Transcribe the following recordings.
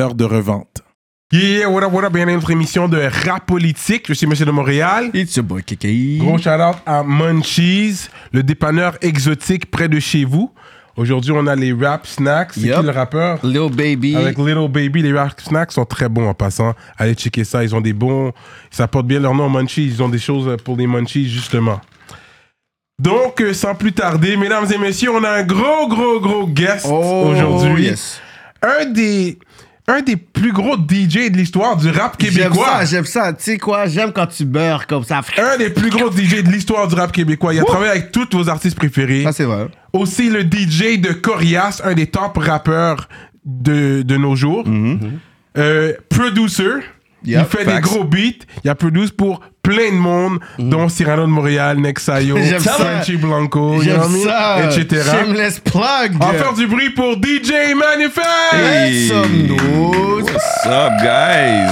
de revente. Yeah, what up, what up, bienvenue à notre émission de rap politique. Je suis Monsieur de Montréal. It's your boy KKI. Gros shout-out à Munchies, le dépanneur exotique près de chez vous. Aujourd'hui, on a les rap snacks. C'est Yup. qui le rappeur? Lil Baby. Avec Little Baby, les rap snacks sont très bons en passant. Allez checker ça, ils ont des bons... Ça porte bien leur nom, Munchies. Ils ont des choses pour les Munchies, justement. Donc, euh, sans plus tarder, mesdames et messieurs, on a un gros, gros, gros guest Oh, aujourd'hui yes. un des, un des plus gros DJ de l'histoire du rap J'aime québécois. ça, j'aime ça. Tu sais quoi, j'aime quand tu beurres comme ça. Un des plus gros DJ de l'histoire du rap québécois. Il a travaillé avec tous vos artistes préférés. Ça, c'est vrai. Aussi le DJ de Corias, un des top rappeurs de, de nos jours. Euh, producer. Mm-hmm. Yep, il fait des facts. Mm-hmm. gros beats. Il a produit pour plein de monde, dont Cyrano de Montréal, Nexayo, J'aime ça. Sanchi Blanco, you J'aime know what I mean? ça. etc. Shameless plug. On va faire du bruit pour DJ Manifest! Hey, some dudes. What's up, guys?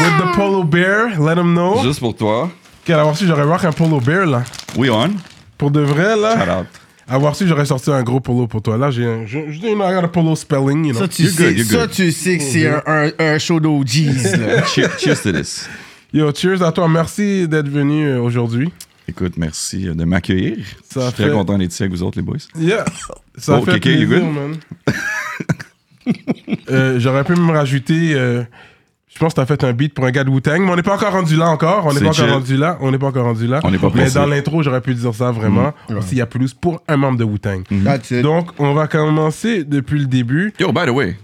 With the polo bear, let them know. Juste pour toi. Qu'à l'avoir su, j'aurais rock un polo bear, là. We on. Pour de vrai, Shout là. out. Avoir su, j'aurais sorti un gros polo pour toi. Là, j'ai un... Je, je, I got a polo spelling, you know. Ça, tu You're sais, good, you're ça, good. tu sais que c'est un, un, un show d'OGs, là. Cheer- cheers to this. Yo, cheers à toi. Merci d'être venu euh, aujourd'hui. Écoute, merci de m'accueillir. Je Ça suis fait- très content d'être ici avec vous autres, les boys. Yeah. Ça Oh, fait Kéké, you plaisir, good? man. Euh, j'aurais pu me rajouter... euh, je pense que t'as fait un beat pour un gars de Wu-Tang, mais on n'est pas encore rendu là encore. On n'est C'est pas encore chill. rendu là. On n'est pas encore rendu là. On n'est pas mais pressé. dans l'intro, j'aurais pu dire ça vraiment. S'il y a plus pour un membre de Wu-Tang. That's it. Donc, on va commencer depuis le début. Yo, by the way,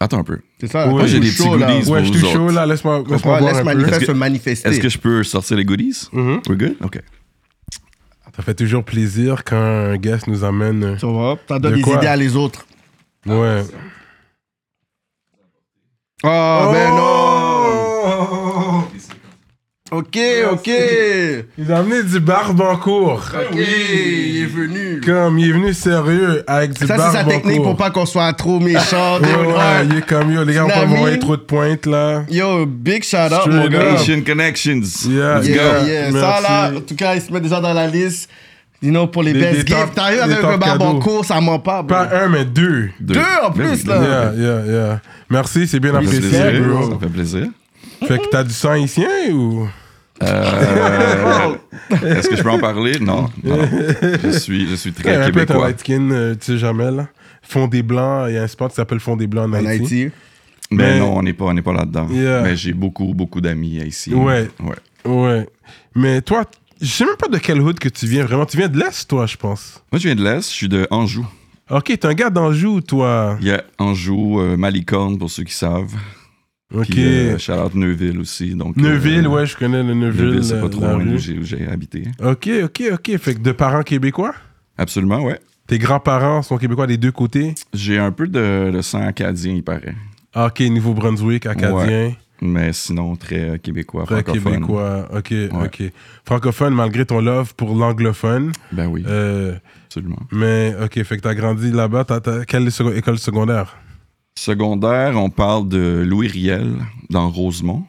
attends un peu. C'est ça. Ouais, pas j'ai tout des petits chaud, là. goodies. Ouais, je suis vous chaud autres. là, laisse-moi laisse Comprends, boire Laisse un peu. Mm-hmm. Manifest Est-ce que- se manifester. Est-ce que je peux sortir les goodies? We're good? OK. Ça fait toujours plaisir quand un guest nous amène. euh, Tu vois, t'en De donnes des quoi? idées à les autres. Ouais. Oh, ben non. Oh! OK, OK. Il a amené du barbe en cours. OK, il est venu. Comme il est venu sérieux avec du Ça, c'est barbe sa en technique cours. pour pas qu'on soit trop méchant. Ouais, ouais, il est comme yo, les gars, on peut Tsunami. m'envoyer trop de pointes là. Yo, big shout out, Straight mon gars. up. Asian Connections. Yeah. Let's Yeah, go. yeah. Ça, Merci. là, en tout cas, il se met déjà dans la liste. You know, pour les Des- des best top- gifts. T'arrives des avec top un barbe cadeaux. en cours, ça ment pas, bro. Pas un, mais deux. Deux. Deux en Ben plus, oui, là. deux. Yeah, yeah, yeah. Merci, c'est bien Ça fait apprécié, plaisir. bro. Ça fait plaisir. Fait que t'as du sang haïtien ou. Euh, Est-ce que je peux en parler? Non. non, non. Je, suis, je suis Ouais, très un peu ton québécois. light skin, euh, tu sais jamais là. Fond des Blancs, il y a un spot qui s'appelle Fond des Blancs en En Haïti. Haïti. Mais, Mais- non, on n'est pas, on n'est pas là-dedans. Yeah. Mais j'ai beaucoup, beaucoup d'amis ici. Ouais. ouais. Ouais. Mais toi, je sais même pas de quelle hood que tu viens vraiment. Tu viens de l'Est, toi, je pense. Moi, je viens de l'Est, je suis de Anjou. Ok, t'es un gars d'Anjou, toi. Il y a Anjou, euh, Malicorne, pour ceux qui savent. Ok. Puis, euh, Charlotte Neuville aussi. Donc, Neuville, euh, ouais, je connais le Neuville. euh, Neuville, c'est la- pas trop la loin rue. d'où j'ai- où j'ai habité. Ok, ok, ok. Fait que de parents québécois Absolument, ouais. Tes grands-parents sont québécois des deux côtés J'ai un peu de, de sang acadien, il paraît. Ah, Ok, Nouveau-Brunswick, Acadien, Mais sinon, très euh, québécois, très francophone. québécois. Ok, ok. Francophone, malgré ton love pour l'anglophone. Ben oui, Euh, absolument. mais ok, fait que t'as grandi là-bas. T'as, t'as- quelle seco- école secondaire Secondaire, on parle de Louis Riel, dans Rosemont.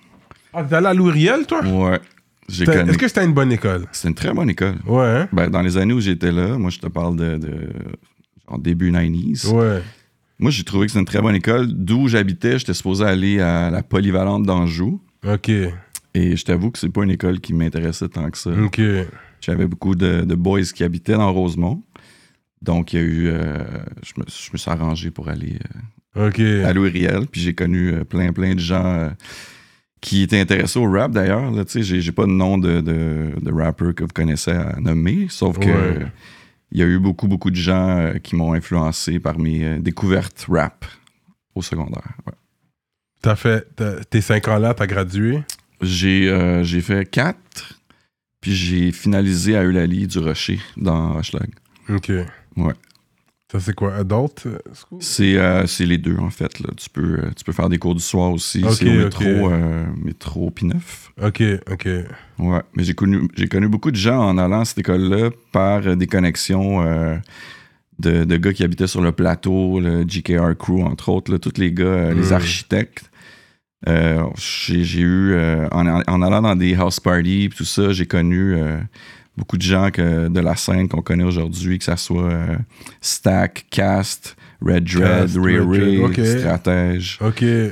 Ah, t'es allé à Louis-Riel, toi Ouais, j'ai T'as- connu. Est-ce que c'était une bonne école C'est une très bonne école. Ouais, hein? Ben, dans les années où j'étais là, moi, je te parle de, de- en début 90s. Ouais. Moi, j'ai trouvé que c'était une très bonne école. D'où j'habitais, j'étais supposé aller à la polyvalente d'Anjou. Ok, Et je t'avoue que c'est pas une école qui m'intéressait tant que ça. ok. J'avais beaucoup de, de boys qui habitaient dans Rosemont. Donc, il y a eu. euh, je, me, je me suis arrangé pour aller euh, Ok. à Louis Riel. Puis j'ai connu euh, plein, plein de gens euh, qui étaient intéressés au rap d'ailleurs. là. Tu sais, j'ai- j'ai pas de nom de, de, de rapper que vous connaissez à nommer, sauf que. Ouais. il y a eu beaucoup, beaucoup de gens euh, qui m'ont influencé par mes euh, découvertes rap au secondaire. Ouais. T'as fait t'as- tes 5 ans là, t'as gradué. J'ai euh, j'ai fait quatre, puis j'ai finalisé à Eulalie du Rocher dans Hochelag. Ok. Ouais. Ça, c'est quoi Adult euh, school? C'est euh, c'est les deux, en fait. Là. Tu, peux, euh, tu peux faire des cours du soir aussi. Ok, c'est au métro, ok. euh, métro Pineuf. Ok, ok. Ouais, mais j'ai connu, j'ai connu beaucoup de gens en allant à cette école-là par euh, des connexions euh, de, de gars qui habitaient sur le plateau, le GKR Crew, entre autres, là, tous les gars, euh, les Mm. architectes. Euh, j'ai, j'ai eu, euh, en, en allant dans des house parties pis tout ça, j'ai connu euh, beaucoup de gens que, de la scène qu'on connaît aujourd'hui, que ça soit euh, Stack, Cast, Red Dread, Cast, Ray Red Ray, Dread, ok. Stratège. Ok. Euh,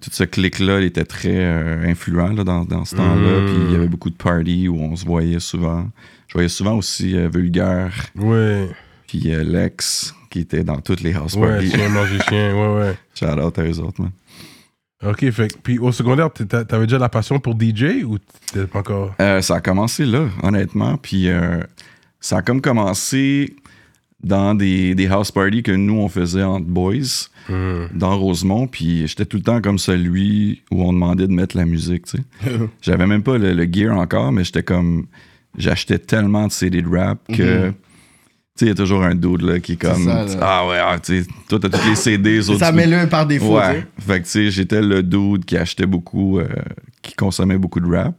tout ce clic-là il était très euh, influent là, dans, dans ce temps-là. Mm. Puis il y avait beaucoup de parties où on se voyait souvent. Je voyais souvent aussi euh, Vulgaire, Ouais. puis euh, Lex, qui était dans toutes les house Ouais, parties. tu vas manger chien. Ouais, ouais. Shout out à eux autres, man. Ok, fait que- Puis au secondaire, t'étais- t'avais déjà la passion pour DJ ou t'étais pas encore. Euh, ça a commencé là, honnêtement. Puis euh, ça a comme commencé dans des, des house parties que nous, on faisait entre boys Hmm. dans Rosemont. Puis j'étais tout le temps comme celui où on demandait de mettre la musique, tu sais. J'avais même pas le, le gear encore, mais j'étais comme. J'achetais tellement de CD de rap que. Tu sais, il y a toujours un dude là, qui est comme. Hmm. ça, là. Ah ouais, ah, tu sais, toi, t'as tous les CD. les autres, ça tu- met le par défaut. tu Ouais. sais. Fait que, tu sais, j'étais le dude qui achetait beaucoup, euh, qui consommait beaucoup de rap.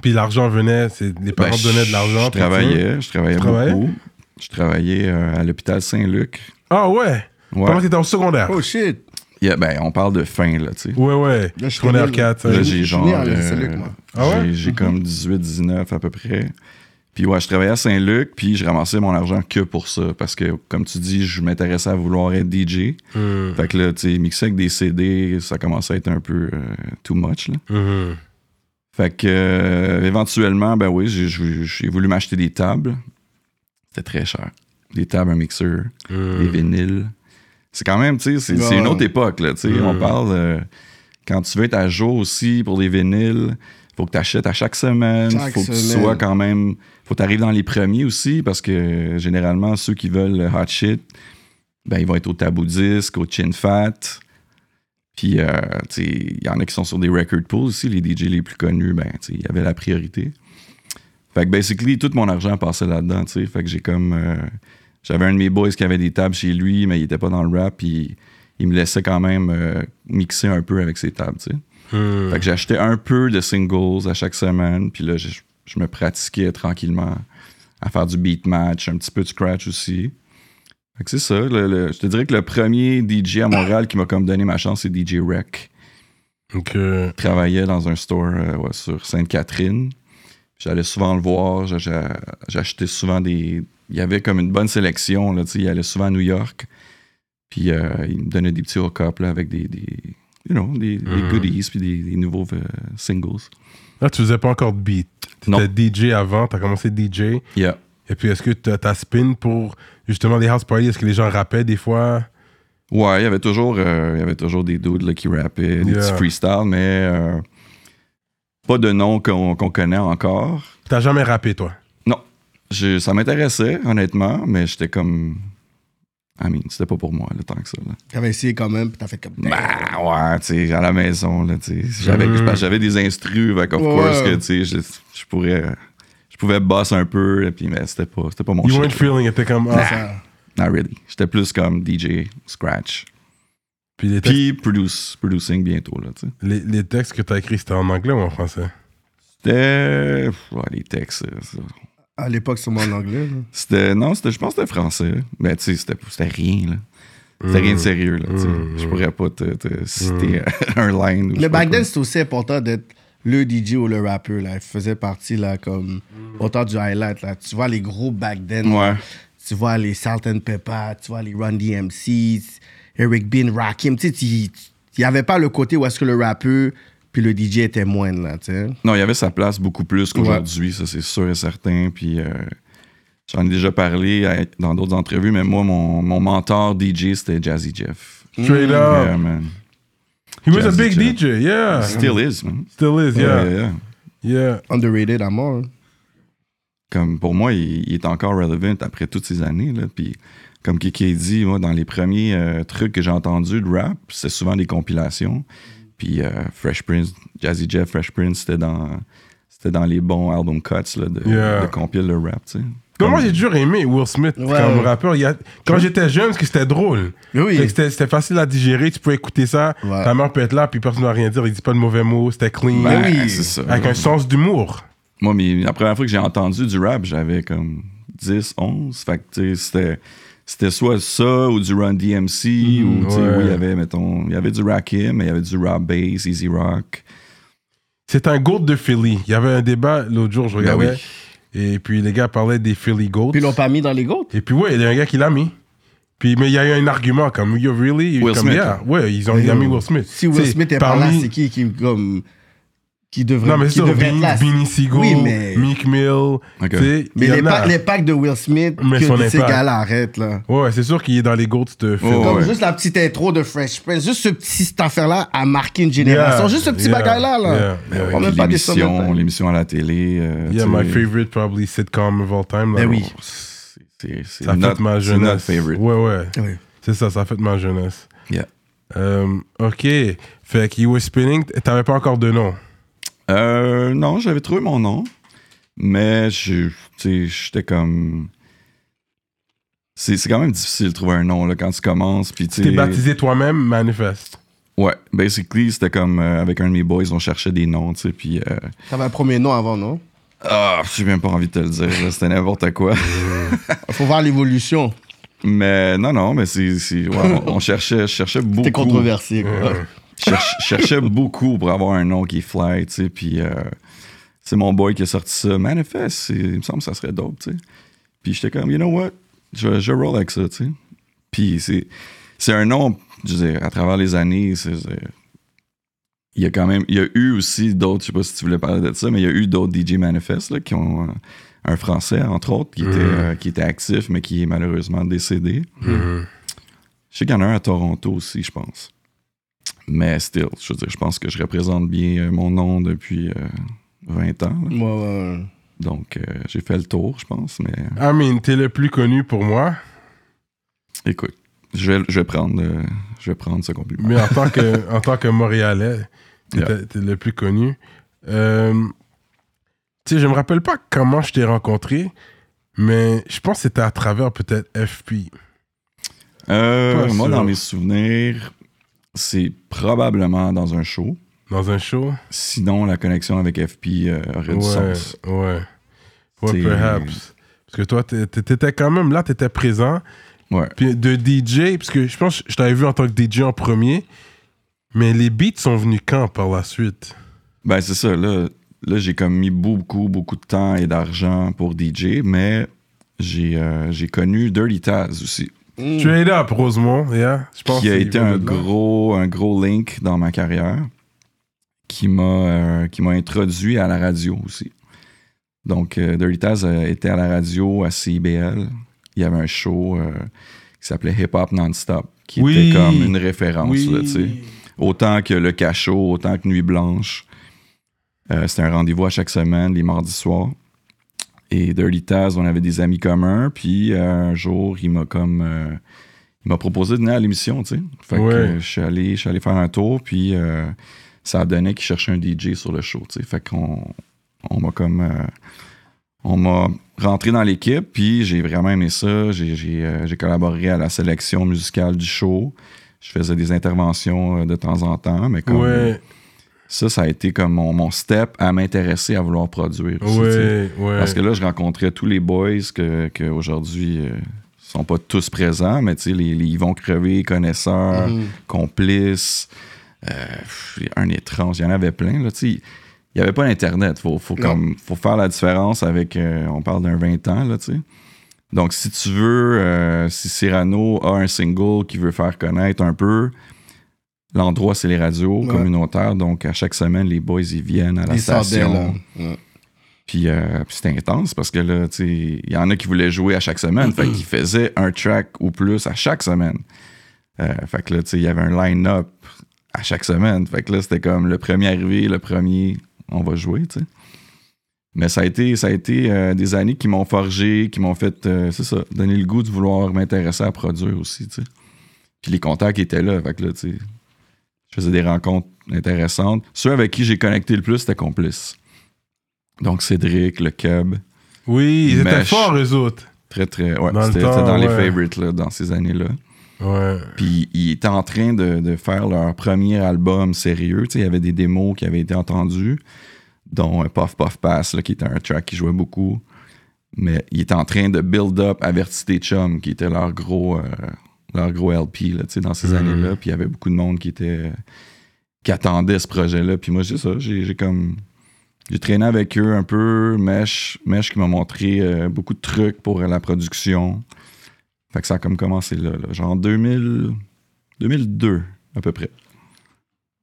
Puis l'argent venait, c'est- les parents Ben, donnaient de l'argent. puis Je tu- travaillais, je travaillais Tu travaillais? beaucoup. Je travaillais euh, à l'hôpital Saint-Luc. Ah ouais. Ouais. Pendant que t'étais au secondaire. Oh shit. Yeah, ben, on parle de fin, là, tu sais. Ouais, ouais. Là, je secondaire connais le- 4. Là, Je- j'ai je genre. suis né à Saint-Luc, euh, moi. euh, Ah ouais? j'ai- J'ai comme 18, 19 à peu près. Puis ouais, je travaillais à Saint-Luc, puis je ramassais mon argent que pour ça. Parce que, comme tu dis, je m'intéressais à vouloir être DJ. Hmm. Fait que là, tu sais, mixer avec des CD, ça commençait à être un peu euh, too much, là. Mhm. Fait que, euh, éventuellement, ben oui, j'ai- j'ai j'ai voulu m'acheter des tables. C'était très cher. Des tables, un mixeur, Hmm. des vinyles. C'est quand même, tu sais, c'est Ouais. c'est une autre époque, là, tu sais. On Mm. parle, euh, quand tu veux être à jour aussi pour des vinyles, faut que tu achètes à chaque semaine, Chaque faut que tu semaine. sois quand même... Faut que tu arrives dans les premiers aussi, parce que euh, généralement, ceux qui veulent le hot shit, ben ils vont être au tabou disque, au chin fat. Puis, euh, tu sais, il y en a qui sont sur des record pools aussi, les DJ les plus connus, ben, tu sais, il y avait la priorité. Fait que, basically, tout mon argent passait là-dedans, tu sais. Fait que j'ai comme. euh, J'avais un de mes boys qui avait des tables chez lui, mais il était pas dans le rap, puis il me laissait quand même euh, mixer un peu avec ses tables, tu sais. Hmm. Fait que j'achetais un peu de singles à chaque semaine, puis là, je, je me pratiquais tranquillement à faire du beat match, un petit peu de scratch aussi. Fait que c'est ça. le- le- je te dirais que le premier DJ à Montréal qui m'a comme donné ma chance, c'est DJ Rec. Donc, Il travaillait dans un store euh, ouais, sur Sainte-Catherine. J'allais souvent le voir, j'a- j'a- j'achetais souvent des... Il y avait comme une bonne sélection, là, tu sais, il allait souvent à New York. Puis euh, il me donnait des petits hook-ups là, avec des, des, you know, des, des Mhm. goodies puis des, des nouveaux euh, singles. Là, tu faisais pas encore de beat. Non. T'étais DJ avant, t'as commencé DJ. Yeah. Et puis, est-ce que t'as ta spin pour justement les house parties? Est-ce que les gens rappaient des fois? Ouais, il y avait toujours, euh, il y avait toujours des dudes là, qui rappaient, des Yeah. petits freestyles, mais euh, pas de nom qu'on qu'on connaît encore. T'as jamais rappé, toi? Je- ça m'intéressait, honnêtement, mais j'étais comme. I mean, c'était pas pour moi, le tant que ça. là. T'avais essayé quand même, puis t'as fait comme. Ben, ouais, tu sais, à la maison, là, tu sais. J'avais, Mm. parce que j'avais des instrus, fait of Ouais. course que, tu sais, je, je pourrais. Je pouvais boss un peu, et puis, mais c'était pas, c'était pas mon You shit. weren't feeling, it, t'es comme. ah. Ça- Not really. J'étais plus comme DJ, scratch. Puis les textes, Puis produce, producing bientôt, là, tu sais. les, les textes que t'as écrits, c'était en anglais ou en français? C'était. pff, ouais, les textes. euh, ça. À l'époque, sûrement en anglais. là. C'était. Non, c'était, je pense que c'était français. hein. Mais tu sais, c'était, c'était rien, là. C'était rien de sérieux, là. tu sais. Mm. Je pourrais pas te, te citer un line. ou je sais Mais pas back quoi. then, c'était aussi important d'être le DJ ou le rappeur. Là. Il faisait partie, là, comme. Autant du highlight, là. Tu vois les gros back then. Ouais. Tu vois les Salt and Pepper, tu vois les Run DMC, Eric Bean, Rakim. Tu sais, tu- il n'y avait pas le côté où est-ce que le rappeur puis le DJ était moine, là, tu sais. Non, il y avait sa place beaucoup plus qu'aujourd'hui, ça c'est sûr et certain. Puis euh, j'en ai déjà parlé à- dans d'autres entrevues, mais moi, mon, mon mentor DJ, c'était Jazzy Jeff. Mm. Straight Yeah, up. man. He was a big Jazzy DJ, yeah. Still is, man. Still is, Yeah, yeah. yeah. Yeah. Underrated à mort. hein. Comme pour moi, il, il est encore relevant après toutes ces années. Là. Puis comme Kiki a dit, moi, dans les premiers euh, trucs que j'ai entendus de rap, c'est souvent des compilations. Puis Puis euh, Fresh Prince, Jazzy Jeff, Fresh Prince, c'était dans, c'était dans les bons album cuts là, de, Yeah. de compile le rap, tu sais. Comme moi, j'ai toujours aimé Will Smith Ouais, comme ouais. rappeur. Il y a- Quand j'étais jeune, parce que c'était drôle. Oui. Fait que C'était c'était facile à digérer, tu pouvais écouter ça, Ouais. ta mère peut être là, puis personne ne va rien dire, il dit pas de mauvais mots, c'était clean. Ben Ouais, oui. c'est ça. Avec un sens d'humour. Moi, mais la première fois que j'ai entendu du rap, j'avais comme 10, 11. Fait que, tu sais, c'était, c'était soit ça ou du Run DMC. ou, tu sais, Mm, ouais. oui, il y avait, mettons, il y avait du Rakim, mais il y avait du rap bass, easy rock. C'est un goat de Philly. Il y avait un débat l'autre jour, je regardais, oui. et puis les gars parlaient des Philly Goats. Ben Puis ils l'ont pas mis dans les goats. Et puis, ouais, il y a un gars qui l'a mis. Puis, mais il y a eu un argument comme You really? Will comme, Smith. Yeah. Ouais, ils ont, il a mis Will Smith. Si Will T'sais, Smith est pas là, parmi- c'est qui qui, comme, qui devrait, Non, mais qui c'est ça, devrait être Beanie, là? Beanie Siegel, Oui, mais, Meek Mill. tu sais, mais il y les, en a. packs, les packs de Will Smith, Mais son que ces impact. gars-là arrêtent, là. Ouais, c'est sûr qu'il est dans les goats de Philly. Oh, Comme ouais. juste la petite intro de Fresh Prince, juste ce petit, cette affaire-là a marqué une génération. Yeah, juste ce petit yeah, bagage-là, là. yeah, yeah, On yeah. parle Puis même pas des sommes de Ben, l'émission, taille. l'émission à la télé. euh, Yeah, tu my sais, favorite probably sitcom of all time. là. Ben oui. C'est, c'est, c'est Ça a notre, fait ma c'est jeunesse. notre favorite. Ouais, ouais. Oui. C'est ça, ça a fait ma jeunesse. Yeah. Euh, ok. Fait que You Were Spinning, t'avais pas encore de nom. Euh, non, j'avais trouvé mon nom, mais je, tu sais, j'étais comme. C'est, c'est quand même difficile de trouver un nom là, quand tu commences. Puis, tu T'es sais- baptisé toi-même, manifeste. Ouais, basically, c'était comme euh, avec un de mes boys, on cherchait des noms, tu sais, puis. euh, T'avais un premier nom avant, non? Ah, j'ai même pas envie de te le dire, là, c'était n'importe quoi. Faut voir l'évolution. Mais non, non, mais c'est. c'est- ouais, on, on cherchait, je cherchais beaucoup. T'es controversé, quoi. cherche- cherchais beaucoup pour avoir un nom qui fly, tu sais, puis euh, c'est mon boy qui a sorti ça. Manifest, c'est- il me semble que ça serait dope, tu sais. Puis j'étais comme, you know what, je, je roll avec ça, tu sais. Puis c'est, c'est un nom, je veux dire, à travers les années, c'est- c'est- il y a quand même, il y a eu aussi d'autres, je sais pas si tu voulais parler de ça, mais il y a eu d'autres DJ Manifest là, qui ont euh, un français, entre autres, qui, était, euh, qui était actif, mais qui est malheureusement décédé. Mm-hmm. Je sais qu'il y en a un à Toronto aussi, je pense. Mais still, je veux dire, je pense que je représente bien euh, mon nom depuis euh, 20 ans. là. Moi, ouais. Donc, euh, j'ai fait le tour, je pense. Mais euh, I mean, t'es le plus connu pour moi, écoute, je vais, je vais, prendre, euh, je vais prendre ce compliment. mais en tant que, en tant que Montréalais, t'es Yeah. t'es le plus connu. Euh, tu sais, je me rappelle pas comment je t'ai rencontré, mais je pense que c'était à travers peut-être FP. Euh, Pas moi, sûr. dans mes souvenirs, c'est probablement dans un show. Dans un show. Sinon, la connexion avec FP euh, aurait du ouais, sens. ouais. Ouais, T'sais- perhaps. Parce que toi, t'é- t'é- t'étais quand même là, t'étais présent. Ouais. Puis de DJ, parce que je pense que je t'avais vu en tant que DJ en premier, mais les beats sont venus quand par la suite Ben, c'est ça. Là, là j'ai comme mis beaucoup, beaucoup de temps et d'argent pour DJ, mais j'ai euh, j'ai connu Dirty Taz aussi. Mm. Straight up, Rosemont, yeah. Je pense qui a qu'il été vient un de là. gros, un gros link dans ma carrière, qui m'a euh, qui m'a introduit à la radio aussi. Donc, euh, Dirty Taz euh, était à la radio à CIBL. Il y avait un show euh, qui s'appelait Hip Hop Non-Stop, qui Oui. était comme une référence. Oui. là, tu sais. autant que Le Cachot, autant que Nuit Blanche. Euh, C'était un rendez-vous à chaque semaine, les mardis soirs. Et Dirty Taz, on avait des amis communs. Puis euh, un jour, il m'a comme. euh, il m'a proposé de venir à l'émission, tu sais. Fait Ouais. que euh, je suis, allé, je suis allé faire un tour, puis euh, ça donnait qu'il cherchait un DJ sur le show, tu sais. Fait qu'on on m'a comme. euh, on m'a rentré dans l'équipe, puis j'ai vraiment aimé ça. J'ai j'ai, euh, j'ai collaboré à la sélection musicale du show. Je faisais des interventions euh, de temps en temps, mais comme Ouais, ça, ça a été comme mon, mon step à m'intéresser à vouloir produire. aussi, tu sais. ouais, ouais. Parce que là, je rencontrais tous les boys que, que aujourd'hui euh, sont pas tous présents, mais tu sais, les, les Yvon Crevé, connaisseurs, Mm-hmm. Mm. complices, euh, pff, un étrange, il y en avait plein, là, tu sais. Il n'y avait pas d'Internet. Faut, faut, comme, faut faire la différence avec. euh, on parle d'un 20 ans, là, tu sais. Donc, si tu veux, euh, si Cyrano a un single qu'il veut faire connaître un peu, l'endroit, c'est les radios Ouais. communautaires. Donc, à chaque semaine, les boys, ils viennent à la Ils sortaient, station. là. Ouais. Puis, euh, puis c'était intense parce que là, tu sais, il y en a qui voulaient jouer à chaque semaine. fait qu'ils faisaient un track ou plus à chaque semaine. Euh, fait que là, tu sais, il y avait un line-up à chaque semaine. Fait que là, c'était comme le premier arrivé, le premier, on va jouer, tu sais. Mais ça a été, ça a été euh, des années qui m'ont forgé, qui m'ont fait, euh, c'est ça, donner le goût de vouloir m'intéresser à produire aussi, tu sais. Puis les contacts étaient là. Fait que là, tu sais, Je faisais des rencontres intéressantes. Ceux avec qui j'ai connecté le plus, c'était complice. Donc Cédric, le Cub, Oui, ils étaient Mèche. forts, eux autres. très très. Ouais, Dans le c'était c'était temps, dans, les ouais. favorites là, dans ces années-là. Ouais. Puis ils étaient en train de, de faire leur premier album sérieux. Tu sais, il y avait des démos qui avaient été entendues, dont euh, Puff Puff Pass, là, qui était un track qui jouait beaucoup. Mais ils étaient en train de build up Avertité Chum, qui était leur gros, euh, leur gros LP là, tu sais, dans ces Mhm. années-là. Puis il y avait beaucoup de monde qui était qui attendait ce projet-là. Puis moi, j'ai ça, j'ai j'ai comme. J'ai traîné avec eux un peu, Mesh, Mesh qui m'a montré euh, beaucoup de trucs pour euh, la production. Fait que ça a comme commencé là, là. genre 2000, 2002 à peu près.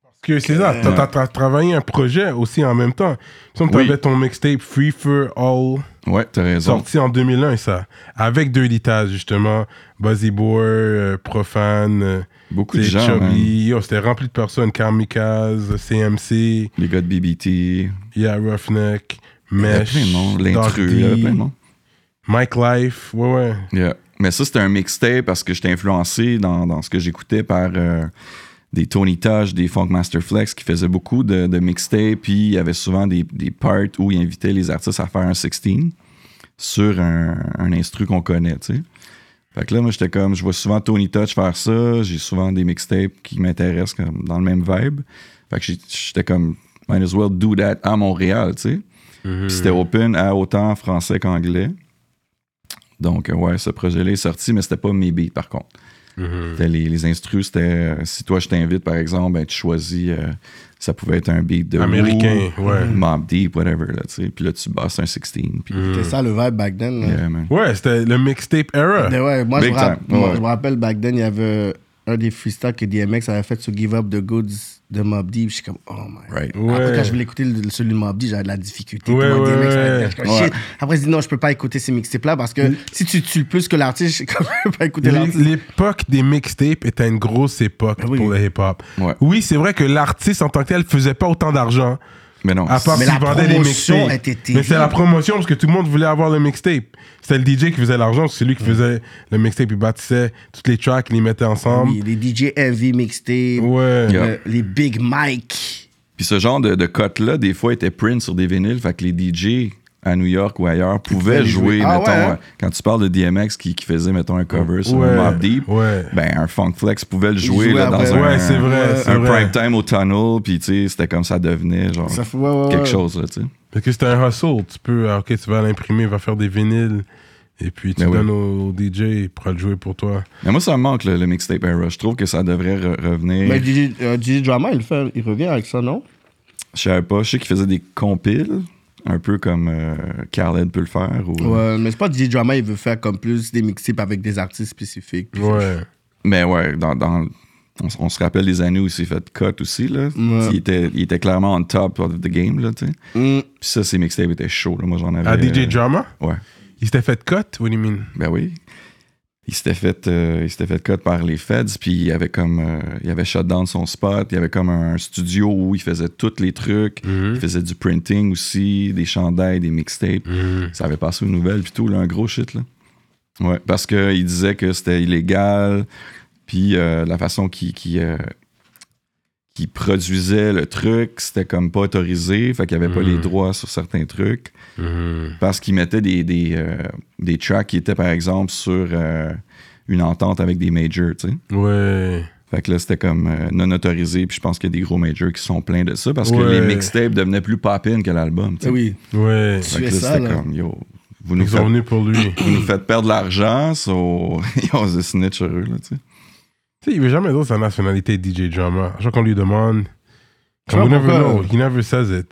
Parce que c'est ça, t'as- t'as t'as travaillé un projet aussi en même temps. Tu Oui. avais ton mixtape Free for All, Ouais, t'as raison. sorti en 2001, ça. Avec deux litas, justement. Buzzy Boy, euh, Profane, euh, Beaucoup de c'est gens, hein. man. Chubby. Yo, c'était rempli de personnes. Kamikaze, CMC, les gars de BBT, Yeah Roughneck, il y avait Mesh, plein de monde, Doc l'intrus, D, il y avait plein de monde. Mike Life, ouais, ouais. Yeah. Mais ça, c'était un mixtape parce que j'étais influencé dans, dans ce que j'écoutais par euh, des Tony Tosh, des Funkmaster Flex qui faisaient beaucoup de, de mixtapes. Puis il y avait souvent des, des parts où ils invitaient les artistes à faire un 16 sur un, un instru qu'on connaît, tu sais. Fait que là, moi, j'étais comme, je vois souvent Tony Touch faire ça. J'ai souvent des mixtapes qui m'intéressent comme dans le même vibe. Fait que j'ai- j'étais comme, might as well do that à Montréal, tu sais. Mhm. Puis c'était open à autant français qu'anglais. Donc, euh, ouais, ce projet-là est sorti, mais c'était pas mes beats, par contre. Mhm. C'était les, les instrus, c'était euh, si toi je t'invite, par exemple, ben, tu choisis, euh, ça pouvait être un beat de Américain, Who, ouais. Mob Deep, whatever, là, tu sais. Puis là, tu bosses un 16. Puis, C'était ça le vibe back then. là. Mm. yeah, man. Ouais, c'était le mixtape era. Mais ouais, moi, je Big me rapp- time, moi, ouais. je me rappelle, back then, il y avait un des freestyles que DMX avait fait sur Give Up the Goods de Mob Deep. Je suis comme, oh my. Right. Après, Ouais. quand je voulais écouter le- celui de Mob Deep, j'avais de la difficulté. Ouais, Comment ouais, DMX avait- ouais. je suis comme, shit. Après, je dis non, je peux pas écouter ces mixtapes-là parce Mm. que si tu tues plus que l'artiste, je suis comme, je peux pas écouter L'é- l'artiste. L'époque des mixtapes était une grosse époque Ah oui. pour le hip-hop. Ouais. Oui, c'est vrai que l'artiste en tant que tel faisait pas autant d'argent, Mais non. à part Mais s'il la vendait des promotion mixtapes. était terrible. Mais c'est la promotion parce que tout le monde voulait avoir le mixtape. C'était le DJ qui faisait l'argent, c'est lui qui faisait le mixtape, il bâtissait toutes les tracks, il les mettait ensemble. Oui, les DJ Heavy mixtapes, Ouais. Yeah. euh, les Big Mike. Puis ce genre de, de cut-là, des fois, était print sur des vinyles. Fait que les DJ à New York ou ailleurs pouvaient pouvaient jouer, jouer. Ah mettons, ouais, hein? euh, quand tu parles de DMX qui, qui faisait, mettons, un cover sur Ouais, Mob Deep, ouais. ben, un Funk Flex pouvait le jouer jouait là, dans après. un, Ouais, c'est vrai, c'est un vrai. prime time au tunnel. Puis, tu sais, c'était comme ça devenait, genre, Ça fait- ouais, ouais, quelque ouais. chose, là, tu sais. Parce que c'était un hustle. Tu peux, ah, ok, tu vas à l'imprimer, va faire des vinyles, et puis tu Ben oui. donnes au, au DJ, il pourra le jouer pour toi. Mais moi, ça me manque, le, le mixtape era. Je trouve que ça devrait re- revenir. Mais DJ, euh, DJ Drama, il, le fait, il revient avec ça, non? Je savais pas. Je sais qu'il faisait des compiles, un peu comme euh, Khaled peut le faire. Ou, euh, Ouais, mais c'est pas DJ Drama, il veut faire comme plus des mixtapes avec des artistes spécifiques. puis Ouais. Mais ouais, dans, dans- on, s- on se rappelle des années où il s'est fait cut aussi. Là. Il, était, il était clairement on top of the game. Là, tu sais. Mm. Puis ça, ses mixtapes étaient chauds. là. Moi, j'en avais. À DJ euh, Drama, Ouais. il s'était fait cut, what do you mean? Ben oui. Il s'était fait, euh, il s'était fait cut par les Feds, puis il avait comme, euh, il avait shut down son spot, il avait comme un studio où il faisait tous les trucs, il faisait du printing aussi, des chandails, des mixtapes. Ça avait passé aux nouvelles, puis tout, là, un gros shit, là. Ouais, parce qu'il disait que c'était illégal, puis euh, la façon qu'il qui, euh, produisait le truc, c'était comme pas autorisé, fait qu'il avait pas les droits sur certains trucs Mhm. parce qu'ils mettaient des, des, euh, des tracks qui étaient, par exemple, sur euh, une entente avec des majors, tu sais. Ouais. Fait que là, c'était comme euh, non autorisé, puis je pense qu'il y a des gros majors qui sont pleins de ça, parce que Ouais. les mixtapes devenaient plus pop-in que l'album, tu sais. Eh Oui, Ouais. tu Fait es que là, ça, c'était là. comme, yo, vous nous, Ils faites, sont venus pour lui. vous nous faites perdre de l'argent, so... ils ont se snitch sur eux, là, tu sais. Tu sais, il veut jamais dire sa nationalité DJ Drama. Chaque fois qu'on lui demande, Je sais comme pas we never know, pourquoi. he never says it.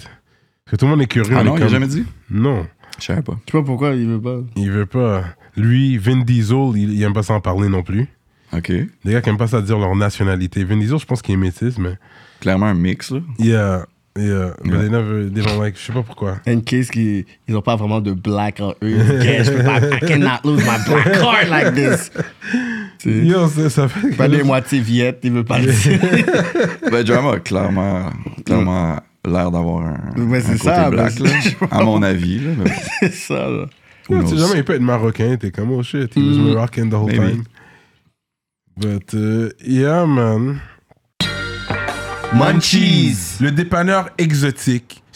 Parce que tout le monde est curieux. on Ah est non, il a comme- jamais dit? Non, Je savais pas. Je sais pas pourquoi il veut pas. il veut pas. Lui, Vin Diesel, il, il aime pas s'en parler non plus. OK. Les gars qui aiment pas ça dire leur nationalité. Vin Diesel, je pense qu'il est métis, mais. Clairement un mix, là. Yeah, yeah. But Ouais. they never, they don't like, je sais pas pourquoi. In case qu'ils ils ont pas vraiment de black en eux. Yeah, je peux pas, I cannot lose my black card like this. C'est Yo, ça, ça fait. pas des moitiés viettes, il veut pas le dire. Ben, Drama a clairement, clairement l'air d'avoir un, Ouais, un c'est côté ça, black, ben, là, je sais pas. à mon avis, là. mais bon, C'est ça, là. who Yo, tu sais knows? jamais, il peut être marocain, t'es comme oh shit, he was Moroccan the whole Maybe. time. But, euh, yeah, man. Munchies. Le dépanneur exotique.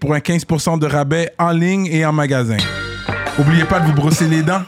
pour un 15% de rabais en ligne et en magasin. Oubliez pas de vous brosser les dents.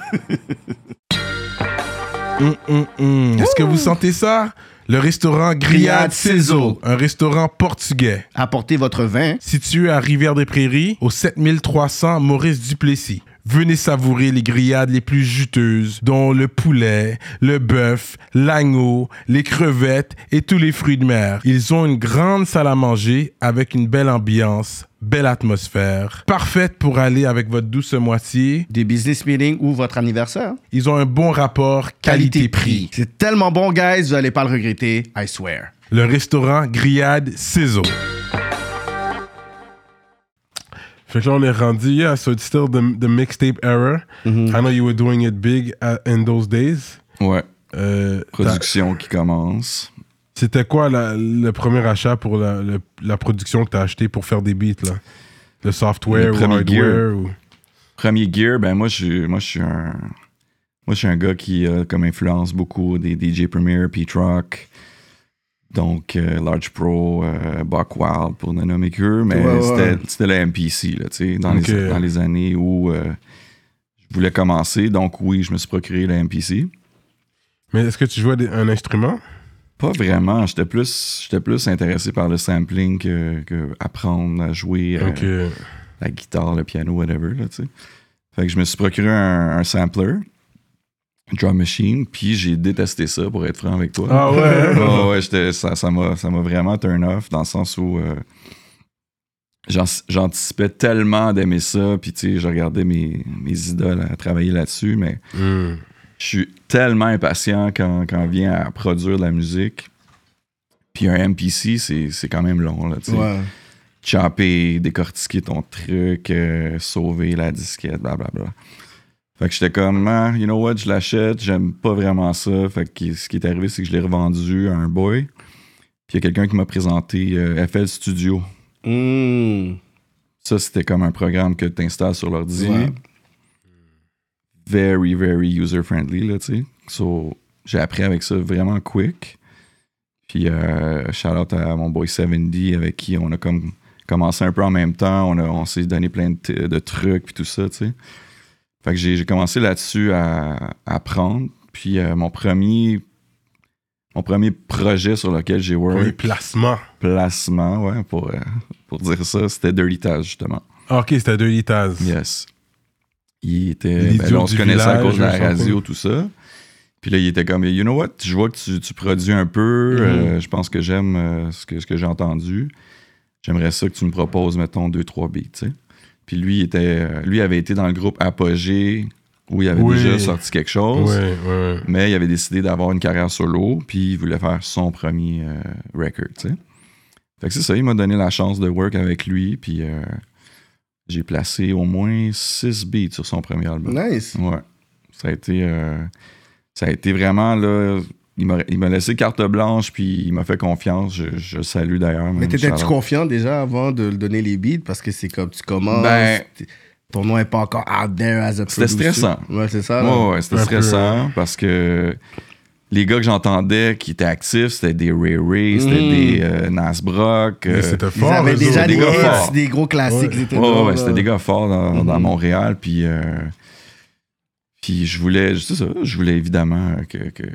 Hum, hum, hum. Est-ce que vous sentez ça? Le restaurant Grillade Grillade Sizzle, Sizzle. un restaurant portugais Apportez votre vin. situé à Rivière-des-Prairies, au 7300 Maurice Duplessis. Venez savourer les grillades les plus juteuses, dont le poulet, le bœuf, l'agneau, les crevettes et tous les fruits de mer. Ils ont une grande salle à manger avec une belle ambiance, belle atmosphère, parfaite pour aller avec votre douce moitié. Des business meetings ou votre anniversaire. Ils ont un bon rapport qualité-prix. C'est tellement bon, guys, vous allez pas le regretter, I swear. Le restaurant Grillade Ciseaux. Fait que là, on est rendu, yeah, so it's still the, the mixtape era. I know you were doing it big uh, in those days. Ouais. Euh, Production qui commence. t'as- C'était quoi la- le premier achat pour la, le- la production que t'as acheté pour faire des beats, là? Le software Le ou premier hardware ou... Premier gear, ben moi, je, moi, je suis un. Moi, je suis un gars qui a comme influence beaucoup des DJ Premier, P-Rock, donc euh, Large Pro, euh, Buck Wild, pour ne nommer que mais Ouais, ouais, c'était- ouais. c'était la MPC, là, tu sais, dans, les, Ok. dans les années où euh, je voulais commencer. Donc, oui, je me suis procuré la MPC. Mais est-ce que tu jouais des- un instrument? Pas vraiment, j'étais plus, j'étais plus intéressé par le sampling que, que apprendre à jouer. euh, Donc, euh, la guitare, le piano, whatever, là, tu sais. Fait que je me suis procuré un, un sampler, une drum machine, puis j'ai détesté ça, pour être franc avec toi. Ah ouais, hein? Ah ouais, j'étais- ça ça m'a ça m'a vraiment turn off, dans le sens où euh, j'an- j'anticipais tellement d'aimer ça, puis tu sais, je regardais mes, mes idoles à travailler là-dessus, mais hmm. je suis tellement impatient quand, quand on vient à produire de la musique. Puis un MPC, c'est c'est quand même long, là, tu sais chopper, décortiquer ton truc, euh, sauver la disquette, blablabla. Fait que j'étais comme, ah, you know what, je l'achète, j'aime pas vraiment ça. Fait que ce qui est arrivé, c'est que je l'ai revendu à un boy. Puis il y a quelqu'un qui m'a présenté euh, FL Studio. Mmh. Mm. Ça, c'était comme un programme que tu installes sur l'ordi. Ouais. Very, very user-friendly, là, tu sais. So, j'ai appris avec ça vraiment quick. Puis, euh, shout out à mon boy 70 avec qui on a comme commencé un peu en même temps. On, a- on s'est donné plein de, t- de trucs, puis tout ça, tu sais. Fait que j'ai j'ai commencé là-dessus à à apprendre. Puis, euh, mon premier. Mon premier projet sur lequel j'ai Premier work, placement. placement, ouais, pour, euh, pour dire ça, c'était Dirty Taz, justement. Ah, ok, c'était deux litas. Yes. Il était. L'idiot ben là, on du se connaissait à village, cause de la je sais radio, tout ça. Puis là, il était comme, you know what, je vois que tu, tu produis un Mm-hmm. peu. euh, je pense que j'aime euh, ce que, ce que j'ai entendu. J'aimerais ça que tu me proposes, mettons, deux, trois beats, tu sais. Puis lui, il était, euh, lui avait été dans le groupe Apogée où il avait Oui. déjà sorti quelque chose. Ouais, ouais, ouais. Mais il avait décidé d'avoir une carrière solo, puis il voulait faire son premier euh, record, tu sais. Fait que c'est ça, il m'a donné la chance de work avec lui, puis euh, j'ai placé au moins 6 beats sur son premier album. Nice. Ouais. Ça a été, euh, ça a été vraiment, là, il m'a il m'a laissé carte blanche, puis il m'a fait confiance. Je, je le salue d'ailleurs. Mais même, t'étais-tu Charles. confiant déjà avant de le donner les beats parce que c'est comme tu commences. Ben- t'es- ton nom est pas encore out there as a producer. C'était stressant. Ouais, c'est ça. là. Ouais, ouais, c'était Un stressant parce que les gars que j'entendais qui étaient actifs, c'était des Ray Ray, c'était Mm. des euh, Nas Brock. Mais euh, C'était Ils fort. avaient eux déjà autres. des, des gars hits, forts. des gros classiques. Ouais. ils étaient Ouais, dans, ouais, là. c'était des gars forts dans, dans Mhm. Montréal. Puis, euh, puis je voulais, c'est ça, je voulais évidemment que, que,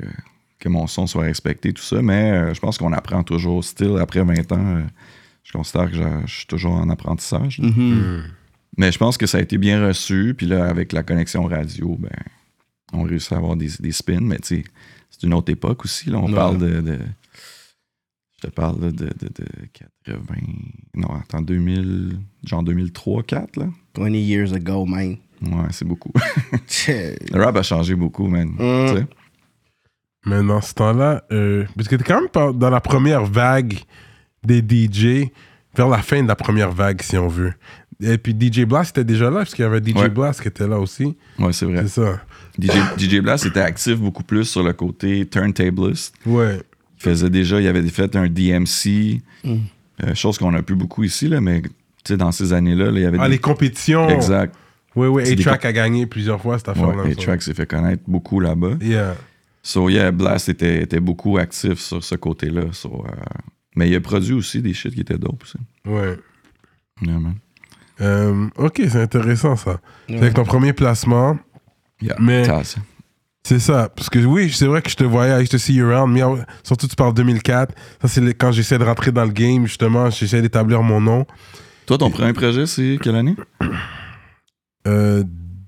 que mon son soit respecté, tout ça. Mais euh, je pense qu'on apprend toujours. Still, après 20 ans, euh, je considère que je, je suis toujours en apprentissage. là. Mhm. Mais je pense que ça a été bien reçu. Puis là, avec la connexion radio, ben, on réussit à avoir des, des spins. Mais tu sais, c'est une autre époque aussi. Là, on Ouais. parle de, de- Je te parle là, de, de, de 80. Non, attends, 2000. Genre 2003, 4 là. 20 years ago, man. Ouais, c'est beaucoup. Tchè. Le rap a changé beaucoup, man. Mm. Tu sais? Mais dans ce temps-là, euh, parce que t'es quand même par- dans la première vague des DJ vers la fin de la première vague, si on veut. Et puis DJ Blast était déjà là, parce qu'il y avait DJ Ouais. Blast qui était là aussi. Ouais, c'est vrai. C'est ça. DJ, DJ Blast était actif beaucoup plus sur le côté turntablist. Ouais. Il faisait déjà, il avait fait un DMC, Mm. euh, chose qu'on a plus beaucoup ici, là, mais tu sais, dans ces années-là, là, il y avait Ah, les des... compétitions. Exact. Oui, oui. C'est des A-Track a gagné plusieurs fois cette affaire-là. Ouais, ça. A-Track s'est fait connaître beaucoup là-bas. Yeah. So yeah, Blast était, était beaucoup actif sur ce côté-là. So, euh, Mais il a produit aussi des shit qui étaient dope aussi. Ouais. Yeah, man. Euh, ok, c'est intéressant ça. C'est que ton premier placement, Yeah. Mais- Ça, ça. c'est ça. Parce que oui, c'est vrai que je te voyais, I used to see you around, mais euh, surtout tu parles 2004. Ça, c'est le- quand j'essaie de rentrer dans le game, justement, j'essaie d'établir mon nom. Toi, ton premier projet, c'est quelle année? Euh,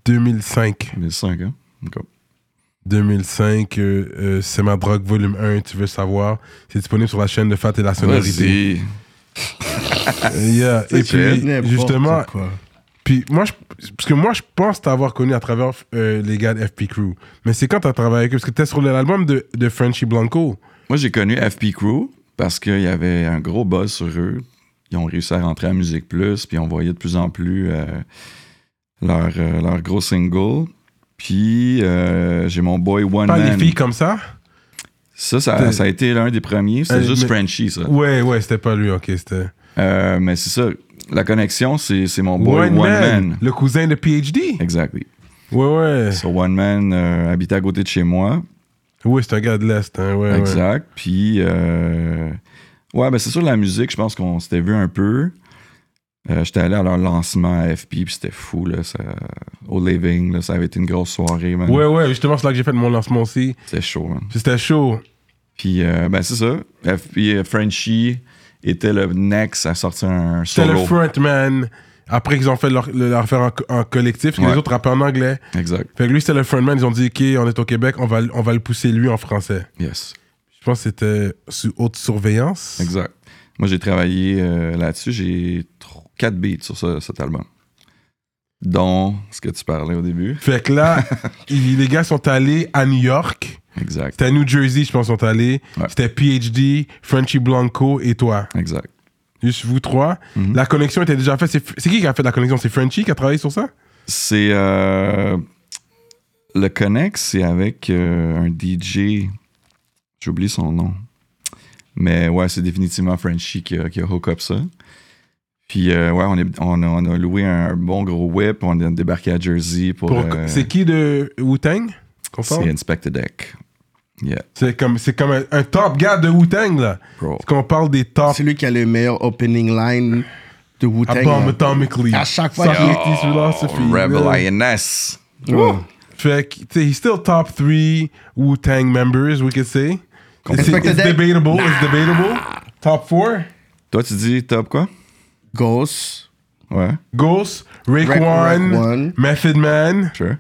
2005. 2005, hein? Ok. 2005, euh, euh, c'est ma drogue volume 1, tu veux savoir. C'est disponible sur la chaîne de Fat et la sonorité. Vas-y. Euh, yeah. Et chill. puis, justement, Puis moi, je, parce que moi, je pense t'avoir connu à travers euh, les gars de FP Crew. Mais c'est quand t'as travaillé avec eux, parce que t'es sur l'album de, de Frenchy Blanco. Moi, j'ai connu FP Crew parce qu'il y avait un gros buzz sur eux. Ils ont réussi à rentrer à Musique Plus, puis on voyait de plus en plus euh, leur, euh, leur gros single. Puis euh, j'ai mon boy One Pas les Man. filles comme ça. Ça, ça, ça a été l'un des premiers. C'était Euh, juste mais- Frenchie, ça. Ouais, ouais, c'était pas lui, ok, c'était. Euh, mais c'est ça. La connexion, c'est c'est mon boy One, One Man. Le cousin de PhD. Exactly. Ouais, ouais. So One Man euh, habitait à côté de chez moi. Ouais, c'est un gars de l'Est, hein, ouais. ouais. Exact. Puis, euh, ouais, ben c'est sûr, la musique, je pense qu'on s'était vu un peu. Euh, J'étais allé à leur lancement à FP, puis c'était fou, là. ça- au Living, là, ça avait été une grosse soirée, man. Ouais, ouais, justement, c'est là que j'ai fait mon lancement aussi. C'était chaud, man. Puis c'était chaud. Puis, euh, ben c'est ça. FP, euh, Frenchie était le next à sortir un C'était le solo. frontman. Après qu'ils ont fait leur, leur affaire en, co- en collectif, parce que Ouais. les autres rappaient en anglais. Exact. Fait que lui, c'était le frontman. Ils ont dit, OK, on est au Québec, on va, on va le pousser lui en français. Yes. Je pense que c'était sous haute surveillance. Exact. Moi, j'ai travaillé euh, là-dessus. J'ai 4 beats sur ce- cet album. Dont ce que tu parlais au début. Fait que là, il- les gars sont allés à New York. Exact. C'était à New Jersey, je pense, sont allés. Ouais. C'était PhD, Frenchy Blanco et toi. Exact. Juste vous trois. Mhm. La connexion était déjà faite. C'est c'est qui qui a fait la connexion C'est Frenchy qui a travaillé sur ça C'est. euh, le Connect, c'est avec euh, un DJ. J'ai oublié son nom. Mais ouais, c'est définitivement Frenchie qui a, qui a hook up ça. Puis euh, ouais, on, est- on a, on a loué un bon gros whip. On est débarqué à Jersey pour. Pour- euh, C'est qui de Wu-Tang qu'on parle c'est Inspector Deck. Yeah, C'est comme, c'est comme un, un top gars de Wu-Tang, là. bro. Qu'on parle des tops C'est lui qui a le meilleur opening line de Ah, Wu-Tang. atomically. À chaque fois Ça, qu'il- Eighties philosophy, Oh, Rebel là. INS. Ouais. Fait que, tu sais, he's still top three Wu-Tang members, we could say. It's, Inspector it's Deck. debatable, it's debatable. Top four. Toi, tu dis top quoi? Ghost. Ouais, Ghost, Rick Rick- Rick One, One. Method Man. sure.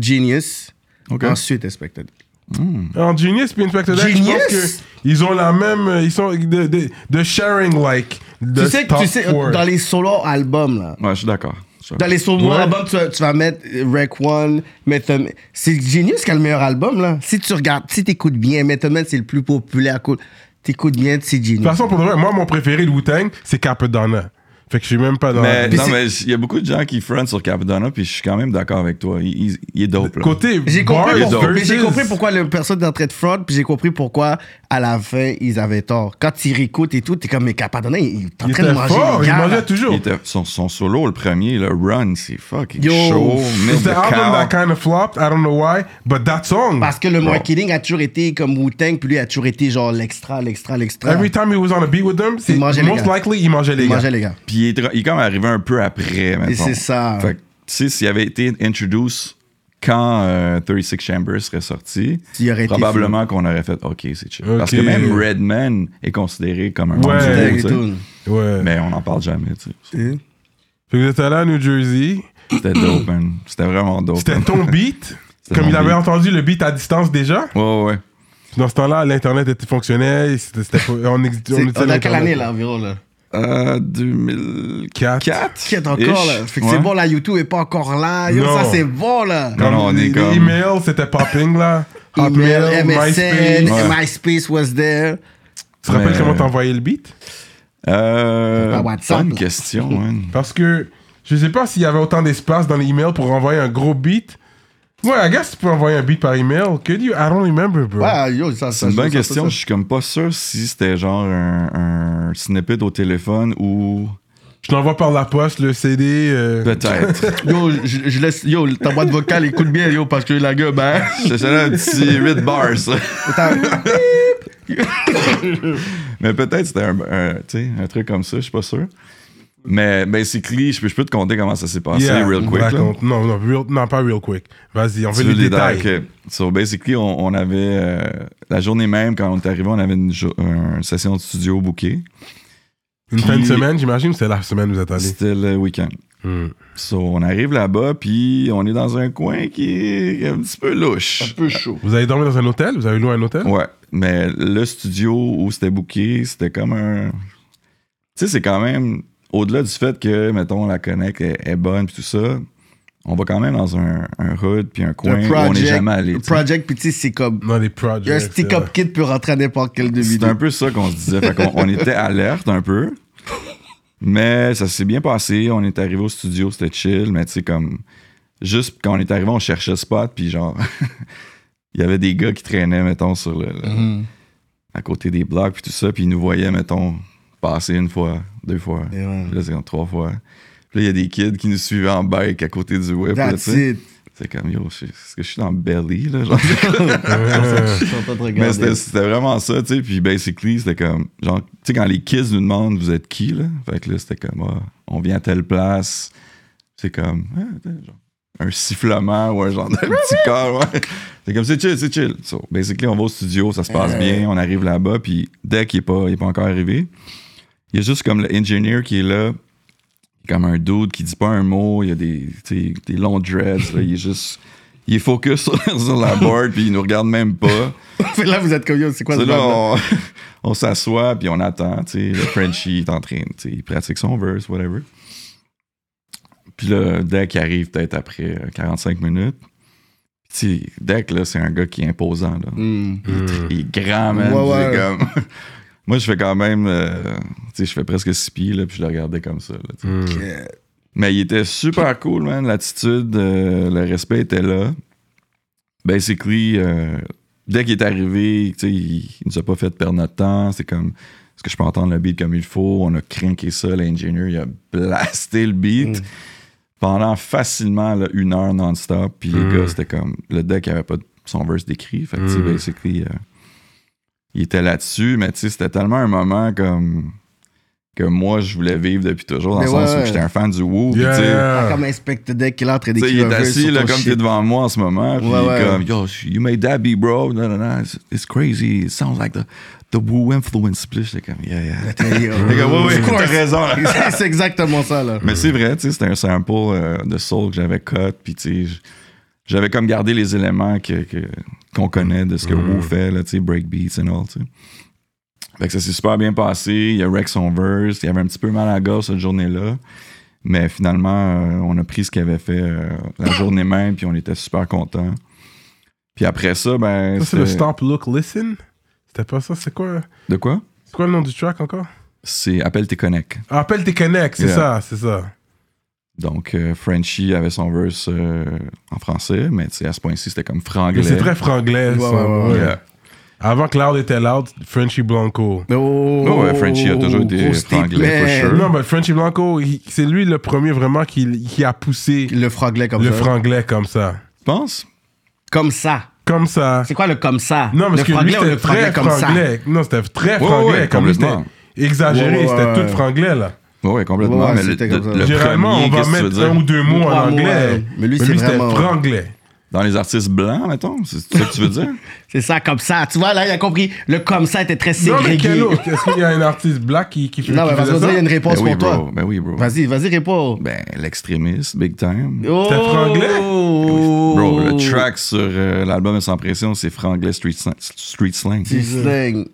Genius. OK. Ensuite, Inspector. Deck. En Oh, Genius puis Inspector Deck, je pense Genius? que ils ont la même... euh, Ils sont de, de, de sharing, like, de Tu sais, top tu sais four. dans les solo albums, là. Ouais, je suis d'accord. Je suis Dans les solo Ouais. albums, tu, vas- tu vas mettre euh, Rec One, Method Man. C'est Genius qui a le meilleur album, là. Si tu regardes, si t'écoutes bien, Method Man, c'est le plus populaire. cool. T'écoutes bien, c'est De toute Genius. façon, pour de vrai, moi, mon préféré de Wu-Tang, c'est Capadonna. Fait que je suis même pas dans... Mais, Puis non, c'est- mais il y a beaucoup de gens qui front sur Capadonna, puis je suis quand même d'accord avec toi. Il, il- il est dope. Là. Côté J'ai compris, bars pourquoi- mais j'ai versus- compris pourquoi le personne est en train de fraud, puis j'ai compris pourquoi, à la fin, ils avaient tort. Quand tu réécoutes et tout, t'es comme, mais Capadonna, il, il est en Il train de était manger. fort, les il gars, mangeait là. toujours. Il était- son, son solo, le premier, le Run, c'est fucking Yo. chaud. Milk It's the the album that cow. kind of flopped. I don't know why, but that song. Parce que le marketing a toujours été comme Wu-Tang, puis lui a toujours été genre l'extra, l'extra, l'extra. Every time he was on a beat with them, c'est mangeait les most gars. likely il mangeait les Il gars. mangeait les gars. Puis il est, dra- il est comme arrivé un peu après, Et mettons. c'est ça. Fait que, tu sais, s'il avait été introduced quand euh, 36 Chambers serait sorti, Il aurait été probablement qu'on aurait fait OK, c'est chill. Parce que Ok. même Redman est considéré comme un Ouais. membre fou. du Wu-Tang groupe, et tu sais. tout. Ouais. Mais on n'en parle jamais, tu sais. Tu sais. Fait que vous êtes allé à New Jersey. C'était dope, man. C'était vraiment dope. C'était man. ton beat. C'était Comme mon il avait beat. entendu le beat à distance déjà. Ouais, ouais. Dans ce temps-là, l'internet était fonctionnait. C'était, c'était- on, ex- C'est- utilisait On a quelle l'Internet. année, là, environ, là? Euh, 2004. Qui est encore, là. Fait que c'est bon, là, YouTube est pas encore là. Yo, Non. ça, c'est bon, là. Non, non, on Comme est les, comme- les emails, c'était popping là. Hotmail, Email, MSN, MySpace. Ouais. MySpace was there. Tu te rappelles Mais- comment t'as envoyé le beat Euh, Par WhatsApp, bonne là. question, man. Parce que je sais pas s'il y avait autant d'espace dans l'email pour envoyer un gros beat. Ouais, I guess tu peux envoyer un beat par email. Que Dieu, I don't remember, bro. Ouais, Ah, yo, ça, C'est une bonne question. Je suis comme pas sûr si c'était genre un, un snippet au téléphone ou Je t'envoie par la poste le CD. euh, peut-être. Yo, je, je laisse. Yo, ta boîte vocale, écoute bien, yo, parce que la gueule, ben. J'étais là un petit 8 bars. ça. t'as- Mais peut-être c'était un, un- tu sais, un truc comme ça, je suis pas sûr. Mais basically, je peux, je peux te conter comment ça s'est passé yeah, real quick. là. raconte. Non, non, real- non, pas real quick. Vas-y, on Tu veut veux les détails. ok. So basically, on, on avait euh, la journée même quand on est arrivé, on avait une, jo- euh, une session de studio bouquée. Une fin de Puis- semaine, j'imagine, ou c'est la semaine où vous êtes allé. C'était le week-end. Hmm. So, on arrive là-bas, puis on est dans un coin qui est un petit peu louche. peu chaud. Vous avez dormi dans un hôtel Vous avez loué un hôtel Ouais, mais le studio où c'était booké, c'était comme un. Tu sais, c'est quand même. Au-delà du fait que, mettons, la connect est, est bonne, puis tout ça, on va quand même dans un, un hood, puis un coin Le où on n'est project, jamais allé. le tu sais. project, puis tu sais, c'est comme. Dans les projects. euh. Un stick-up kit peut rentrer à n'importe quel devis. C'est un peu ça qu'on se disait. Fait qu'on on était alerte un peu. Mais ça s'est bien passé. On est arrivé au studio, c'était chill. Mais tu sais, comme. Juste quand on est arrivé, on cherchait le spot. Puis genre. Il y avait des gars qui traînaient, mettons, sur le, le- Mm-hmm. à côté des blocs. Puis tout ça. Puis ils nous voyaient, mettons, passer une fois, deux fois. Et ouais. Puis là, c'est comme trois fois. Puis là, il y a des kids qui nous suivaient en bike à côté du web. là, tu That's sais. it. C'est comme, yo, je- est-ce que je suis dans Belly, là? Genre, Hmm, Je suis en train de mais regarder. c'était c'était vraiment ça, tu sais. Puis basically, c'était comme, genre, tu sais, quand les kids nous demandent vous êtes qui, là, fait que là, c'était comme, ah, on vient à telle place. C'est comme, ah, attends, genre, un sifflement ou un genre de petit corps, ouais. C'est comme, c'est chill, c'est chill. So, basically, on va au studio, ça se passe bien, on arrive là-bas, puis dès qu'il est pas, il est pas encore arrivé, il y a juste comme l'ingénieur qui est là, comme un dude qui dit pas un mot, il y a des, tu sais, des longs dreads, là, il est juste. Il est focus sur, sur la board, puis il nous regarde même pas. Fait là, vous êtes comme yo, c'est quoi Tu ce sais, là, bordel? on, on s'assoit, puis on attend. tu sais, Le Frenchie est en train, tu sais, il pratique son verse, whatever. Puis là, Deck arrive peut-être après euh, 45 minutes. Tu sais, Deck, là, c'est un gars qui est imposant. Là. Hmm. Il est grand, man. Ouais, puis c'est ouais. comme- Moi, je fais quand même... euh, tu sais, je fais presque 6 pieds, là, puis je le regardais comme ça. là, tu sais. hmm. Yeah. Mais il était super cool, man. L'attitude, euh, le respect était là. Basically, euh, dès qu'il est arrivé, tu sais, il, il nous a pas fait perdre notre temps. C'est comme, est-ce que je peux entendre le beat comme il faut? On a craqué ça. L'ingénieur, il a blasté le beat Mm. pendant facilement là, une heure non-stop. Puis Mm. les gars, c'était comme, le deck il avait pas de- son verse décrit. Fait que, tu sais, basically, euh, il était là-dessus. Mais tu sais, c'était tellement un moment comme que moi, je voulais vivre depuis toujours, dans Mais le sens ouais. où j'étais un fan du Woo. puis tu sais, Yeah. Ah, Comme Inspector Deck qui est là en train Ah. tu sais, il d'écrire est un verse assis sur là, ton comme shit. t'es devant moi en ce moment, puis Ouais, il est ouais. comme Yo, you made that beat, bro. Non, non, non, it's, it's crazy. It sounds like the, the Wu influence. Puis là, j'étais comme Yeah, yeah. Hey, yo. T'es comme, ouais, ouais, Of t'as course. raison. là. C'est- C'est exactement ça, là. Mm. Mais c'est vrai, tu sais, c'était un sample euh, de soul que j'avais cut, puis tu sais, j- j'avais comme gardé les éléments que- que- qu'on connaît de ce que Mm. Wu fait, là, tu sais, breakbeats and all, tu sais. Fait que ça s'est super bien passé, il a wreck son verse, il avait un petit peu mal à la gorge cette journée-là, mais finalement, euh, on a pris ce qu'il avait fait euh, la journée même, puis on était super contents. Puis après ça, ben... Ça, c'est le c'était- Stop, Look, Listen. C'était pas ça. C'est quoi De quoi? C'est quoi le nom du track encore C'est Appelle tes connects. Ah, Appelle tes connects, c'est Yeah. ça, c'est ça. Donc, euh, Frenchie avait son verse euh, en français, mais tu sais, à ce point-ci, c'était comme Mais franglais. c'est très franglais. Ouais, ça, ouais, ouais. Yeah. Avant que Loud était Loud, Frenchy Blanco. Oh, Ouais, ouais, Frenchie a toujours été gros steep, franglais, for man. sure. Non, mais Frenchy Blanco, il- c'est lui le premier vraiment qui, qui a poussé Le franglais comme le ça. franglais comme ça. Tu penses? Comme ça. Comme ça. C'est quoi le comme ça? Non, le mais parce que lui, franglais ou c'était le franglais très comme ça? franglais. Non, c'était très Ouais, franglais. ouais, comme lui, complètement. c'était exagéré, Ouais, ouais, c'était ouais. tout franglais, là. Ouais, ouais, complètement. Ouais, mais le, c'était le- comme ça. le Généralement, premier, on va qu'est-ce que tu mettre veux un dire? ou deux mots en Trois mots, anglais. ouais. Mais lui, c'est c'était vraiment- franglais. Dans les artistes blancs, mettons? C'est ça que tu veux dire? C'est ça, comme ça. Tu vois, là, il a compris. Le comme ça était très Non, mais ségrégué. quel Non, autre Est-ce qu'il y a un artiste black qui, qui, fait- mais qui parce faisait qu'on ça dirait, il y a une réponse ben oui, pour toi. bro. Ben oui, bro. Vas-y, vas-y, réponds. Ben, l'extrémiste, big time. Oh! C'était franglais? Eh Bro, le track sur euh, l'album Sans Pression, c'est franglais street, slang- street slang. Du slang.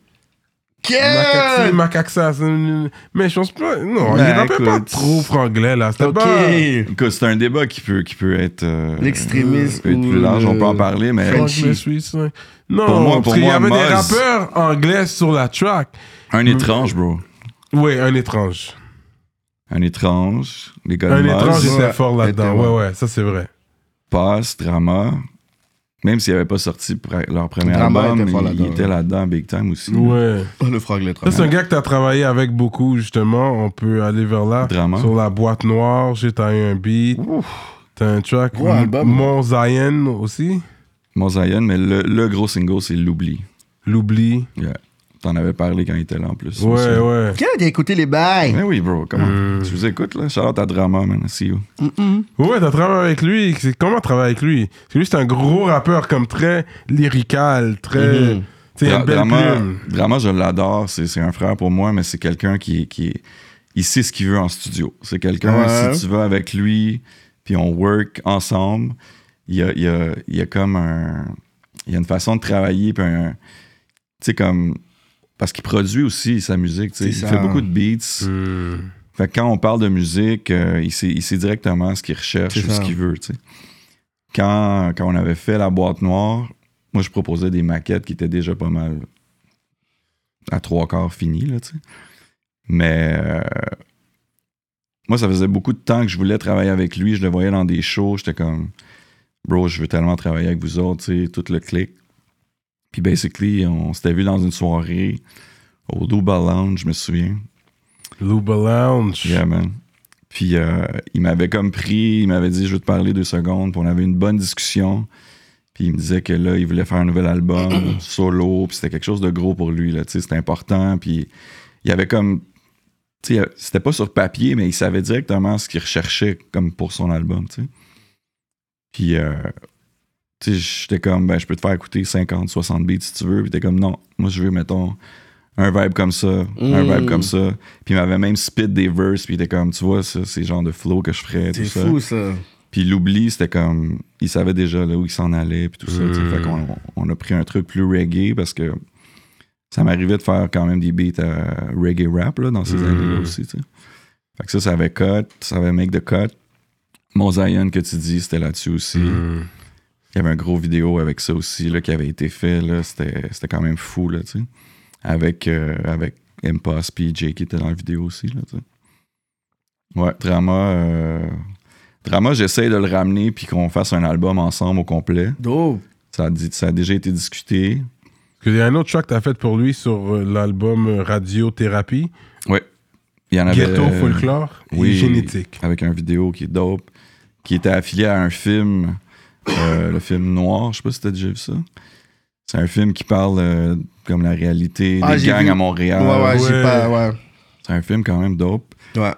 Macaxi, Fucking! Macaxas. euh, Mais je pense pas. Non, Ben, il rappait pas écoute. trop franglais, là. C'était Ok! pas. Écoute, c'est un débat qui peut, qui peut être. euh, L'extrémisme peut être ou plus large, on peut en le- parler, mais. French. Franglais suisse, ouais. Non, Pour moi- pour parce qu'il y moi, avait des Moz- rappeurs anglais sur la track. Un étrange, bro. Oui, un étrange. Un étrange. Les gars Un de Ben, Mars, étrange était Ouais. fort là-dedans. Était, ouais. Ouais, ouais, ça c'est vrai. Passe, Drama. Même s'ils n'avaient pas sorti pr- leur premier Drama album, était fort ils- là-dedans, ils étaient ouais. là-dedans, big time aussi. Mm. Ouais. Oh, Le franglais Ça, c'est un travail. gars que tu as travaillé avec beaucoup, justement. On peut aller vers là. Drama. Sur la boîte noire, j'ai taillé un beat. T'as un track. Gros album. Mon Zion aussi. Mosaïon, mais le, le gros single, c'est L'oubli. L'oubli. Yeah. T'en avais parlé quand il était là en plus. Ouais, Euh. Aussi. ouais. Quand t'as écouté les bails? Mais oui, bro, comment? Tu vous écoutes, là? Shout out à Drama, man. See you. Ouais, t'as travaillé avec lui. C'est comment travailler avec lui Parce que lui, c'est un gros rappeur, comme très lyrical, très. Mhm. Tu sais, il a Dra- une belle Drama, plume. Drama, je l'adore. C'est c'est un frère pour moi, mais c'est quelqu'un qui, qui il sait ce qu'il veut en studio. C'est quelqu'un, Ouais. si tu vas avec lui, puis on work ensemble, il y a, il y a- il y a comme un... Il y a une façon de travailler, puis un... Tu sais, comme... Parce qu'il produit aussi sa musique, tu sais. Il C'est ça. fait beaucoup de beats. Mhm. Fait que quand on parle de musique, euh, il, sait, il sait directement ce qu'il recherche C'est ou ce ça. qu'il veut. tu sais. Quand, quand on avait fait la boîte noire, moi je proposais des maquettes qui étaient déjà pas mal à trois quarts finies. Là, tu sais. Mais euh, moi, ça faisait beaucoup de temps que je voulais travailler avec lui. Je le voyais dans des shows. J'étais comme, bro, je veux tellement travailler avec vous autres, tu sais, tout le clic. Puis basically, on s'était vu dans une soirée au Double Lounge, je me souviens. Luba Lounge. Yeah, man. Puis euh, il m'avait comme pris, il m'avait dit je veux te parler deux secondes, puis on avait une bonne discussion. Puis il me disait que là, il voulait faire un nouvel album solo, puis c'était quelque chose de gros pour lui, là, tu sais, c'était important. Puis il avait comme, tu sais, c'était pas sur papier, mais il savait directement ce qu'il recherchait comme pour son album, tu sais. Puis, euh, tu sais, j'étais comme, ben, je peux te faire écouter 50, 60 beats si tu veux. Puis t'es comme, non, moi, je veux, mettons, un vibe comme ça, un Mm. vibe comme ça. Puis il m'avait même spit des verses, puis il était comme, tu vois, ça, c'est le genre de flow que je ferais, tout C'est ça. fou, ça. Puis l'oubli, c'était comme, il savait déjà là où il s'en allait, puis tout ça. tu sais. Mm. Fait Euh. qu'on on a pris un truc plus reggae parce que ça m'arrivait de faire quand même des beats à reggae rap là, dans ces Mm. années-là aussi. tu sais. Fait que ça, ça avait cut, ça avait make the cut. Mon Zion que tu dis, c'était là-dessus aussi. Mm. Mhm. Il y avait un gros vidéo avec ça aussi là, qui avait été fait. là. C'était c'était quand même fou, là, tu sais. Avec, euh, avec Impost puis Jay qui était dans la vidéo aussi, là, tu sais. Ouais, Drama... euh, Drama, j'essaie de le ramener puis qu'on fasse un album ensemble au complet. Dope. Ça a, dit- ça a déjà été discuté. Parce qu'il y a un autre track que t'as fait pour lui sur euh, l'album euh, Radiothérapie. Il y en avait... Ghetto, euh, folklore oui. et génétique. Avec un vidéo qui est dope, qui était affilié à un film, euh, le film Noir. Je sais pas si t'as déjà vu ça. C'est un film qui parle euh, comme la réalité Ah, des j'ai gangs vu. à Montréal. Ouais, ouais, j'ai ouais. pas. Ouais. C'est un film quand même dope. Ouais.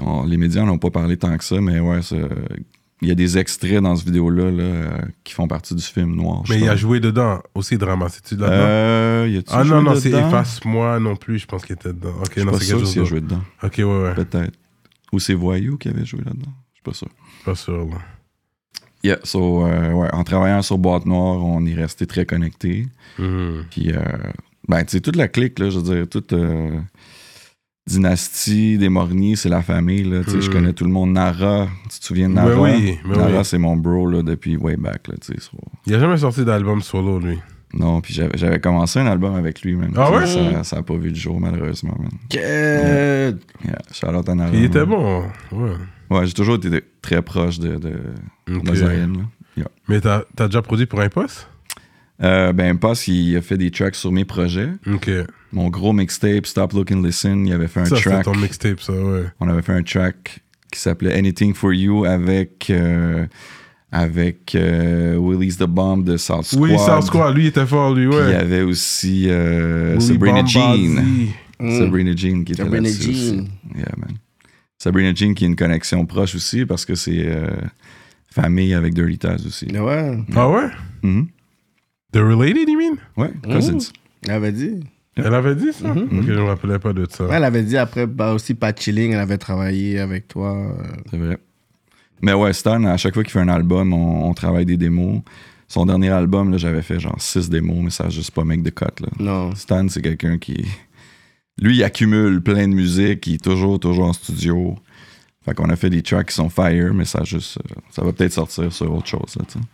On- les médias n'ont pas parlé tant que ça, mais ouais, ça- il y a des extraits dans ce vidéo-là là, euh, qui font partie du film noir. je Mais il a pense. joué dedans aussi, Drama. C'est-tu là-dedans Euh, y a-tu Ah joué non, non, c'est dedans? Efface-moi non plus, je pense qu'il était dedans. Ok, Je suis non, pas c'est quelque sûr chose s'il a d'autre. joué dedans. Ok, ouais, ouais, Peut-être. Ou c'est Voyou qui avait joué là-dedans. Je suis pas sûr. pas sûr. Là. Yeah, so, euh, ouais, en travaillant sur Boîte Noire, on est resté très connectés. Hmm. Puis, euh, ben, tu sais, toute la clique, là, je veux dire, toute euh, dynastie des Morniers, c'est la famille, là. Tu sais, je Mm. connais tout le monde. Nara, tu te souviens de Nara? Ben oui, ben Nara, oui. c'est mon bro, là, depuis way back, là, tu sais. so- Il a jamais sorti d'album solo, lui. Non, puis j'avais j'avais commencé un album avec lui, même. Ah Tu ouais? sais, Ça, ça a pas vu le jour, malheureusement, man. Que- Yeah, Charlotte Nara. Il était man. bon. Ouais. Ouais, j'ai toujours été très proche de, de Ok. Mosaïen, là. Mais t'as t'as déjà produit pour un poste Euh, ben, Pass, il a fait des tracks sur mes projets. Ok. mon gros mixtape Stop Look and Listen, il avait fait un ça, c'était track. ton mixtape, ça, ouais. On avait fait un track qui s'appelait Anything for You avec euh, avec euh, Willie's the Bomb de South Squad. Oui, South Squad, lui, il était fort, lui, Puis il y ouais. avait aussi euh, Willie Sabrina Jean. Bombazi. Mm. Sabrina Jean qui était Sabrina là-dessus aussi. Yeah, man. Sabrina Jean qui a une connexion proche aussi parce que c'est euh, famille avec Dirty Taz aussi. Ouais. Ah ouais Mhm. They're related, you mean Ouais, Mm. cousins. Elle avait dit. Elle avait dit ça Mm-hmm. Ok, je me rappelais pas de ça. Ouais, elle avait dit après, bah, aussi, Pat Chilling, elle avait travaillé avec toi. euh, C'est vrai. Mais ouais, Stan, à chaque fois qu'il fait un album, on, on travaille des démos. Son dernier album, là, j'avais fait genre 6 démos, mais ça a juste pas make the cut. Là. Non. Stan, c'est quelqu'un qui, Lui, il accumule plein de musique, il est toujours, toujours en studio. Fait qu'on a fait des tracks qui sont fire, mais ça a juste, euh, ça va peut-être sortir sur autre chose, là, tu sais.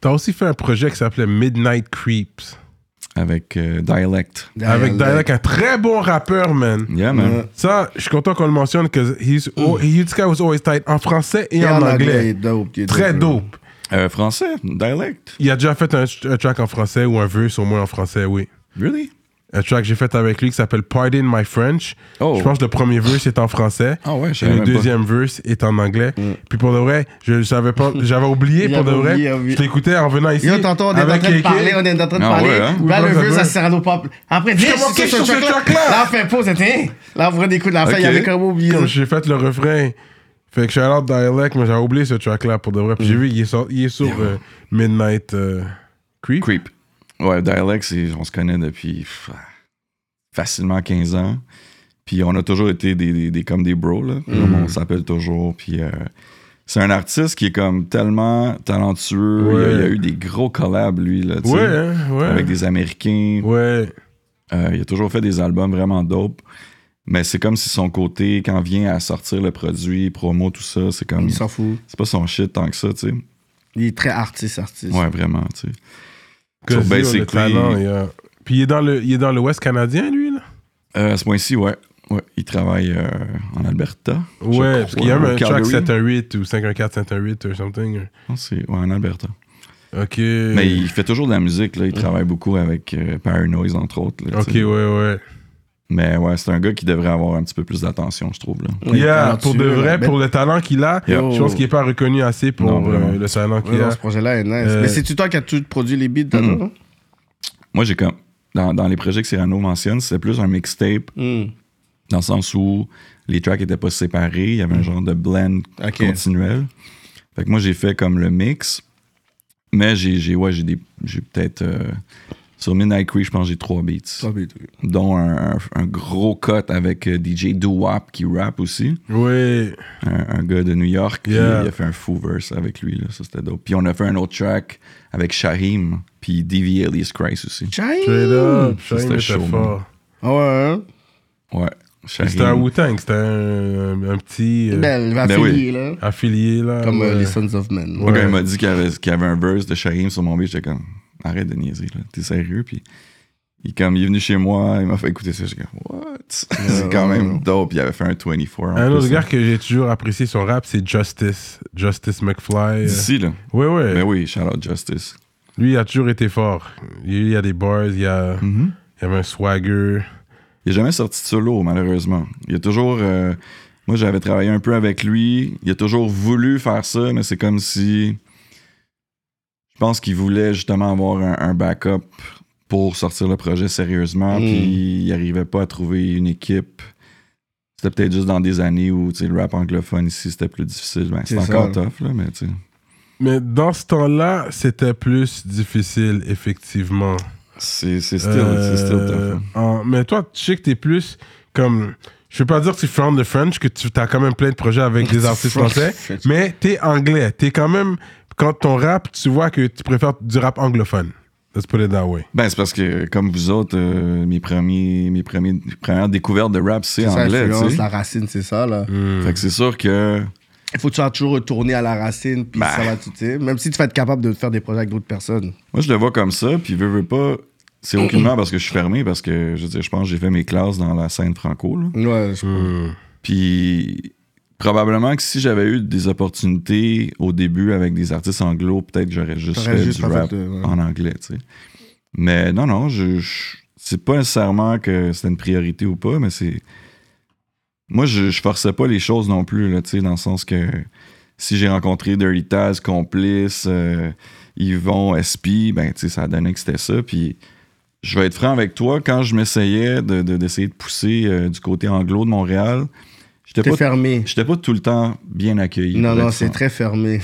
T'as aussi fait un projet qui s'appelait Midnight Creeps. Avec euh, Dialect. Avec Dialect, un très bon rappeur, man. Yeah, Mm. man. Ça, je suis content qu'on le mentionne, que he's, oh, he- this guy was always tight en français et, Et en, anglais. il est dope, il est Très ouais. dope. Euh, français, Dialect. Il a déjà fait un, un track en français ou un verse au moins en français, oui. Really? Un track que j'ai fait avec lui qui s'appelle Pardon My French. Oh. Je pense que le premier verse est en français. Ah ouais, je et savais le même pas. deuxième verse est en anglais. Puis pour de vrai, je savais pas, j'avais oublié Mm. Il pour de avait vrai. oublié, oublié. Je l'écoutais en venant ici. Yo, tantôt, on est en train avec de Kéké. parler, on est en train de Ah parler. ouais, hein? Là, le Ouais, vieux, ouais. ça se rend au pop. Après, viens, Comment c'est qu'est-ce sur que ce ce chocolat. chocolat? Là, on fait pause, c'était. Là, on prend des coups de la fin, il y Ok. avait comme oublié. Comme ça. j'ai fait le refrain. Fait que je suis allé Dialect, mais j'avais oublié ce track-là pour de vrai. Puis Mm. j'ai vu, il est, sort- il est sur euh, Midnight euh, Creep. Creep. Ouais, Dialect, c'est- on se connaît depuis pff, facilement 15 ans. Puis on a toujours été des, des- des- comme des bros, là. Comme on s'appelle toujours. Puis euh, c'est un artiste qui est comme tellement talentueux. Il, y a, Ouais. il y a eu des gros collabs, lui, là, tu sais, Ouais, hein, ouais. Avec des Américains. Ouais. Euh, il a toujours fait des albums vraiment dope. Mais c'est comme si son côté, quand vient à sortir le produit, promo, tout ça, c'est comme. Il s'en fout. C'est pas son shit tant que ça, tu sais. Il est très artiste, artiste. Ouais, vraiment, tu sais. Cause So yo, le basically- talent, il a- Puis il est dans le, il est dans le West canadien, lui, là. Euh, à ce point-ci, ouais. Ouais, il travaille euh, en Alberta. je Ouais, parce crois, qu'il y a ou même un track Calgary. 718 ou 514 718 ou something. Non, c'est- ouais, en Alberta. Ok. Mais il fait toujours de la musique, là. Il travaille beaucoup avec euh, Paranoise, entre autres. là, Ok, tu sais. ouais, ouais. Mais ouais, c'est un gars qui devrait avoir un petit peu plus d'attention, je trouve, là. Ouais, yeah, talentueux, pour de la vrai, bête. pour le talent qu'il a, Yo. je pense qu'il est pas reconnu assez pour Non, euh, vraiment. le talent qu'il Ouais, non, a. ce projet-là est nice. Euh, Mais c'est-tu toi qui as tout produit les beats, Dada? Mhm. Moi, j'ai comme... Dans, dans les projets que Cyrano mentionne, c'était plus un mixtape, Mm. Mhm. dans le sens où les tracks étaient pas séparés. Il y avait un genre de blend Ok. continuel. Fait que moi, j'ai fait comme le mix. Mais j'ai j'ai- ouais, j'ai des- j'ai peut-être... euh, sur Midnight Creek, je pense que j'ai trois beats. Trois beats, oui. dont un, un- un gros cut avec euh, DJ Doo-Wop qui rappe aussi, Ouais. un, un gars de New York. Puis Yeah. il a fait un full verse avec lui, là, ça c'était dope. Puis on a fait un autre track avec Shaheem, puis DV Alias Christ aussi. Chai! Straight up. Ça, Shane c'était était chaud, fort. Ah ouais, hein? Ouais, Shaheem. C'était un Wu-Tang, c'était un, un petit euh, Belle, va ben oui. Ben, finir, là. affilié, là. Eh Comme euh, ouais. les Sons of Men. Moi, Ouais. quand il m'a dit qu'il y avait, qu'il y avait un verse de Shaheem sur mon beat, j'étais comme, arrête de niaiser, là, t'es sérieux, puis... Il, comme, il est venu chez moi, il m'a fait écouter ça. J'ai comme, what? c'est quand même dope. Il avait fait un 24. en Un plus, autre là. hein. gars que j'ai toujours apprécié son rap, c'est Justice. Justice McFly. euh. D'ici, là. Ouais, ouais. Ben oui, shout out Justice. Lui, il a toujours été fort. Il y a des bars, il y a, il y avait un swagger. Il n'a jamais sorti de solo, malheureusement. Il a toujours. euh, moi, j'avais travaillé un peu avec lui. Il a toujours voulu faire ça, mais c'est comme si. Je pense qu'il voulait justement avoir un, un backup pour sortir le projet sérieusement, Mm. puis il n'arrivait pas à trouver une équipe. C'était peut-être juste dans des années où tu sais, le rap anglophone ici, c'était plus difficile. Ben, c'est C'est encore ça. tough, là, mais tu sais. Mais dans ce temps-là, c'était plus difficile, effectivement. C'est c'est still, Euh, c'est still tough. hein. en- mais toi, tu sais que t'es plus comme. Je veux pas dire que tu found the French, que tu as quand même plein de projets avec des artistes français, mais t'es anglais. T'es quand même. Quand ton rap, tu vois que tu préfères du rap anglophone. Let's put it that way. Ben, c'est parce que, comme vous autres, euh, mes, premiers, mes, premiers, mes premières découvertes de rap, c'est C'est ça, anglais. tu l'influence, sais. Mm. la racine, c'est ça, là. Fait que c'est sûr que. Il faut que tu sois toujours retourner à la racine, puis Bah. ça va tout, tu sais. Même si tu vas être capable de faire des projets avec d'autres personnes. Moi, je le vois comme ça, puis veux, veux pas. C'est Hmm. aucunement parce que je suis fermé, parce que je veux dire, je pense que j'ai fait mes classes dans la scène franco. là. Ouais, je- Hmm. Puis probablement que si j'avais eu des opportunités au début avec des artistes anglo, peut-être que j'aurais juste T'aurais fait juste du pas rap fait de- ouais. en anglais, tu sais. Mais non, non, je, je- c'est pas nécessairement que c'était une priorité ou pas, mais c'est. Moi, je, je forçais pas les choses non plus, là, tu sais, dans le sens que si j'ai rencontré Dirty Taz, Complice, euh, Yvon, SP, ben, tu sais, ça a donné que c'était ça. Puis je vais être franc avec toi, quand je m'essayais de- de- d'essayer de, pousser euh, du côté anglo de Montréal, j'étais t'es pas, fermé. j'étais pas tout le temps bien accueilli. Non, pour non, être c'est franc. très fermé.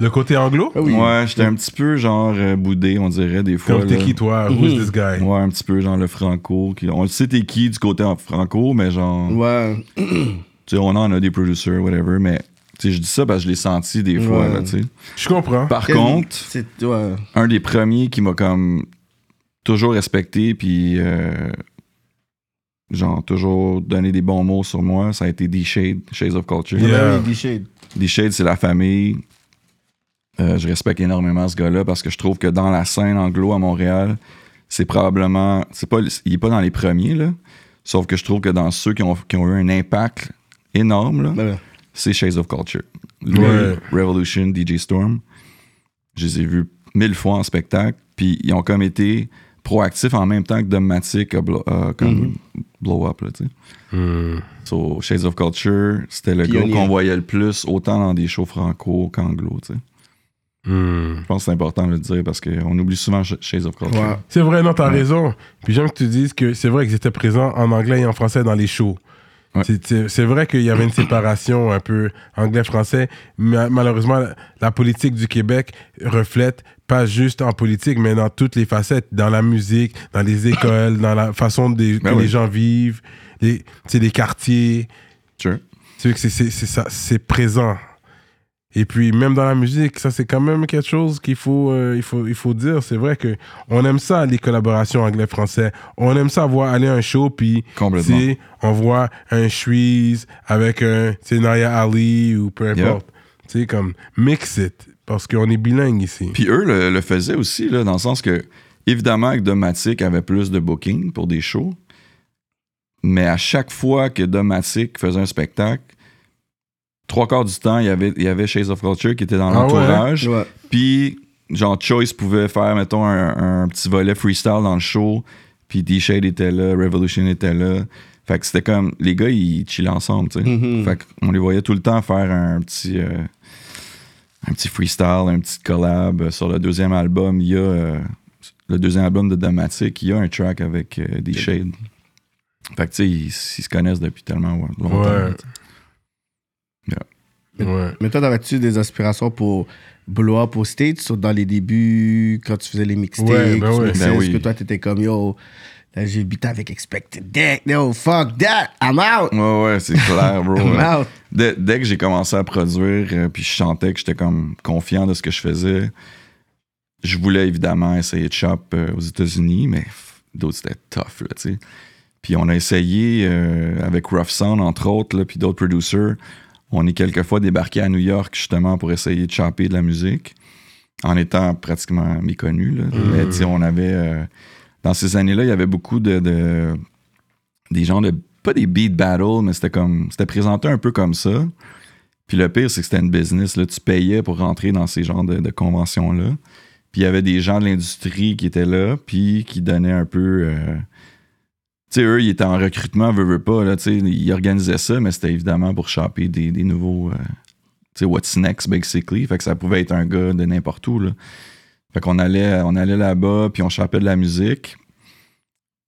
Le côté anglo, Ah oui. hein. Ouais, j'étais un petit peu genre euh, boudé, on dirait, des fois. comme t'es là. qui toi? Who's this guy? Hmm. Ouais, un petit peu genre le franco. qui- on le sait t'es qui du côté en franco, mais genre, Ouais. tu sais, on en a des producers, whatever, mais tu sais, je dis ça parce que je l'ai senti des fois, Ouais. là, tu sais. Je comprends. Par Quel- contre, C'est, ouais. un des premiers qui m'a comme toujours respecté, puis euh, genre toujours donné des bons mots sur moi, ça a été D-Shade, Shades of Culture. Yeah. Oui, D-Shade. D-Shade, c'est la famille. Euh, je respecte énormément ce gars-là parce que je trouve que dans la scène anglo à Montréal, c'est probablement. C'est pas, il est pas dans les premiers, là. Sauf que je trouve que dans ceux qui ont, qui ont eu un impact énorme, là, Voilà. c'est Shades of Culture. Lui, Ouais. Revolution, DJ Storm. Je les ai vus mille fois en spectacle. Puis ils ont comme été proactifs en même temps que Dogmatic a blo- a comme Mhm. blow up. Là, tu sais. Hmm. So, Shades of Culture, c'était le Pionnier. gars qu'on voyait le plus, autant dans des shows franco qu'anglo. tu sais. Je pense que c'est important de le dire parce qu'on oublie souvent Sh- Shades of Culture. Ouais. C'est vrai, non, t'as raison. Puis j'aime que tu dises que c'est vrai qu'ils étaient présents en anglais et en français dans les shows. Ouais. C'est- C'est c'est vrai qu'il y avait une séparation un peu anglais-français, mais malheureusement, la politique du Québec reflète pas juste en politique, mais dans toutes les facettes, dans la musique, dans les écoles, dans la façon des, Ben que oui. les gens vivent, les, c'est les quartiers. Sure. Tu sais que c'est- c'est c'est ça, c'est présent. Et puis même dans la musique, ça c'est quand même quelque chose qu'il faut, euh, il faut, il faut dire. C'est vrai que on aime ça les collaborations anglais-français. On aime ça voir aller à un show puis Complètement. tu sais, on voit un Shreeze avec un tu sais, Naya Ali ou peu Yeah. importe. Tu sais comme mix it parce qu'on est bilingue ici. Puis eux le, le faisaient aussi, là, dans le sens que, évidemment, que Domatic avait plus de bookings pour des shows, mais à chaque fois que Domatic faisait un spectacle, trois quarts du temps, il y avait, il y avait Shades of Culture qui était dans Ah ouais? l'entourage. Ouais. Puis, genre, Choice pouvait faire, mettons, un, un petit volet freestyle dans le show. Puis D-Shade était là, Revolution était là. Fait que c'était comme, les gars, ils chillaient ensemble, tu sais. Mhm. Fait qu'on les voyait tout le temps faire un petit, euh, un petit freestyle, un petit collab. euh, Sur le deuxième album, il y a, euh, le deuxième album de Damatic, il y a un track avec euh, D-Shade. Fait que, tu sais, ils, ils se connaissent depuis tellement longtemps. Ouais. Ouais. Mais toi, t'avais-tu des aspirations pour blow up au States ou dans les débuts, quand tu faisais les mixtapes? Ouais, ben tu ouais. mixais, Ben est-ce oui. que toi, t'étais comme, yo, là, j'ai bité avec Expected Deck, yo, fuck that, I'm out, Ouais, ouais, c'est clair, bro. I'm out. Dès, dès que j'ai commencé à produire, euh, puis je chantais que j'étais comme confiant de ce que je faisais, je voulais évidemment essayer de shop euh, aux États-Unis, mais f- d'autres c'était tough, là, tu sais. Puis on a essayé euh, avec Rough Sound, entre autres, là, puis d'autres producers. On est quelquefois débarqué à New York, justement, pour essayer de shopper de la musique, en étant pratiquement méconnu, là. Mais, tu sais, on avait... euh, dans ces années-là, il y avait beaucoup de- de des gens de pas des beat battles, mais c'était comme c'était présenté un peu comme ça. Puis le pire, c'est que c'était une business. Là, tu payais pour rentrer dans ces genres de, de conventions-là. Puis il y avait des gens de l'industrie qui étaient là, puis qui donnaient un peu. euh, tu sais, eux, ils étaient en recrutement, veux, veux pas. Là, tu sais, ils organisaient ça, mais c'était évidemment pour choper des, des nouveaux. euh, tu sais, what's next, basically. Fait que ça pouvait être un gars de n'importe où. Là. Fait qu'on allait, on allait là-bas, puis on chopait de la musique.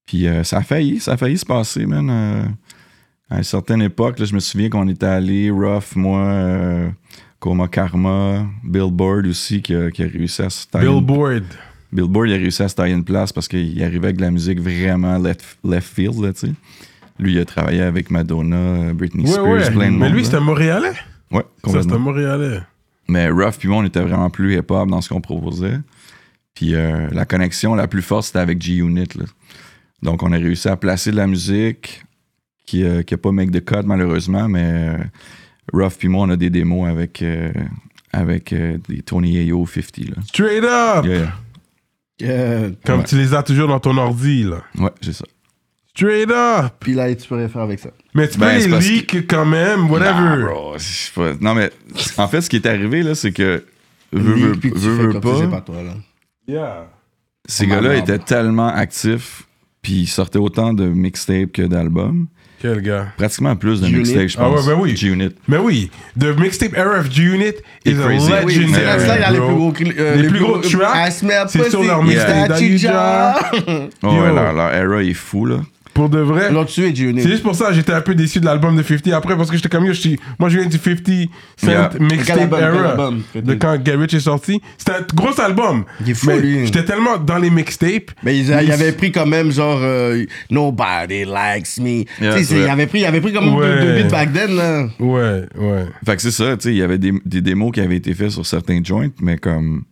Puis euh, ça a failli, ça a failli se passer, man. Euh, à une certaine époque, là, je me souviens qu'on était allé, Ruff, moi, euh, Coma Karma, Billboard aussi, qui a, qui a réussi à se tailler une- Billboard. Billboard, il a réussi à se tailler une place parce qu'il arrivait avec de la musique vraiment left, left field, là, tu sais. Lui, il a travaillé avec Madonna, euh, Britney Ouais, Spears, ouais. plein de Mais monde, lui, là. c'était Montréalais. Ouais, Ça, c'était complètement. Montréalais. Mais Ruff puis moi, on était vraiment plus hip-hop dans ce qu'on proposait. Puis euh, la connexion la plus forte, c'était avec G-Unit. là. Donc, on a réussi à placer de la musique qui n'a pas make the cut, malheureusement, mais euh, Ruff puis moi, on a des démos avec, euh, avec euh, des Tony Ayo 50. Là. Straight up. Yeah, yeah. Euh, Comme Ouais. tu les as toujours dans ton ordi, là. Ouais, c'est ça. Straight up. Puis là, tu pourrais faire avec ça. Mais tu peux Ben, c'est les parce leak quand même, whatever. Nah, bro, je sais pas. Non, mais en fait, ce qui est arrivé, là, c'est que. Veux, Leak, veux- puis tu veux- fais veux comme pas. si c'est pas toi, là. Yeah. Ces Oh, ma gars-là merde. étaient tellement actifs, puis ils sortaient autant de mixtapes que d'albums. Quel gars. Pratiquement plus de G-Unit. mixtapes, je Ah pense. ouais, ben oui. G-Unit. Mais oui, The Mixtape Era of G-Unit is It's a crazy. legendary, Oui, c'est Legendary, là que ça, il y a les bro. plus gros, cl- euh, Les plus gros tracks, I smell c'est sur pussy, leur mixtape, statue Daddy jar. Oh, Yo. ouais, leur, leur era est fou, là. Pour de vrai. L'autre dessus est C'est Junior. juste pour ça que j'étais un peu déçu de l'album de 50 après parce que j'étais comme yo, je suis- moi je viens du 50 Cent Yeah. Quel Mixtape album, quel Era album que de t'as- quand Get Rich est sorti. C'était un gros album. Il est fou, Mais lui. J'étais tellement dans les mixtapes. Mais ils, ils avaient pris quand même genre euh, Nobody likes me. Yeah, tu c'est sais, ils vrai. avaient pris, ils avaient pris comme deux, deux Ouais. beats back then là. Ouais, ouais. Fait que c'est ça, tu sais, il y avait des, des démos qui avaient été faites sur certains joints, mais comme.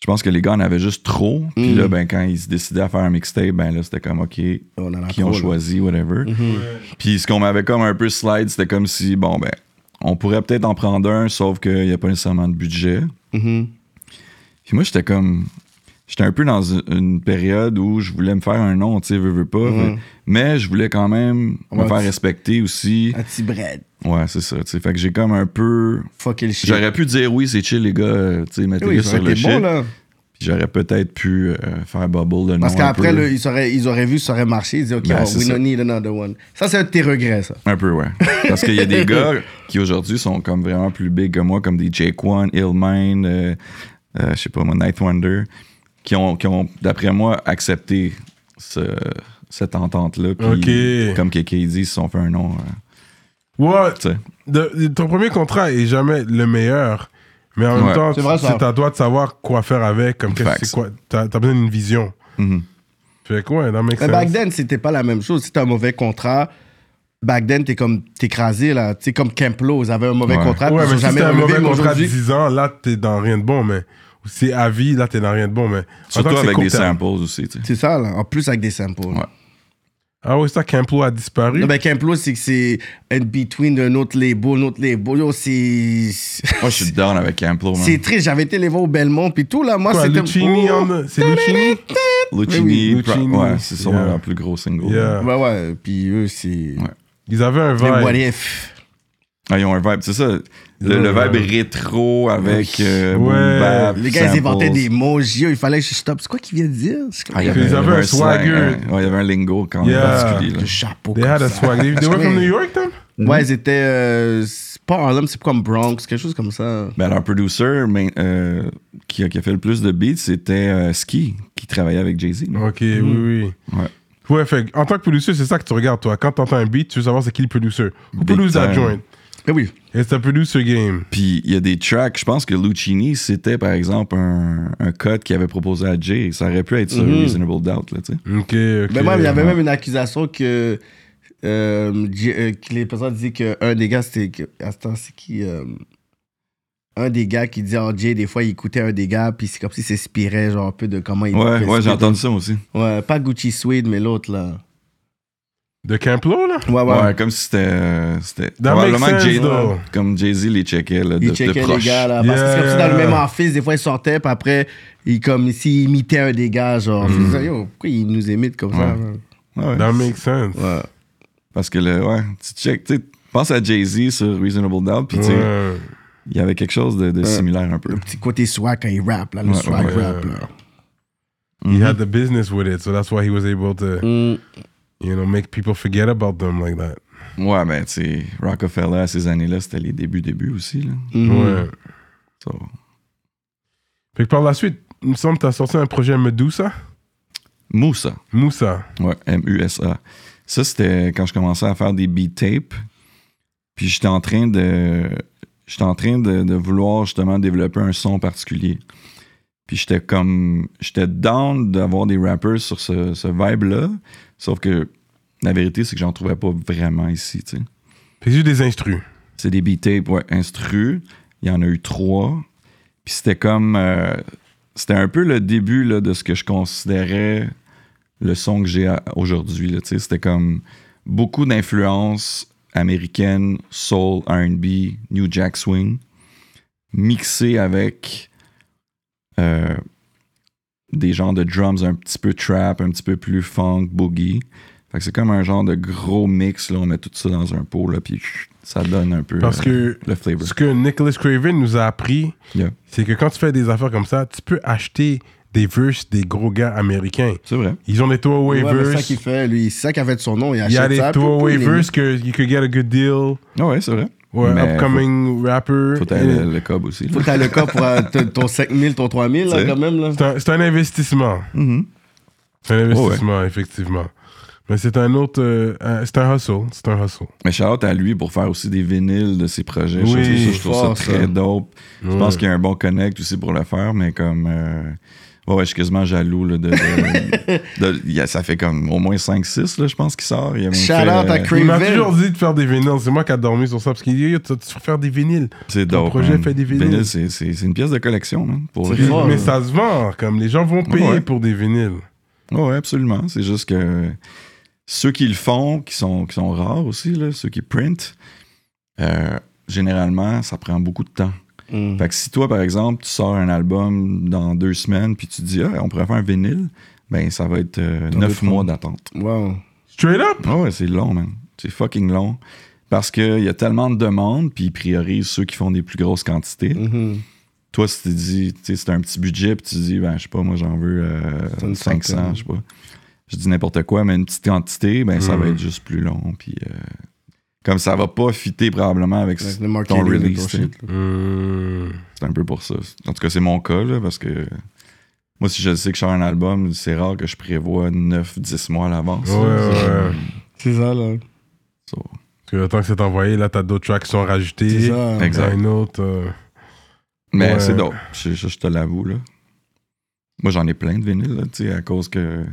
Je pense que les gars en avaient juste trop. Puis Mm. là, ben, quand ils se décidaient à faire un mixtape, ben là, c'était comme OK, On en a qui trop, ont là. Mm-hmm. choisi, whatever. Puis ce qu'on m'avait comme un peu slide, c'était comme si, bon, ben, on pourrait peut-être en prendre un, sauf qu'il n'y a pas nécessairement de budget. Mm-hmm. Puis moi, j'étais comme. J'étais un peu dans une- une période où je voulais me faire un nom, tu sais, veux, veux pas. Fait- Mais je voulais quand même me Mm-hmm. Ouais, faire tu- respecter aussi. Un petit bread. Ouais, c'est ça, tu sais. Fait que j'ai comme un peu. Fuck le shit. J'aurais pu dire oui, c'est chill, les gars, euh, tu sais, mettez-le oui, ça sur aurait le été shit. bon, là. Puis j'aurais peut-être pu euh, faire bubble de Parce nom un qu'après, peu. là, ils auraient, ils auraient vu, ça aurait marché. Ils disaient, OK, Ben, oh, c'est we ça. don't need another one. Ça, c'est un de tes regrets, ça. Un peu, ouais. Parce qu'il y a des gars qui aujourd'hui sont comme vraiment plus big que moi, comme des Jake One, Illmind, euh, euh, je sais pas moi, Night Wonder, qui ont, qui ont d'après moi, accepté ce- cette entente-là. Puis, Ok. Comme KK dit, ils se sont fait un nom. euh, Ouais, tu sais. de- de- ton premier contrat est jamais le meilleur. Mais en même Ouais. temps, C'est vrai, tu- ça. c'est à toi de savoir quoi faire avec. Comme qu'est-ce que Facts. c'est quoi. T'as t'as besoin d'une vision. Mhm. Fait que ouais, that makes Mais sense. back then, c'était pas la même chose. Si t'as un mauvais contrat, back then, t'es comme t'écrasé, là. T'es comme Kemplo, ils avaient un mauvais Ouais. contrat, puis ouais, ils mais sont si jamais t'as un relevés, mauvais mais contrat de aujourd'hui- 10 ans, là, t'es dans rien de bon, mais. Ou si c'est à vie, là, t'es dans rien de bon, mais. en tant Surtout que c'est avec court des terme. samples aussi, tu sais. C'est ça, là. En plus, avec des samples. Ouais. Ah oui, c'est ça qu'Implo a disparu. Non, ben, Kemplo, c'est que c'est in between d'un autre label, un autre label. Yo, c'est. Moi, je suis down avec Camplo, man. C'est triste. J'avais été les voir au Belmont, puis tout, là. Moi, Quoi, c'était. Lucini Oh. on the- C'est Lucini Lucini, oui, Pro- Lucini. ouais, c'est sûrement Yeah. leur plus gros single. Yeah. Ouais, ouais. Puis eux, c'est. Ils avaient un Les what vibe. if. Ah, ils ont un vibe, c'est ça. Le, le Ouais. vibe rétro avec euh, Ouais. boom bap, Les gars, ils inventaient samples. des mots. Yo, il fallait que je stoppe. C'est quoi qu'ils viennent dire? C'est comme- Ah, il y Puis avait, ils il y avaient avait un un slang, swagger. hein. Ouais, il y avait un lingo quand même Yeah. particulier. là. Le chapeau. They comme had a ça. swag. They they were from Ouais. New York, then? Ouais, ils étaient. euh, c'est pas Harlem, c'est comme Bronx, quelque chose comme ça. Ben, leur producer mais, euh, qui, a, qui a fait le plus de beats, c'était euh, Ski, qui travaillait avec Jay-Z. là. Ok, Mm. oui, oui. Ouais. Ouais, fait que, en tant que producer, c'est ça que tu regardes, toi. Quand t'entends un beat, tu veux savoir c'est qui le producer. Who Big produced that time. joint? Mais oui. It's a producer game. Puis il y a des tracks, je pense que Lucini, c'était par exemple un, un cut qu'il avait proposé à Jay. Ça aurait pu être sur Mm-hmm. Reasonable Doubt, là, tu sais. Ok, ok. Mais moi, il y avait Ben, même une accusation que. euh, J- euh, que les personnes disaient qu'un des gars, c'était. que- Attends, c'est qui euh, Un des gars qui disait, oh, Jay, des fois, il écoutait un des gars, puis c'est comme s'il s'inspirait, genre, un peu de comment il. Ouais, ouais, j'ai j'entends. entendu ça aussi. Ouais, pas Gucci Swede, mais l'autre, là. De Camp Lo, là? Ah Ouais, ouais. Ouais, comme si c'était. euh, c'était That makes probablement que sense, Jay, though. comme Jay-Z les checkait, là, de, Il de checkait les proche. gars, là. Parce que c'est comme Yeah. si dans le même office, des fois, ils sortaient, puis après, il, comme s'il imitait un des gars, genre. Je me disais, yo, pourquoi il nous imite comme ça, Mm. Ouais. man? Ouais, That makes sense. Ouais. Parce que, le, ouais, tu check, tu sais, pense à Jay-Z sur Reasonable Doubt, puis tu sais, Ouais. il y avait quelque chose de, de similaire un peu. Petit côté swag quand il rappe, là, le Ouais, swag ouais. rap, là. Mhm. He had the business with it, so that's why he was able to, Mm, you know, make people forget about them like that. Ouais, ben, tu sais, Rockefeller, à ces années-là, c'était les débuts, débuts aussi, là. Mm. Ouais. So, Puis par la suite, il me semble que t'as sorti un projet Medusa. Moussa. Moussa. Ouais, M-U-S-A. Ça, c'était quand je commençais à faire des beat tapes. Puis j'étais en train de. J'étais en train de, de vouloir justement développer un son particulier. Puis j'étais comme. J'étais down d'avoir des rappers sur ce, ce vibe-là. Sauf que la vérité, c'est que j'en trouvais pas vraiment ici, tu sais. Fait que juste des instrus. C'est des beat tapes, ouais, instru. Il y en a eu trois. Puis c'était comme. euh, c'était un peu le début là, de ce que je considérais le son que j'ai à- aujourd'hui. là, tu sais. C'était comme beaucoup d'influences américaines, soul, RB, New Jack Swing, mixé avec euh, des genres de drums un petit peu trap, un petit peu plus funk, boogie. Fait que c'est comme un genre de gros mix, là, on met tout ça dans un pot, là, puis chut, ça donne un peu Parce euh, que le flavor. ce que Nicholas Craven nous a appris, Yeah. c'est que quand tu fais des affaires comme ça, tu peux acheter des verses des gros gars américains. C'est vrai. Ils ont des throwaway Ouais, mais c'est ça verses. qu'il fait, lui. C'est ça qui avait de son nom. Il, Il y a achète des ça, puis throwaway tout, il verses que you could get a good deal. Ah ouais, c'est vrai. Ou un Mais upcoming rapper. Faut, faut t'aller le, le cob aussi. là. Faut que t'as le cas pour euh, t- ton 5000, ton 3000, là, C'est- quand même, là. C'est un, c'est un investissement. Mm-hmm. C'est Oh, un investissement, effectivement. Mais c'est un autre. euh, un- c'est un hustle. C'est un hustle. Mais shout à lui pour faire aussi des vinyles de ses projets. Je Oui, trouve ça- je trouve ça fort, ça. très dope. Je pense qu'il y a un bon connect aussi pour le faire, mais comme. euh, Ouais, ouais, je suis quasiment jaloux. Là, de, de- de- il y a- ça fait comme au moins 5-6, là, je pense, qui sort. Il y a même Shout fait, out à euh, Craig. Il m'a Craven. toujours dit de faire des vinyles. C'est moi qui a dormi sur ça. Parce qu'il dit, yo, tu vas faire des vinyles. C'est Ton dope. projet man. fait des vinyles. Vinyles, c'est- c'est c'est une pièce de collection, man, pour C'est vrai. fort, mais là. ça se vend. Comme les gens vont payer Ouais. pour des vinyles. Ouais, ouais, absolument. C'est juste que ceux qui le font, qui sont, qui sont rares aussi, là, ceux qui print, euh, généralement, ça prend beaucoup de temps. Mm. Fait que si toi, par exemple, tu sors un album dans deux semaines, puis tu dis, ah, on pourrait faire un vinyle, ben ça va être euh, neuf deux mois d'attente. Wow. Straight up. Ah ouais, c'est long, man. C'est fucking long. Parce qu'il y a tellement de demandes, puis ils priorisent ceux qui font des plus grosses quantités. Mhm. Toi, si tu dis, tu sais, c'est un petit budget, puis tu dis, ben, je sais pas, moi, j'en veux euh, C'est une 500, centaine. je sais pas. Je dis n'importe quoi, mais une petite quantité, ben, ça Mm. va être juste plus long. Puis, euh, comme ça va pas fitter probablement avec Avec ce- le marketing ton de release, ton t'sais. shit, là. c'est un peu pour ça. En tout cas, c'est mon cas, là, parce que moi, si je sais que je sors un album, c'est rare que je prévois 9-10 mois à l'avance. Ouais, ouais, là. ouais. C'est ça, là. So, Parce que le temps que c'est envoyé, là, t'as d'autres tracks qui sont C'est rajoutés. ça. Exact. Un autre. euh, Mais ben, Ouais. c'est dope. Je, je- je te l'avoue, là. Moi, j'en ai plein de vinyles, là, tu sais, à cause que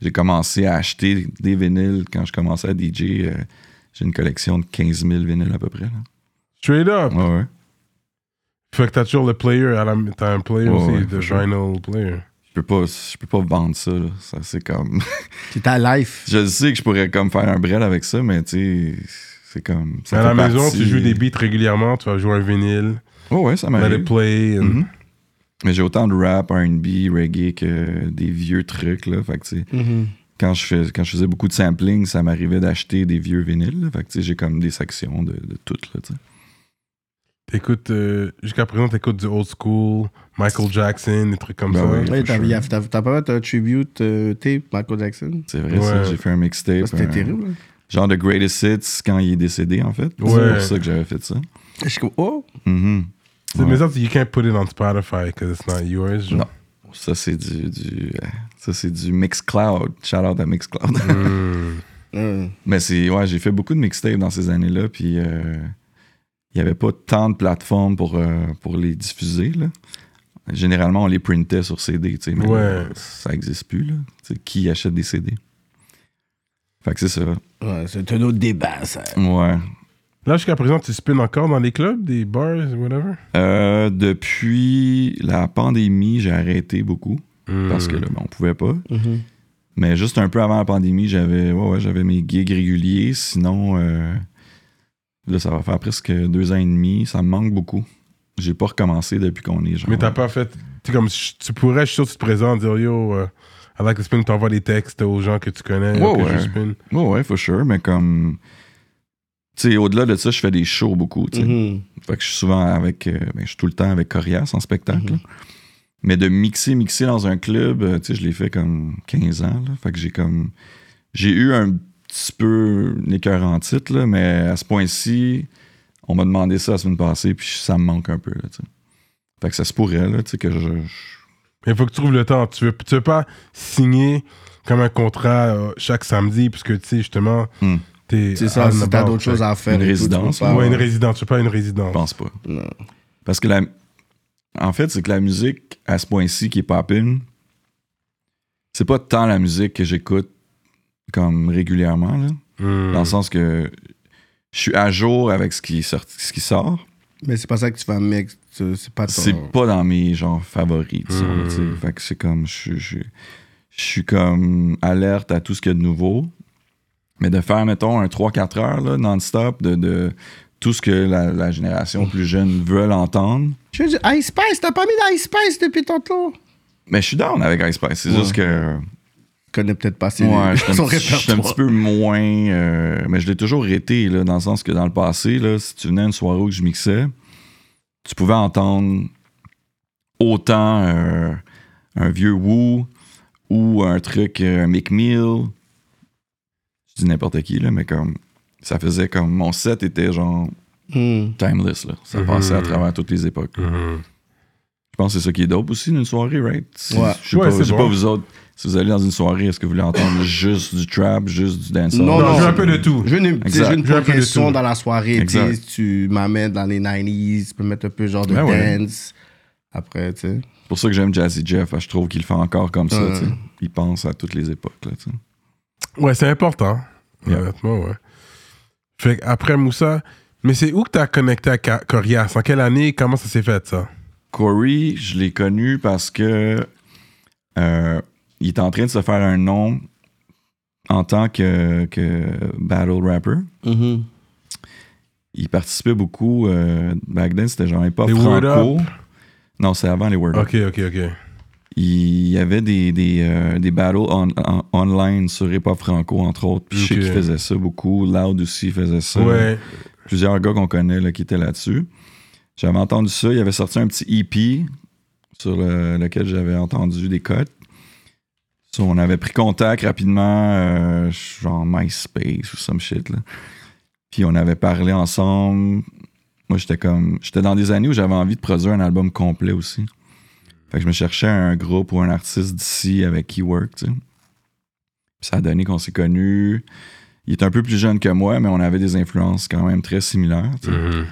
j'ai commencé à acheter des vinyles quand je commençais à DJ. euh, j'ai une collection de 15 000 vinyles à peu près, là. Straight up. Ouais, ouais. Fait que t'as toujours le player. à la- T'as un player Ouais, aussi, ouais, de for sure. vinyl player. Je peux pas, je peux pas vendre ça, là. Ça, c'est comme... C'est ta life. je le sais que je pourrais comme faire un brel avec ça, mais tu sais, c'est comme... ça à la fait maison, partie- tu joues des beats régulièrement. Tu vas jouer un vinyle. Oh Ouais, ouais, ça Let m'arrive. it play. and- Mhm. Mais j'ai autant de rap, R&B, reggae que des vieux trucs, là. Fait que, tu sais, Mhm. quand je, fais- quand je faisais beaucoup de sampling, ça m'arrivait d'acheter des vieux vinyles. là. Fait que, tu sais, j'ai comme des sections de, de tout, là, tu sais. T'écoutes, euh, jusqu'à présent, t'écoutes du old school, Michael Jackson, des trucs comme Ben ça. oui. Ouais, t'as sure. y a- t'as- t'as pas fait un tribute euh, tape, Michael Jackson? C'est vrai, ça. Ouais. J'ai fait un mixtape. Ça, C'était un- terrible. là. Genre de Greatest Hits quand il est décédé, en fait. Ouais. C'est pour ça que j'avais fait ça. Je suis comme, oh! Mhm. C'est- Mais ça, tu- you can't put it on Spotify because it's not yours. genre. Non. Ça, c'est du, du, euh, ça, c'est du Mixcloud. Shout out à Mixcloud. Hmm. Euh, Mais c'est, ouais, j'ai fait beaucoup de mixtapes dans ces années-là, puis euh, il n'y avait pas tant de plateformes pour, euh, pour les diffuser. là. Généralement, on les printait sur CD, tu sais, mais Ouais. là, ça n'existe plus. Là. Tu sais, qui achète des CD? Fait que c'est ça. ouais, c'est un autre débat, ça. Ouais. Là, jusqu'à présent, tu spins encore dans les clubs, des bars, whatever. Euh, depuis la pandémie, j'ai arrêté beaucoup parce Hmm. que là, ben, on pouvait pas. Mhm. Mais juste un peu avant la pandémie, j'avais ouais, ouais, j'avais mes gigs réguliers. Sinon, euh, là, ça va faire presque deux ans et demi. Ça me manque beaucoup. J'ai pas recommencé depuis qu'on est genre. Mais t'as pas fait. Tu sais, comme je- tu pourrais, je suis sûr, que tu te présentes, dire yo, euh, I like to spin, t'envoies des textes aux gens que tu connais, Ouais, que ouais. je spin. Ouais, ouais, for sure. Mais comme. Tu sais, au-delà de ça, je fais des shows beaucoup. tu sais. Mhm. Fait que je suis souvent avec. euh, ben, je suis tout le temps avec Corias en spectacle. Mhm. là. Mais de mixer, mixer dans un club, euh, tu sais, je l'ai fait comme 15 ans. là. Fait que j'ai comme. J'ai eu un petit peu une écœur en titre, là, mais à ce point-ci, on m'a demandé ça la semaine passée, puis ça me manque un peu. Là, tu sais. fait que ça se pourrait, là, tu sais, que je. je- Mais il faut que tu trouves le temps. Tu veux, tu veux pas signer comme un contrat euh, chaque samedi, parce que tu sais, justement, Hmm. t'es. C'est ça, on si the t'as ball, d'autres fait choses à faire. Une et tout, tu peux résidence, pas- Ouais, une résidence, tu veux pas une résidence. je pense pas. Non. Parce que la. En fait, c'est que la musique, à ce point-ci, qui est poppin', c'est pas tant la musique que j'écoute comme régulièrement, là. Hmm. Dans le sens que je suis à jour avec ce qui, sort, ce qui sort. Mais c'est pas ça que tu vas mec. C'est pas ton... C'est pas dans mes genres favoris. disons, Mm. là, tu sais. Fait que c'est comme. Je, je- je suis comme alerte à tout ce qu'il y a de nouveau. Mais de faire, mettons, un 3-4 heures là, non-stop de, de tout ce que la, la génération plus jeune veut entendre. Je veux dire, Ice Spice, t'as pas mis d'Ice Spice depuis tantôt? Mais je suis down avec Ice Spice. C'est Ouais. juste que. Je connais peut-être pas ses- Ouais, je suis un son petit- je suis un répertoire. petit peu moins. euh, mais je l'ai toujours été, là, dans le sens que dans le passé, là, si tu venais à une soirée où je mixais, tu pouvais entendre autant euh, un vieux Woo ou un truc, euh, un Mick Mill. Je dis n'importe qui, là, mais comme. Ça faisait comme. Mon set était genre Hmm. timeless, là. Ça Mhm. passait à travers toutes les époques. Mhm. Je pense que c'est ça qui est dope aussi d'une soirée, right? Si- Ouais. Je sais Ouais, pas, c'est je sais bon. pas vous autres. Si vous allez dans une soirée, est-ce que vous voulez entendre juste du trap, juste du dancehall? Non, Non, non, je veux un c'est- peu de tout. Je veux une, tu sais, je veux une progression Exact. Je veux un peu de tout. dans la soirée. tu sais, Exact. Tu m'amènes dans les 90s, tu peux mettre un peu genre de Ben ouais. dance. après, tu sais. C'est pour ça que j'aime Jazzy Jeff. Je trouve qu'il le fait encore comme ça. Ouais. tu sais. Il pense à toutes les époques. Là, tu sais. Ouais, c'est important. hein, Yeah. Honnêtement, ouais. Fait après Moussa, mais c'est où que t'as connecté à Ca- Corias En quelle année Comment ça s'est fait, ça Corey, je l'ai connu parce que euh, il est en train de se faire un nom en tant que, que battle rapper. Mm-hmm. Il participait beaucoup. euh, back then, c'était genre hip-hop Les Word franco. Up? Non, c'est avant les Word Up. Ok, ok, ok. Il y avait des, des, euh, des battles on- en- online sur hip-hop franco, entre autres. Puis je sais Ok. qu'il faisait ça beaucoup. Loud aussi faisait ça. Ouais. plusieurs gars qu'on connaît là, qui étaient là-dessus. J'avais entendu ça. Il avait sorti un petit EP sur le- lequel j'avais entendu des cotes. So, on avait pris contact rapidement, euh, genre MySpace ou some shit. Là. Puis on avait parlé ensemble. Moi, j'étais comme. J'étais dans des années où j'avais envie de produire un album complet aussi. Fait que je me cherchais un groupe ou un artiste d'ici avec qui work, tu sais. Puis ça a donné qu'on s'est connus. Il est un peu plus jeune que moi, mais on avait des influences quand même très similaires. tu sais. Mhm.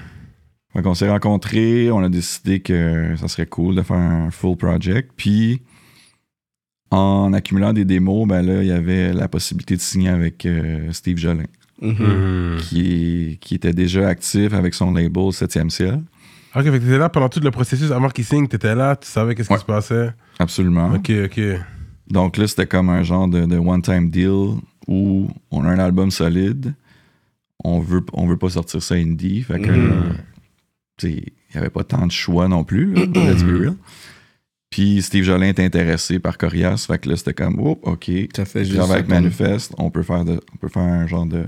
Fait qu'on s'est rencontrés, on a décidé que ça serait cool de faire un full project. Puis, en accumulant des démos, ben là, il y avait la possibilité de signer avec euh, Steve Jolin, Mm-hmm. Mhm. Mmh. Mhm. qui, qui était déjà actif avec son label 7e ciel. Ok, fait que t'étais là pendant tout le processus. Avant qu'il signe, t'étais là, tu savais qu'est-ce Ouais. Mmh. qui se passait. Absolument. Ok, ok. Donc là, c'était comme un genre de, de one-time deal où on a un album solide, on veut, on veut pas sortir ça indie, fait que Mhm. euh, tu sais, il n'y avait pas tant de choix non plus, là, let's be real. Puis Steve Jolin était intéressé par Corias, fait que là, c'était comme, oh, ok, Ça fait je juste. travaille avec ça, Manifest, on peut, faire de- on peut faire un genre de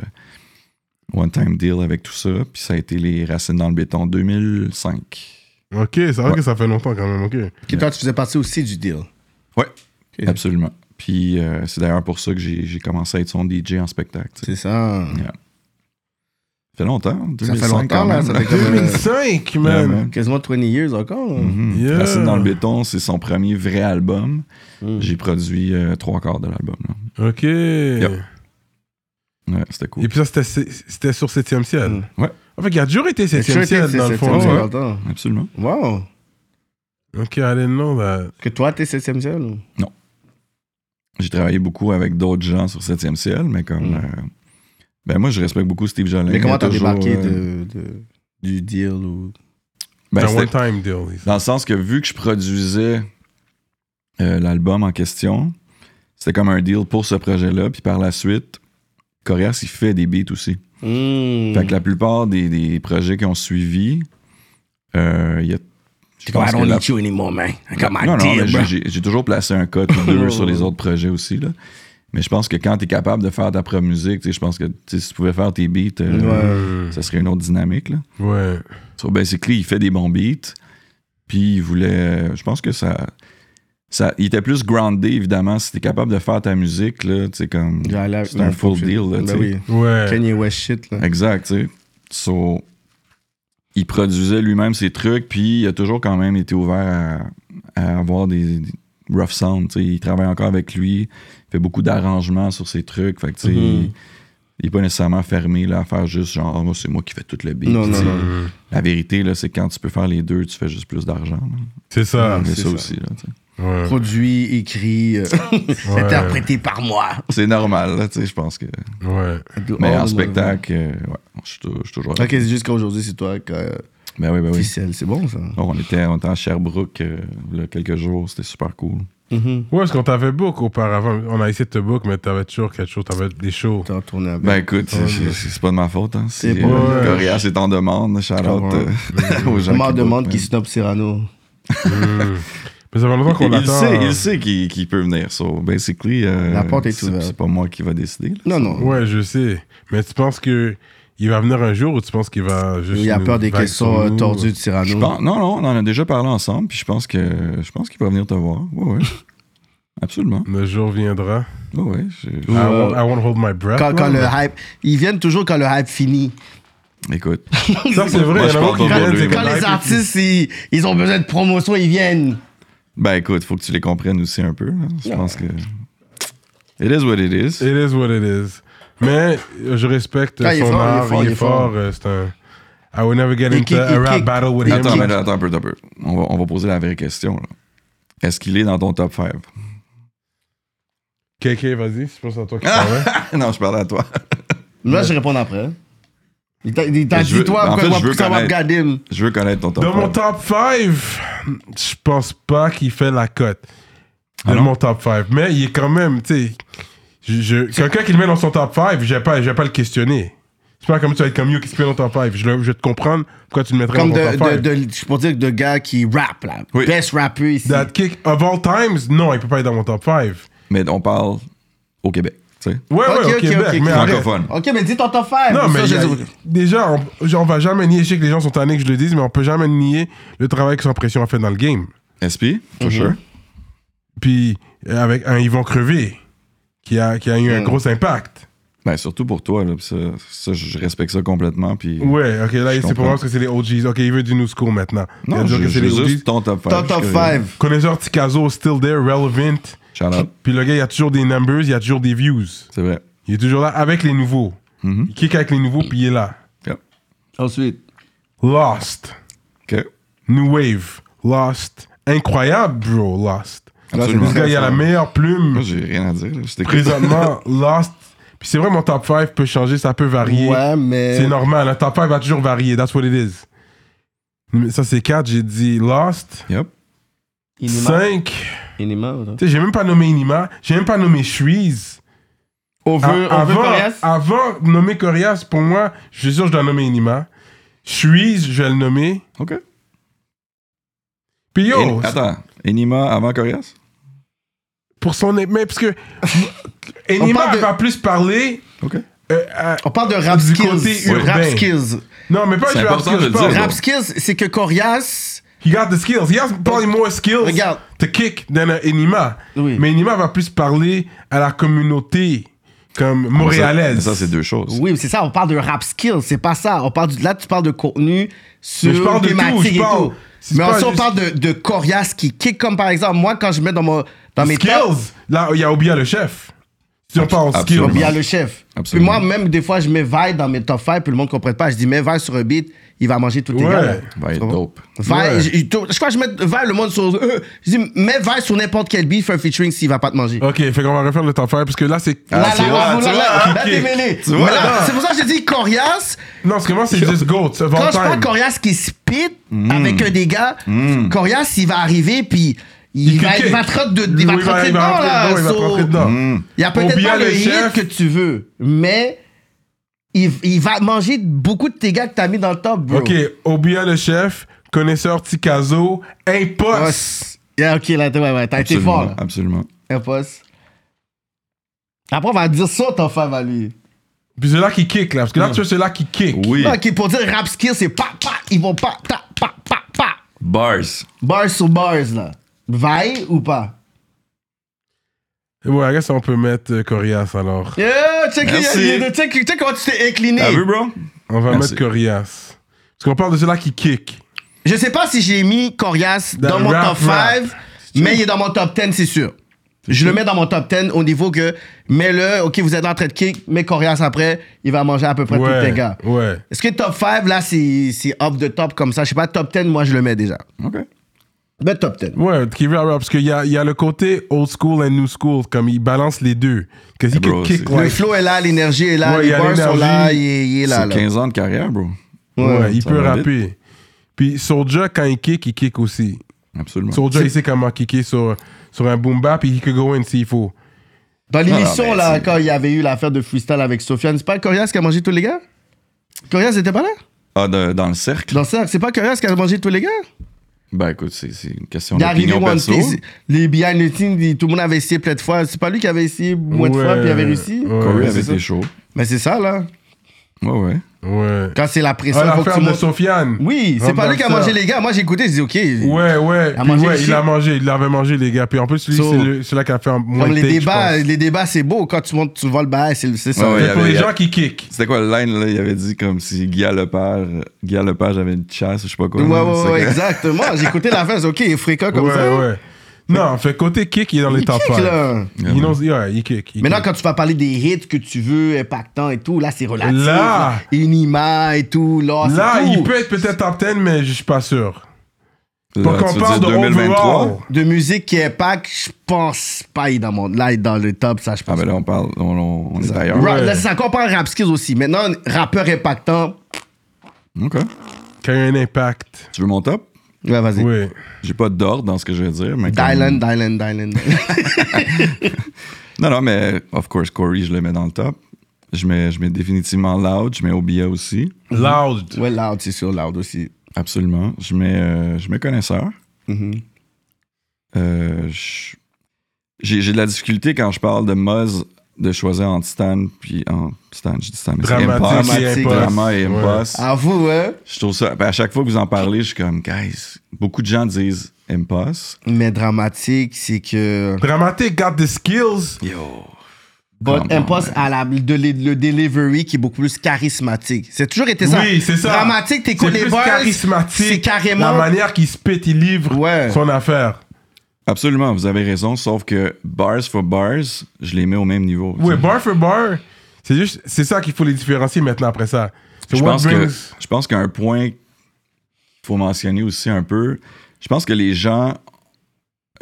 one-time deal avec tout ça, puis ça a été les Racines dans le béton 2005. Ok, c'est vrai Ouais. que ça fait longtemps quand même, ok. Puis toi, tu faisais partie aussi du deal. Ok. Absolument. Puis euh, c'est d'ailleurs pour ça que j'ai j'ai commencé à être son DJ en spectacle. tu sais. C'est ça. Ça fait longtemps, 2005 fait longtemps, quand là, même, ça là. fait comme, euh, 2005, Yeah, man! man. Quasiment 20 years encore. hein? Mhm. Yeah. Racine dans le béton, c'est son premier vrai album. Mhm. J'ai produit euh, trois quarts de l'album. là. Ok. Ouais, c'était cool. Et puis ça, c'était- c'était sur 7e ciel. Mm. Ouais. En fait, il a toujours été 7e ciel dans le fond. Septième ciel ouais. longtemps. Absolument. Wow. Ok, allez, non, bah. Est-ce Que toi, t'es 7 ciel ou? J'ai travaillé beaucoup avec d'autres gens sur 7e ciel, mais comme. Mhm. euh, ben moi, je respecte beaucoup Steve Jolin. Mais Il comment a t'as toujours, débarqué euh, de, de- du deal ou. ben, un c'était- one-time deal. Dans le sens que vu que je produisais euh, l'album en question, c'était comme un deal pour ce projet-là. Puis par la suite, Corias, il fait des beats aussi. Mmh. Fait que la plupart des, des projets qui ont suivi, euh, il y a. je T'es comme, pense I que don't la- need you anymore, man. I got my Non, non, mais deal, bro. j'ai- j'ai j'ai toujours placé un code ou deux sur les autres projets aussi. Là. Mais je pense que quand tu es capable de faire ta propre musique, tu sais, je pense que tu sais, si tu pouvais faire tes beats, euh, Ouais. ça serait une autre dynamique. Là. Hmm. Ouais. So basically, il fait des bons beats. Puis il voulait. euh, Je pense que ça. ça il était plus groundé, évidemment. Si t'es capable de faire ta musique, là, tu sais, comme. J'allais- C'est un full deal, là, tu Ben sais. oui. Ouais. Kanye West shit, là. Exact, tu sais. So, il produisait lui-même ses trucs, puis il a toujours quand même été ouvert à, à avoir des, des rough sounds, tu sais. Il travaille encore avec lui, il fait beaucoup d'arrangements sur ses trucs, fait que, tu sais, Mhm. il- il n'est pas nécessairement fermé là, à faire juste genre, Ah, moi, c'est moi qui fais tout le beat. Non, tu sais. non, non. Mm. La vérité, là, c'est quand tu peux faire les deux, tu fais juste plus d'argent. là. C'est ça. Ah, Mais c'est ça, ça. aussi, là, tu sais. Ouais. Produit, écrit, euh, Ouais. interprété par moi. C'est normal, là, tu sais, je pense que. Ouais. Mais Oh, en spectacle, euh, ouais, je suis tou- je suis toujours. Ok, c'est juste qu'aujourd'hui, c'est toi qui euh, Ben oui, ben oui. officiel. C'est bon, ça. Oh, on, était, on était à Sherbrooke euh, il y a quelques jours, c'était super cool. Mhm. Ouais, parce qu'on t'avait book auparavant. On a essayé de te book, mais t'avais toujours quelque chose. T'avais des shows. T'as retourné avec. Ben écoute, c'est- Ouais. c'est c'est pas de ma faute. Hein. Si C'est pas- euh, Corias est en demande, shout out euh, aux Je gens. m'en qui demande votent, qui man. snob Cyrano. Mm. Mais ça fait longtemps qu'on hein. Il, il l'attend. sait, il sait qu'il qu'il peut venir. So basically, euh, La porte est c'est- ouverte. C'est pas moi qui va décider. Non, là. non. Ouais, je sais. Mais tu penses que il va venir un jour ou tu penses qu'il va juste. Il a nous peur des vague questions sur euh, nous? tordues de Cyrano. Je pense- non, non, on en a déjà parlé ensemble, puis je pense que je pense qu'il va venir te voir. Ouais, ouais. Absolument. Le jour viendra. Ouais, ouais. je- I, euh, won't, I won't hold my breath. Quand, quand là, le mais- hype. Ils viennent toujours quand le hype finit. Écoute, Ça, c'est vrai. Moi, il y je en a parle qui pas pour viennent, lui, c'est mais- Quand comme les hype. artistes, ils, ils ont besoin de promotion, ils viennent. ben écoute, faut que tu les comprennes aussi un peu. là. Je pense que. It is what it is. It is what it is. Mais euh, je respecte Ah, il est son fort, il est art, fort, il est fort. euh, C'est un, I would never get Il into kick, a il rap kick. battle with him. Attends, mais là, attends un peu, attends un peu. On va, on va poser la vraie question. là. Est-ce qu'il est dans ton top 5? KK, vas-y, je pense à toi qui Ah. parlais. non, je parlais à toi. Là, je réponds après. hein. Il t'a- il Mais t'a je veux- dit, toi, en fait, après, je on veux va- ça va connaître. regarder. him. Je veux connaître ton top Dans 5. mon top 5, je pense pas qu'il fait la cote. Ah De non? mon top 5. Mais il est quand même, tu sais. je- je- Quelqu'un qui le met dans son top 5, je vais pas, je vais pas le questionner. C'est pas comme tu vas être comme You qui se met dans ton top 5. Je, le- je vais te comprendre pourquoi tu le mettrais Comme dans ton de, top 5. de, de- je peux dire de gars qui rap, là. Oui. Best rapper ici. That kick of all times, non, il peut pas être dans mon top 5. Mais on parle au Québec, tu sais. Ouais, Ok, ouais, au ok, Québec, ok, ok. mais arrête. Francophone. Ok, mais dis ton top 5. Non, mais il y a- déjà, on, genre, on va jamais nier, je sais que les gens sont tannés que je le dise, mais on peut jamais nier le travail que Sans Pression a fait dans le game. SP, for sure. Puis euh, avec un Yvon Crevé, qui a, qui a eu un Mm. gros impact. Ben, surtout pour toi, là, pis ça, ça, je respecte ça complètement. Puis Ouais, ok, là, c'est Je pour comprends. moi parce que c'est les OGs. Ok, il veut du new school maintenant. Il va non, dire je, que c'est je, les juste OGs. ton top 5. Ton top 5. Connaisseur Ticazo, still there, relevant. Shout out, Puis le gars, il y a toujours des numbers, il y a toujours des views. c'est vrai. Il est toujours là avec les nouveaux. Mhm. Il kick avec les nouveaux, puis il est là. Yep. Ensuite. Lost. OK, New Wave. Lost. Incroyable, bro. Lost. absolument. Ce gars, il a la meilleure plume Moi, j'ai rien à dire. là, je t'écoute. présentement. Lost. Puis c'est vrai, mon top 5 peut changer, ça peut varier. Ouais, mais. C'est normal, un top 5 va toujours varier. That's what it is. Mais Ça, c'est 4. J'ai dit Lost. Yep. Inima. 5. Inima. là. Tu sais, j'ai même pas nommé Inima. J'ai même pas nommé Shreeze. On veut, A- on veut Ah, avant, ah, Corias? avant de nommer Corias, pour moi, je suis sûr que je dois nommer Inima. Shreeze, je vais le nommer. OK. Puis yo, En- attends, Enima avant Corias? pour son... Mais parce que... On Enima parle de- va plus parler... OK. euh, à- On parle de rap Du skills. côté Rap urbain. skills. Non, mais pas C'est je vais important de je le parle. dire. Rap skills, c'est que Corias. He got the skills. He has probably more skills Regarde. to kick than uh, Enima. Oui. Mais Enima va plus parler à la communauté comme montréalaise. Ça, ça, c'est deux choses. Oui, mais c'est ça, on parle de rap skills, c'est pas ça. On parle du- là, tu parles de contenu sur Mais je parle de tout, je thématique et parle- tout. c'est Mais pas aussi, on juste- parle de, de coriace qui kick, comme par exemple, moi, quand je mets dans, mon, dans mes tops, Skills. Là, il y a Obia le chef. Si on parle en skills. absolument. il y a le chef. Absolument. Puis moi, même des fois, je mets Vaille dans mes top 5, puis le monde ne comprend pas. Je dis, mets Vaille sur un beat, il va manger tout les Ouais. gars. là. Va être dope. Vaille, Ouais. je, je- je crois que je mets Vaille, le monde sur. euh, je dis, mets Vaille sur n'importe quel beat, fais un featuring s'il va pas te manger. Ok, fait qu'on va refaire le top 5 parce que là, c'est. Là, là, tu vois, là, Ah, tu là, vois, là, Ah, ok. là, t'es mêlé. Tu vois, Mais là, là. C'est pour ça que j'ai dit coriace. Non, parce que moi, c'est juste GOAT. c'est Quand Van je parle Time. Corias qui spit Mm. avec un dégât, Corias, il va arriver, puis il, Il va, kick. il va te rentrer dedans. Il va Oui, te rentrer il va dedans, rentrer là. dedans, il va te so- Mm. rentrer dedans. Il y a peut-être Obia, pas le le hit chef. que tu veux, mais il, il va manger beaucoup de tes gars que t'as mis dans le top, bro. Ok, Obia le chef, connaisseur Ticazo, Impost. Impost. Yeah, ok, là, t'es- ouais, ouais, t'as été Absolument, fort, là. Absolument. Impost. Après, on va dire ça, ton femme à lui. Puis c'est là qui kick, là. Parce Mm. que là, tu vois, c'est là qui kick. Oui. Ok, pour dire rap skill, c'est pa, pa, ils vont pa, ta, pa, pa, pa. Bars. Bars sur bars, là. Vaille ou pas? Ouais, regarde, on peut mettre euh, Corias alors. Yeah, Euh, check, Merci. il y a- il y a- check, check comment tu t'es incliné. Ah, T'as vu, bro? On va Merci. mettre Corias. Parce qu'on parle de celui-là qui kick. Je sais pas si j'ai mis Corias Dans dans le mon rap, top rap. 5, mais il est dans mon top 10, c'est sûr. Je le mets dans mon top 10 au niveau que, mets-le, ok, vous êtes en train de kick, mets Corias après, il va manger à peu près tous tes Ouais. Ah, gars. Ouais. Est-ce que top 5, là, c'est c'est off the top comme ça? Je sais pas, top 10, moi, je le mets déjà. OK. Le top 10. Ouais, qui rap rap, parce qu'il y a, il y a le côté old school and new school, comme il balance les deux. Ah, Parce qu'il Eh, bro, kick, c'est- Le like- flow est là, l'énergie est là, Ouais, il y les a bars sont l'énergie. là, il est, il est là. C'est là. 15 ans de carrière, bro. ouais, il ça peut va vite. rapper. Puis Soulja, quand il kick, il kick aussi. Absolument. Soulja, il sait comment kicker sur, sur un boom bap, puis il could go in s'il faut. Dans Ah, l'émission, ben, là, c'est- quand il y avait eu l'affaire de freestyle avec Sofiane, c'est pas Corias qui a mangé tous les gars? Corias n'était pas là? Ah, de- dans le cercle? Dans ça, c'est pas Curious qui a mangé tous les gars. Ben, écoute, c'est c'est une question Il est arrivé d'opinion One perso. Piece. Les behind the scenes, il- tout le monde avait essayé plein de fois. C'est pas lui qui avait essayé moins de fois puis il avait réussi. Ouais, Corey avait c'est ça. été chaud. Mais c'est ça, là. Ouais, ouais. Ouais. Quand c'est la pression, Ah, faut que tu l'affaire de montes- Sofiane. Oui, c'est Rentre pas dans lui qui a ça. mangé les gars. Moi, j'ai écouté, j'ai dit, OK. Ouais, ouais. a Puis mangé ouais, le il chien. a mangé, il l'avait mangé, les gars. Puis en plus, lui, So- c'est le- c'est là qui a fait un moins Comme de les take, je débats, pense. les débats, c'est beau. Quand tu montes, tu vois le bail, c'est c'est ça. Ouais, ouais. C'est pour il y les avait- gens qui kick. C'était quoi le line, là? Il avait dit comme si Guy Lepage, Guy Lepage avait une chasse ou je sais pas quoi. Ouais, là. ouais, C'est ouais, que- exactement. J'ai écouté la fin, c'est OK, il est fréquent comme Ouais, ça. ouais. Non, fait côté kick, il est dans les Il top kick, 5. là. Il knows- yeah, il kick. il Maintenant, kick. quand tu vas parler des hits que tu veux, impactants et tout, là, c'est relatif. Là. Inima et tout, là, c'est Là, tout. il peut être peut-être top 10, mais je suis pas sûr. Là, Quand on tu veux parle de dire 2023. Overall, De musique qui impacte, je pense pas il est dans mon... Là, il est dans le top, ça, je Ah, pense. ben là, on parle, on, on- on est Rap- ailleurs. Ouais. là, ça compare rap skills aussi. Maintenant, rappeur impactant... OK. Quand il y a un impact. Tu veux mon top? Ouais, vas-y. Oui. J'ai pas d'ordre dans ce que je veux dire, mais. comme- Dylan, Dylan, Dylan. Non, non, mais of course, Corey, je le mets dans le top. Je mets, je mets définitivement Loud, je mets Obia aussi. Loud. ouais, Loud, c'est sûr, Loud aussi. Absolument. Je mets, euh, je mets Connaisseur. Mhm. Euh, je- J'ai j'ai de la difficulté quand je parle de Muzz de choisir entre Stan puis. en Stan, je dis Stan, mais c'est Dramatique Impost. et Dramatique. Impost. Drama et Ouais. Impost. Avoue, hein? Je trouve ça. ben, À chaque fois que vous en parlez, je suis comme, guys, beaucoup de gens disent Impost. Mais dramatique, c'est que... Dramatique, got the skills. Yo. Bon, Comment, Impost à la, de, le, le delivery qui est beaucoup plus charismatique. C'est toujours été ça. Oui, c'est ça. Dramatique, t'es C'est connu. plus charismatique. C'est La carrément. manière qu'il spit, il livre Ouais. son affaire. Absolument, vous avez raison, sauf que bars for bars, je les mets au même niveau. Oui, bar for bar, c'est juste, c'est ça qu'il faut les différencier maintenant après ça. C'est je what pense que brings- je pense qu'un point qu'il faut mentionner aussi un peu, je pense que les gens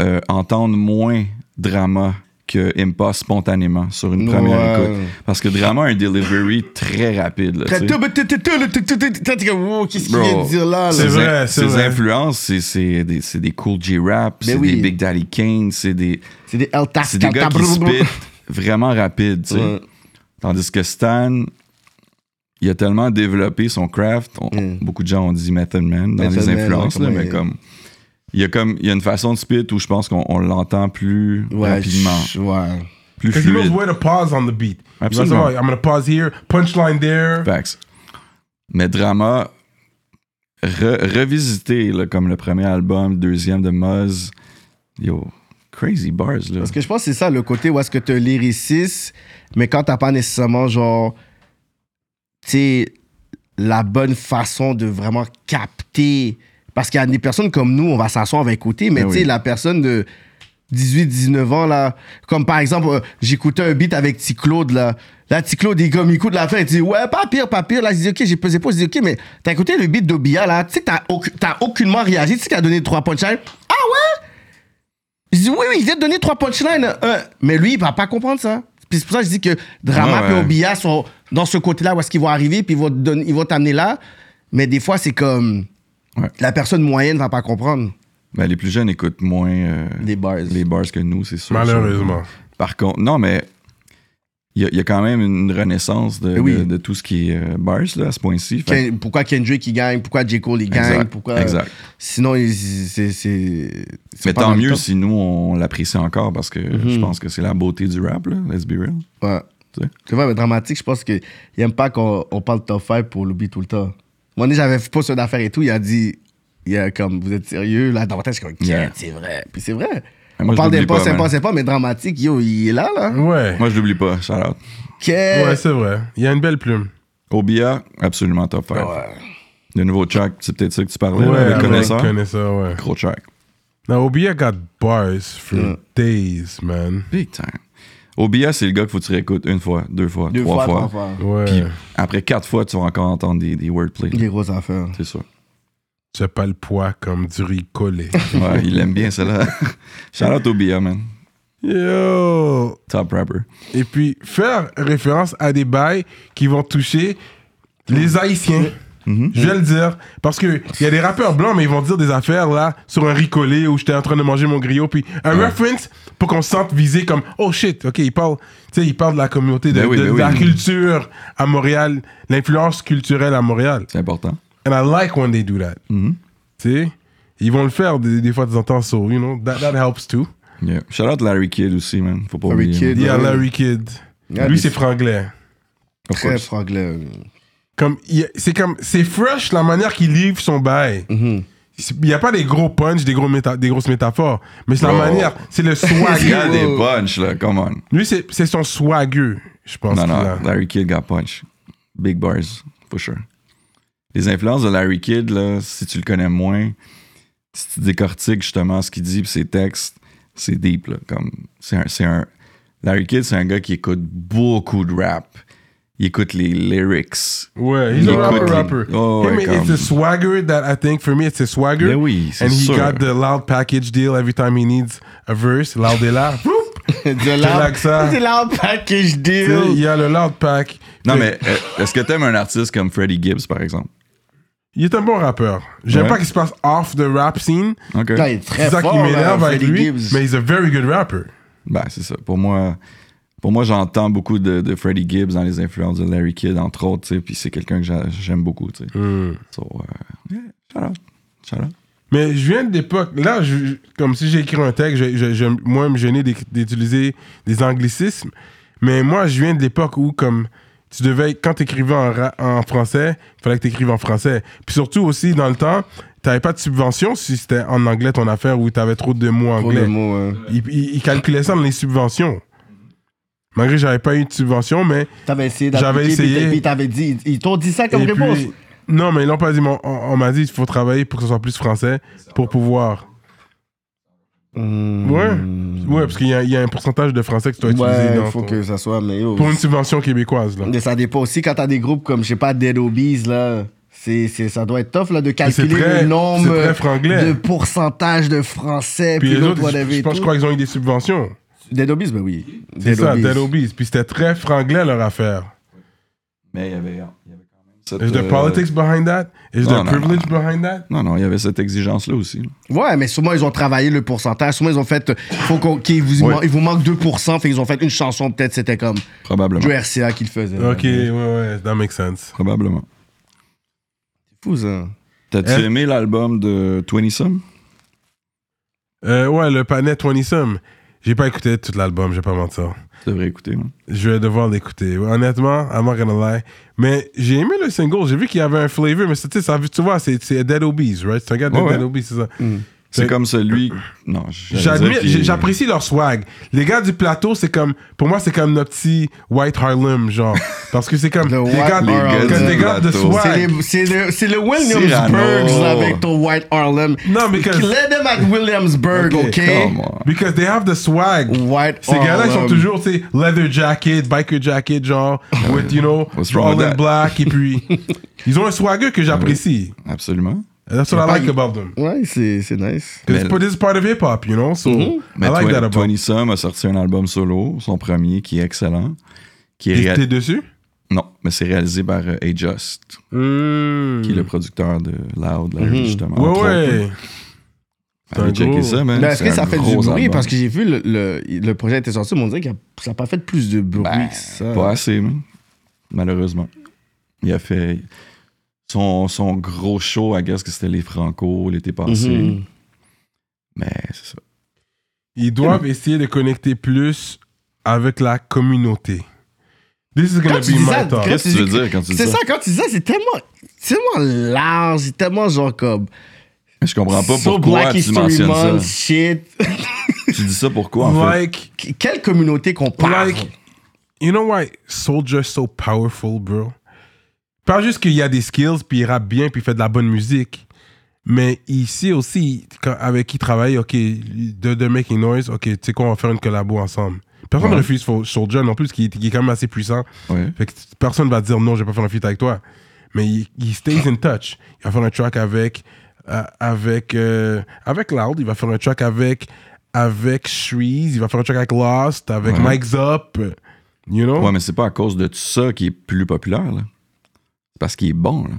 euh, entendent moins drama que Impost spontanément sur une première Ouais. écoute. Parce que drama a un delivery très rapide. là, tu sais. Qu'est-ce qu'il Bro, vient de dire là? c'est là? Ses- vrai, c'est ses vrai. influences, c'est- c'est des, c'est des cool J-rap, c'est Ben oui. des Big Daddy Kane, c'est des, C'est des El Tas- c'est des gars qui Tatabroum. spit vraiment rapide. tu sais. Ouais. Tandis que Stan, il a tellement développé son craft. on- Mm. Beaucoup de gens ont dit Method Man dans Method les Man, influences, ouais, là, comment mais il- comme. Il y, a comme, il y a une façon de spit où je pense qu'on on l'entend plus Ouais, rapidement, je- Ouais. plus Because he knows fluide. where to pause on the beat. Il va Absolument. savoir, I'm gonna pause here, punchline there. Facts. Mais Drama, re- revisité là, comme le premier album, le deuxième de Muzz, yo, crazy bars là. Parce que je pense que c'est ça le côté où est-ce que tu un lyriciste, mais quand t'as pas nécessairement genre, tu sais, la bonne façon de vraiment capter. Parce qu'il y a des personnes comme nous, on va s'asseoir, on va écouter, mais Ben tu sais, oui. la personne de 18, 19 ans, là, comme par exemple, euh, j'écoutais un beat avec T-Claude, là. Là, T-Claude, il, comme, il écoute la fin, il dit, ouais, pas pire, pas pire. Là, je dis, ok, j'ai pesé pas, je dis, ok, mais t'as écouté le beat d'Obia, là, tu sais, que t'as auc- t'as aucunement réagi, tu sais, qu'il a donné trois punchlines. Ah ouais? Je dis, oui, oui, il vient de donner trois punchlines. euh, mais lui, il va pas comprendre ça. Puis c'est pour ça que je dis que Drama Ouais, ouais. et Obia sont dans ce côté-là où est-ce qu'ils vont arriver, puis ils vont te donner- ils vont t'amener là. Mais des fois, c'est comme. Ouais. La personne moyenne va pas comprendre Ben, les plus jeunes écoutent moins euh, les bars. les bars que nous, c'est sûr. Malheureusement. Par contre, non, mais il y, a- il y a quand même une renaissance de, Oui. de- de tout ce qui est euh, bars là, à ce point-ci. Fait Ken- pourquoi Kendrick il gagne, pourquoi J. Cole il que- gagne, exact, pourquoi. exact. Sinon, il- c'est. c'est- c'est Mais pas tant dans le Mhm. mieux top. si nous, on l'apprécie encore parce que je pense que c'est la beauté du rap, là, let's be real. Ouais. Tu sais. Tu vois, mais dramatique, je pense qu'il aime pas qu'on on parle de top 5 pour l'oublier tout le temps. Moi, un moment donné, j'avais fait post d'affaires et tout, il a dit, il a comme, vous êtes sérieux? Là, dans ma tête, je suis comme, Ken, Yeah. c'est vrai. Puis c'est vrai. Mais on moi, je parle l'oublie d'impasse, pas, man. impasse, impasse, mais dramatique, yo, il est là, là. Ouais. Moi, je l'oublie pas, shout out. Ken. Ouais, c'est vrai. Il y a une belle plume. Obia, absolument top 5. Ouais. Le nouveau track, c'est peut-être ça que tu parlais, Ouais, là, ouais, avec connaisseur. connaisseur, ouais. Gros track. Now, Obia got bars for Yeah. days, man. Big time. Obia, c'est le gars qu'il faut que tu réécoutes une fois, deux fois, Deux trois fois, fois. trois fois. Ouais. Puis après quatre fois, tu vas encore entendre des, des wordplay. là. Des grosses affaires. C'est sûr. Tu as pas le poids comme du riz collé. Ouais, il aime bien celle-là. Shout out Obia, man. Yo! Top rapper. Et puis, faire référence à des bails qui vont toucher les Mhm. Haïtiens. Je vais le dire. Parce qu'il y a des rappeurs blancs, mais ils vont dire des affaires là sur un ricolé où j'étais en train de manger mon griot. Puis un reference pour qu'on se sente visé comme oh shit, ok, il parle, tu sais, il parle de la communauté, de, Ben oui, de- ben de oui. la culture à Montréal, l'influence culturelle à Montréal. C'est important. And I like when they do that. Mhm. Tu sais, ils vont le faire des, des fois de temps en temps, so you know, that, that helps too. Yeah. Shout out Larry Kidd aussi, man. Faut pas Larry oublier. Kidd. man. Yeah, Ouais. Larry Kidd. Yeah, Lui, des- c'est franglais. Of Très course. franglais. comme il y a- c'est comme c'est fresh la manière qu'il livre son bail. Mhm. Il n'y a pas des gros punch, des, gros méta- des grosses métaphores, mais c'est la Bro. manière, c'est le Il y a swag. des punch, là. Come on. Lui, c'est c'est son swageux, je pense. Non, qu'il non. a. Larry Kidd got punch. Big bars, for sure. Les influences de Larry Kidd, là, si tu le connais moins, si tu décortiques justement ce qu'il dit pis ses textes, c'est deep, là. Comme, c'est un, c'est un- Larry Kidd, c'est un gars qui écoute beaucoup de rap. Il écoute les lyrics. Ouais, Il he's a écoute rapper, les- rapper. Oh, ouais, Him, it's comme- a swagger that I think for me it's a swagger. Ben oui, c'est And he sûr. got the loud package deal every time he needs a verse. Loud est là. Whoop! De là l'arbre. que ça- C'est l'arbre package Tu sais, Il deal. y a le loud pack. Non, Le- mais euh, est-ce que t'aimes un artiste comme Freddie Gibbs, par exemple? Il est un bon rappeur. J'aime Ouais. pas qu'il se passe off the rap scene. OK. Là, il est très C'est ça fort. qui m'énerve là, avec Freddie lui. Gibbs. Mais he's a very good rapper. Ben, c'est ça. Pour moi, pour moi j'entends beaucoup de, de Freddie Gibbs dans les influences de Larry Kidd, entre autres, tu sais, puis c'est quelqu'un que j'a- j'aime beaucoup, tu sais. Hmm. So, euh, yeah, shout out. Shout out. Mais je viens d'époque. Là, je- comme si j'ai écrit un texte, je, je- je- moi, me gêner d'é- d'utiliser des anglicismes. Mais moi, je viens de l'époque où, comme, tu devais, quand t'écrivais en, ra- en français, il fallait que t'écrives en français. Puis surtout aussi, dans le temps, t'avais pas de subvention si c'était en anglais ton affaire ou t'avais trop de mots Pour le anglais. mot, hein. Ils il, calculaient ça dans les subventions. Malgré que j'avais pas eu de subvention, mais T'avais essayé J'avais d'appliquer, puis essayé. t'as- Puis t'avais dit, ils ils t'ont dit ça comme Et puis- réponse. non, mais ils l'ont pas dit. mais on- on on m'a dit qu'il faut travailler pour que ce soit plus français pour pouvoir. Ouais. Hmm. Ouais, parce qu'il y, a- il y a un pourcentage de français que tu dois utiliser. Ouais, dans faut ton- que ça soit, mais yo. Pour une subvention québécoise, là. Mais ça dépend aussi quand t'as des groupes comme, je sais pas, Dead Obies, là. C'est, c'est, ça doit être tough là, de calculer très- le nombre c'est très franglais. de pourcentage de français. Puis, Puis les l'autre, autres, whatever. je, je et pense, je tout. crois qu'ils ont eu des subventions. Dead Obies, ben oui. C'est ça, Obies. Dead Obies. Puis c'était très franglais, leur affaire. Mais il y avait, il y avait quand même cette... Is there euh, politics behind that? Is non, oh, there non, privilege behind that? Non, non, il y avait cette exigence-là aussi. là. Ouais, mais souvent, ils ont travaillé le pourcentage. Souvent, ils ont fait. Faut qu'on, qu'il vous, Ouais. man- il vous manque 2%. Fait qu'ils ont fait une chanson, peut-être, c'était comme Probablement. Joe RCA qui le faisait. Ok, ouais, ouais, that makes sense. Probablement. C'est fou, ça. T'as-tu Hein? aimé l'album de 20 Some? Euh, ouais, le panet 20 Some. J'ai pas écouté tout l'album, je vais pas mentir. Tu devrais écouter. hein. Je vais devoir l'écouter. Honnêtement, I'm not gonna lie. Mais j'ai aimé le single. J'ai vu qu'il y avait un flavor, mais c'est- tu sais, ça- tu vois, c'est c'est Dead Obies, right? C'est un gars de Ouais, ouais. Mm. Dead Obies, c'est ça. C'est Fait- comme celui... Non, j'allais dire J'admire, qu'il- j'ai- j'apprécie leur swag. Les gars du plateau, c'est comme, pour moi, c'est comme notre petit White Harlem, genre. Parce que c'est comme, Le les White gars, Harlem. quand Les les gars gars du de plateau. C'est, swag. les- c'est le, c'est le Cyrano. Williamsburg là, avec ton White Harlem. Non, mais que- Let them at Williamsburg, Ok, OK? Come on. Because they have the swag. White Ces gars-là, ils sont Harlem. toujours, tu sais, leather jacket, biker jacket, genre, with, you know, What's wrong all with in that? black, et puis, ils ont un swagger que j'apprécie. Absolument. That's what I like about them. Ouais, c'est, c'est nice. 'Cause Mais- but this is part of hip-hop, you know, so I Mais like 20, that about 20 Some a sorti un album solo, son premier, qui est excellent. Qui est T'es réa- t'es dessus? Non, mais c'est réalisé par euh, Ajust, Mm. qui est le producteur de Loud, là, Mm-hmm. justement. Ouais, entre autres. ouais. C'est un Allez checker gros- ça, man. Mais est-ce C'est que ça un fait du gros bruit? album. Parce que j'ai vu le, le, le projet était sorti, mais on dirait que ça n'a pas fait plus de bruit Ben, que ça. Pas assez, man. malheureusement. Il a fait son, son gros show, à guess que c'était les Franco l'été passé. Mhm. Mais c'est ça. Ils doivent essayer de connecter plus avec la communauté. This is gonna Quand tu be dis ça, my thought. Chris- Qu'est-ce que tu veux dire quand tu dis C'est ça? ça, quand tu dis ça, c'est tellement, c'est tellement large, c'est tellement genre comme. Mais Je comprends pas so pourquoi Black tu History mentionnes Month, ça. shit. Tu dis ça pourquoi, en fait? Like, Qu- Quelle communauté qu'on parle? like, you know why Soulja is so powerful, bro? Pas juste qu'il y a des skills, puis il rappe bien, puis il fait de la bonne musique. Mais ici aussi, quand- avec qui il travaille, OK, de, de Making Noise, OK, tu sais quoi, on va faire une collabo ensemble. Personne ne Ouais. refuse Fo- Soulja non plus, qui est, qui est quand même assez puissant. Ouais. Fait que personne va dire non, je vais pas faire un feat avec toi. Mais il, il stays in touch. Il va faire un track avec euh, avec euh, avec Loud, il va faire un track avec avec Shreeze, il va faire un track avec Lost, avec Ouais. Mike's Up, euh, you know. Ouais, mais c'est pas à cause de tout ça qu'il est plus populaire, là. C'est parce qu'il est bon, là.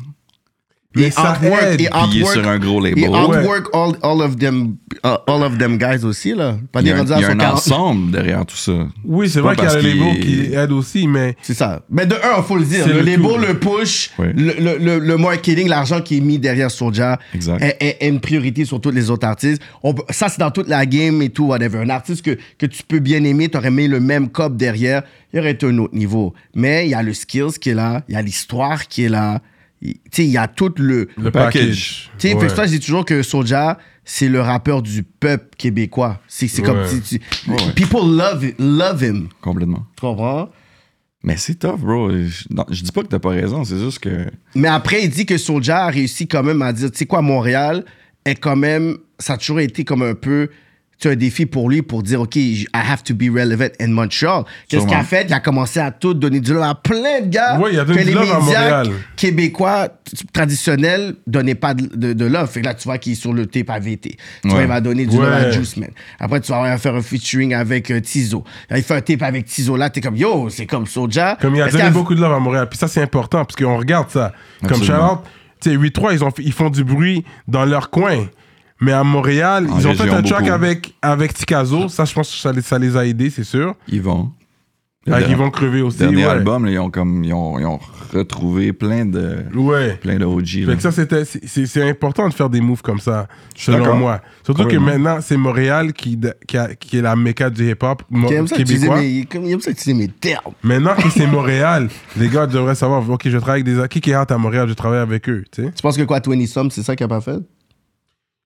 mais Et ça Artwork, aide. et Puis il est Artwork- sur un gros label. Et Ouais. outwork all, all of them, uh, all of them guys aussi là. Pas Il y des a un, rendus à il y a un 140. ensemble derrière tout ça. Oui, c'est pas vrai qu'il y a le parce qu'il label est- qui aide aussi, mais C'est ça. Mais de un, faut le dire. C'est Le, le label, tout, là. le push, Ouais. le, le, le, le marketing, l'argent qui est mis derrière Soulja Exact. est, est- est une priorité sur tous les autres artistes. On peut- ça, c'est dans toute la game et tout, whatever. Un artiste que, que tu peux bien aimer, tu aurais mis le même cop derrière, il aurait été un autre niveau. Mais il y a le skills qui est là, il y a l'histoire qui est là. Il- Tu sais, il y a tout le. le package. package. Tu sais, Ouais. fait que ça, je dis toujours que Soja, c'est le rappeur du peuple québécois. C'est c'est comme. Ouais. tu- tu- People love, love him. Complètement. Tu comprends? Mais c'est tough, bro. Je, non, je dis pas que t'as pas raison, c'est juste que. Mais après, il dit que Soulja a réussi quand même à dire, tu sais quoi, Montréal est quand même, ça a toujours été comme un peu, c'est un défi pour lui pour dire, OK, I have to be relevant in Montreal. Qu'est-ce Sûrement. qu'il a fait? Il a commencé à tout donner du love à plein de gars. Ouais, il a donné que du les love à médias Montréal. québécois t- traditionnels donnaient pas de, de, de love. Fait que là, tu vois qu'il est sur le tape à VT. Tu vois, Ouais. il va donner du Ouais. love à Juice Man. Après, tu vas avoir à faire un featuring avec euh, Tizo. Là, il fait un tape avec Tizo. Là, t'es comme, yo, c'est comme Soja. Comme il a Parce donné qu'à- beaucoup de love à Montréal. Puis ça, c'est important parce qu'on regarde ça. Comme Absolument. Charlotte, tu sais, 8-3, ils, ont fait- ils font du bruit dans leur coin. Mais à Montréal, En ils ont région, fait un track beaucoup. avec, avec Ticazo. Ça, je pense que ça, les- ça les a aidés, c'est sûr. Ils vont. Le Ah, der- ils vont crever aussi. dernier ouais. album, là, ils, ont comme, ils, ont, ils ont retrouvé plein de, Ouais. plein de OG. Fait là. que ça, c'était, c'est, c'est- c'est important de faire des moves comme ça, suis selon d'accord. moi. Surtout que Complètement. maintenant, c'est Montréal qui, de- qui, a- qui est la méca du hip-hop mo- Il aime ça que tu dis québécois. mes- comme- il aime ça que tu dis mes termes. Maintenant que c'est Montréal, les gars devraient savoir, OK, je travaille avec des... Qui qui est hâte à Montréal, je travaille avec eux, tu sais. Tu penses que quoi, 20 Some, c'est ça qu'il a pas fait?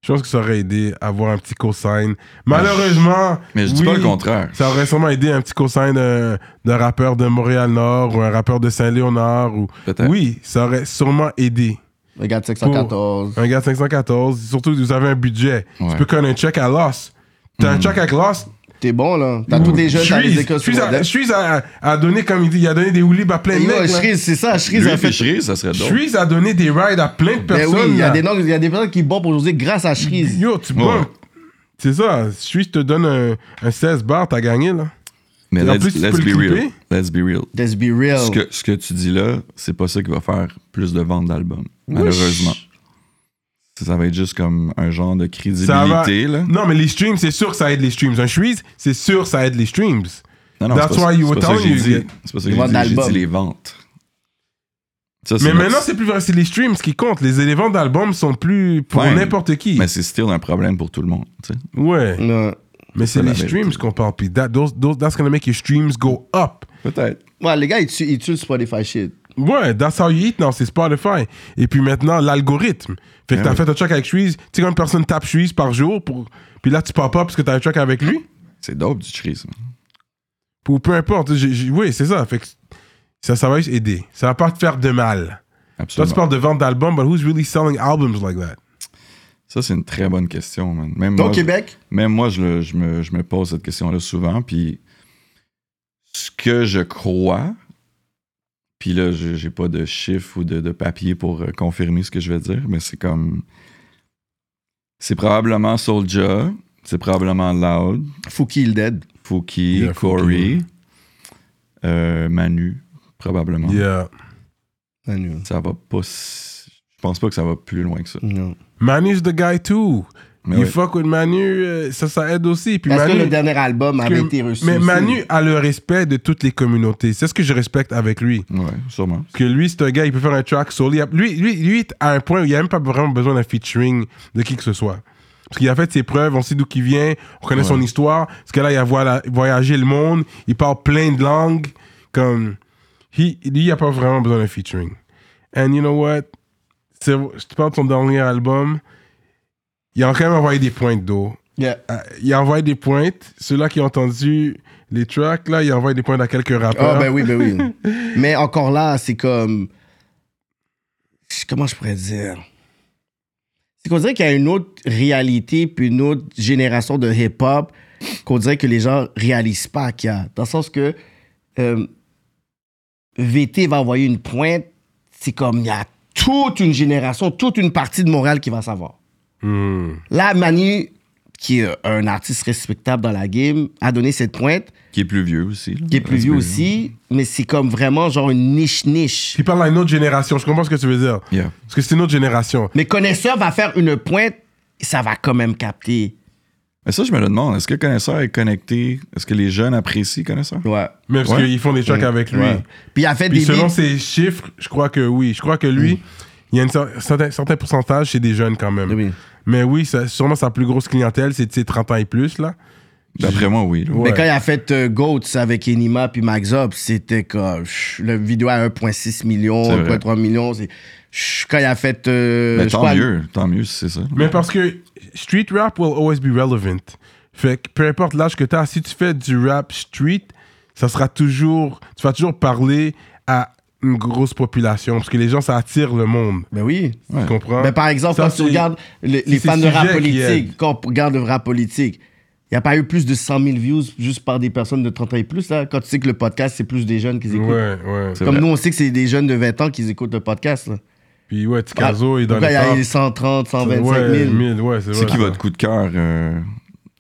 Je pense que ça aurait aidé à avoir un petit cosign. Malheureusement, Ah, Mais je dis pas oui, le contraire. Ça aurait sûrement aidé un petit cosign d'un, d'un rappeur de Montréal-Nord ou un rappeur de Saint-Léonard. Ou... Peut-être. Oui, ça aurait sûrement aidé. Regarde 714. Un gars de 514, surtout que vous avez un budget. Tu Ouais. Hmm. peux connaître un check à loss. T'as un check à loss. T'es bon, là. T'as tous les jeunes, t'as les Shreeze, écoles Shreeze sur a- la Shreeze a, a donné, comme il dit, il a donné des oulibs à plein de mecs. là. Shreeze, c'est ça. Shreeze Lui a et fait. Shreeze, ça serait drôle. Shreeze a donné des rides à plein de Ben personnes. oui, il y a là. des noms- il y a des personnes qui bombent aujourd'hui grâce à Shreeze. Yo, tu Ouais. bombes. C'est ça. Shreeze te donne un, un 16 bars, t'as gagné, là. Mais Et en let's, plus, tu let's peux be le real. clipper. Let's be real. Let's be real. Oh. Ce que, ce que tu dis là, c'est pas ça qui va faire plus de ventes d'albums, malheureusement. Ça, ça va être juste comme un genre de Ça va- crédibilité. Là. Non, mais les streams, c'est sûr que ça aide les streams. Un Shreeze, c'est sûr que ça aide les streams. Non, non, That's c'est pas, why you c'est were pas ça que j'ai telling you dit. C'est pas ça que Les j'ai ventes dit. J'ai d'albums. dit les ventes. Ça, Mais le- maintenant, c'est plus vrai, c'est les streams qui comptent. Les éléments d'albums sont plus pour Ouais. n'importe qui. Mais c'est still un problème pour tout le monde. tu sais. Ouais. Non. Mais c'est ça, les la vérité. streams qu'on parle. Puis that, those, those, that's gonna make your streams go up. Peut-être. Ouais, les gars, ils tuent, ils tuent le Spotify shit. Ouais, that's how you eat now, c'est Spotify. Et puis maintenant, l'algorithme. Fait que Ah t'as oui. fait un track avec Shreeze. Tu sais, quand une personne tape Shreeze par jour, pour... puis là, tu pop up parce que t'as un track avec lui. C'est dope du Shreeze. man. Ou peu importe. j'ai- j'ai- Oui, c'est ça. Fait que ça, ça va juste aider. Ça va pas te faire de mal. Toi, tu Absolument. parles de vente d'albums, but who's really selling albums like that? Ça, c'est une très bonne question. Man. Même Donc, moi, Québec, Même moi, je, le- je me, je me pose cette question-là souvent. Puis ce que je crois, puis là, je n'ai pas de chiffres ou de, de papier pour euh, confirmer ce que je vais dire, mais c'est comme. C'est probablement Soulja, c'est probablement Loud, faut qu'il dead. Fouki, Yeah, Fouki, Corey, ouais. euh, Manu, probablement. Yeah. Ah, non. Ça va pas. si- Je pense pas que ça va plus loin que ça. Non. Manu's the guy too. Mais you ouais. fuck with Manu, euh, ça, ça aide aussi. Puis Parce Manu, que le dernier album que- avait été reçu. mais aussi. Manu a le respect de toutes les communautés. C'est ce que je respecte avec lui. Ouais, sûrement. Que lui, c'est un gars, il peut faire un track solo. Il a- Lui, lui, lui, à un point, où il n'y a même pas vraiment besoin d'un featuring de qui que ce soit. Parce qu'il a fait ses preuves, on sait d'où qu'il vient, on connaît son histoire. Parce que là, il a voila- voyagé le monde, il parle plein de langues. Comme, he- lui, il n'y a pas vraiment besoin d'un featuring. And you know what? C'est- Je te parle de son dernier album. Il a quand même envoyé des points d'eau. Yeah. Euh, il envoie des pointes. Ceux-là qui ont entendu les tracks, là, il envoie des pointes à quelques rappeurs. Ah, ben oui, ben oui. Mais encore là, c'est comme. je- Comment je pourrais dire? C'est qu'on dirait qu'il y a une autre réalité, puis une autre génération de hip-hop qu'on dirait que les gens réalisent pas qu'il y a. Dans le sens que euh, VT va envoyer une pointe, c'est comme il y a toute une génération, toute une partie de Montréal qui va savoir. Hmm. Là, Manu, qui est un artiste respectable dans la game, a donné cette pointe, Qui est plus vieux aussi. là. qui est plus vieux aussi, mais c'est comme vraiment genre une niche-niche. Il parle à une autre génération. Je comprends ce que tu veux dire. Yeah. Parce que c'est une autre génération. Mais connaisseur va faire une pointe, ça va quand même capter. Mais ça, je me le demande. Est-ce que Connaisseur est connecté? Est-ce que les jeunes apprécient Connaisseur? Ouais. Mm. Même parce Ouais. qu'ils font des tracks avec lui. Ouais. Puis il a fait Puis des selon beats. ses chiffres, je crois que oui. Je crois que lui, il y a un certain, certain pourcentage chez des jeunes quand même. Oui. Mais oui, ça- sûrement sa plus grosse clientèle, c'est tu sais, 30 ans et plus, là. D'après moi, oui. là. Ouais. Mais quand il a fait euh, Goats avec Enima puis Max Up, c'était comme pff, le vidéo à 1.6 million, C'est vrai. 1.3 million. c'est- pff, Quand il a fait. euh, Mais je tant crois- mieux, tant mieux si c'est ça. Mais parce que street rap will always be relevant. Fait que peu importe l'âge que tu as, si tu fais du rap street, ça sera toujours. Tu vas toujours parler à une grosse population parce que les gens, ça attire le monde. Ben oui. Ouais. Tu comprends? Ben, par exemple, Ça, quand tu c'est- regardes le- c'est les ces fans de rap sujets qui euh, aident. politique, quand on regarde le rap politique, Il n'y a pas eu plus de 100 000 views juste par des personnes de 30 ans et plus, là, quand tu sais que le podcast, c'est plus des jeunes qui écoutent. Ouais, ouais. C'est Comme vrai. nous, on sait que c'est des jeunes de 20 ans qui écoutent le podcast. Là. Puis ouais, Ticazo, il est dans Pourquoi les Ah, il y a temps. les 130, 125 ouais, 000. 1000, ouais, c'est C'est vrai. qui votre coup de cœur euh,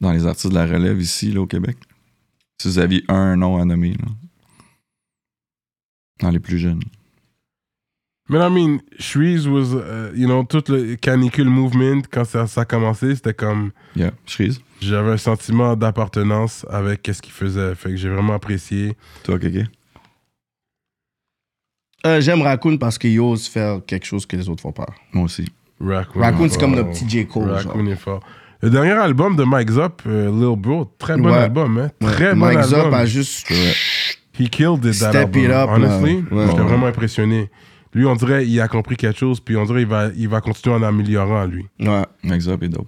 dans les artistes de la relève ici, là, au Québec? Si vous aviez un nom à nommer, là. Dans les plus jeunes. Mais I mean, Shreeze was, euh, you know, tout le canicule movement, quand ça, ça a commencé, c'était comme. Yeah. Shreeze, J'avais un sentiment d'appartenance avec qu'est-ce qu'il faisait. Fait que j'ai vraiment apprécié. toi, Kéké? Euh, J'aime Raccoon parce qu'il ose faire quelque chose que les autres font pas. Moi aussi. Raccoon. Raccoon, c'est Wow. comme le petit J. Cole. genre. Raccoon est fort. Le dernier album de Mike Zop, euh, Lil Bro, très bon Ouais. album, hein. Très bon Mike album. Zop a juste. He killed it, that Step album. it up, Honestly, là. Ouais. j'étais vraiment impressionné. Lui, on dirait, il a compris quelque chose, puis on dirait, il va, il va continuer en améliorant, lui. Ouais. Max Up est dope.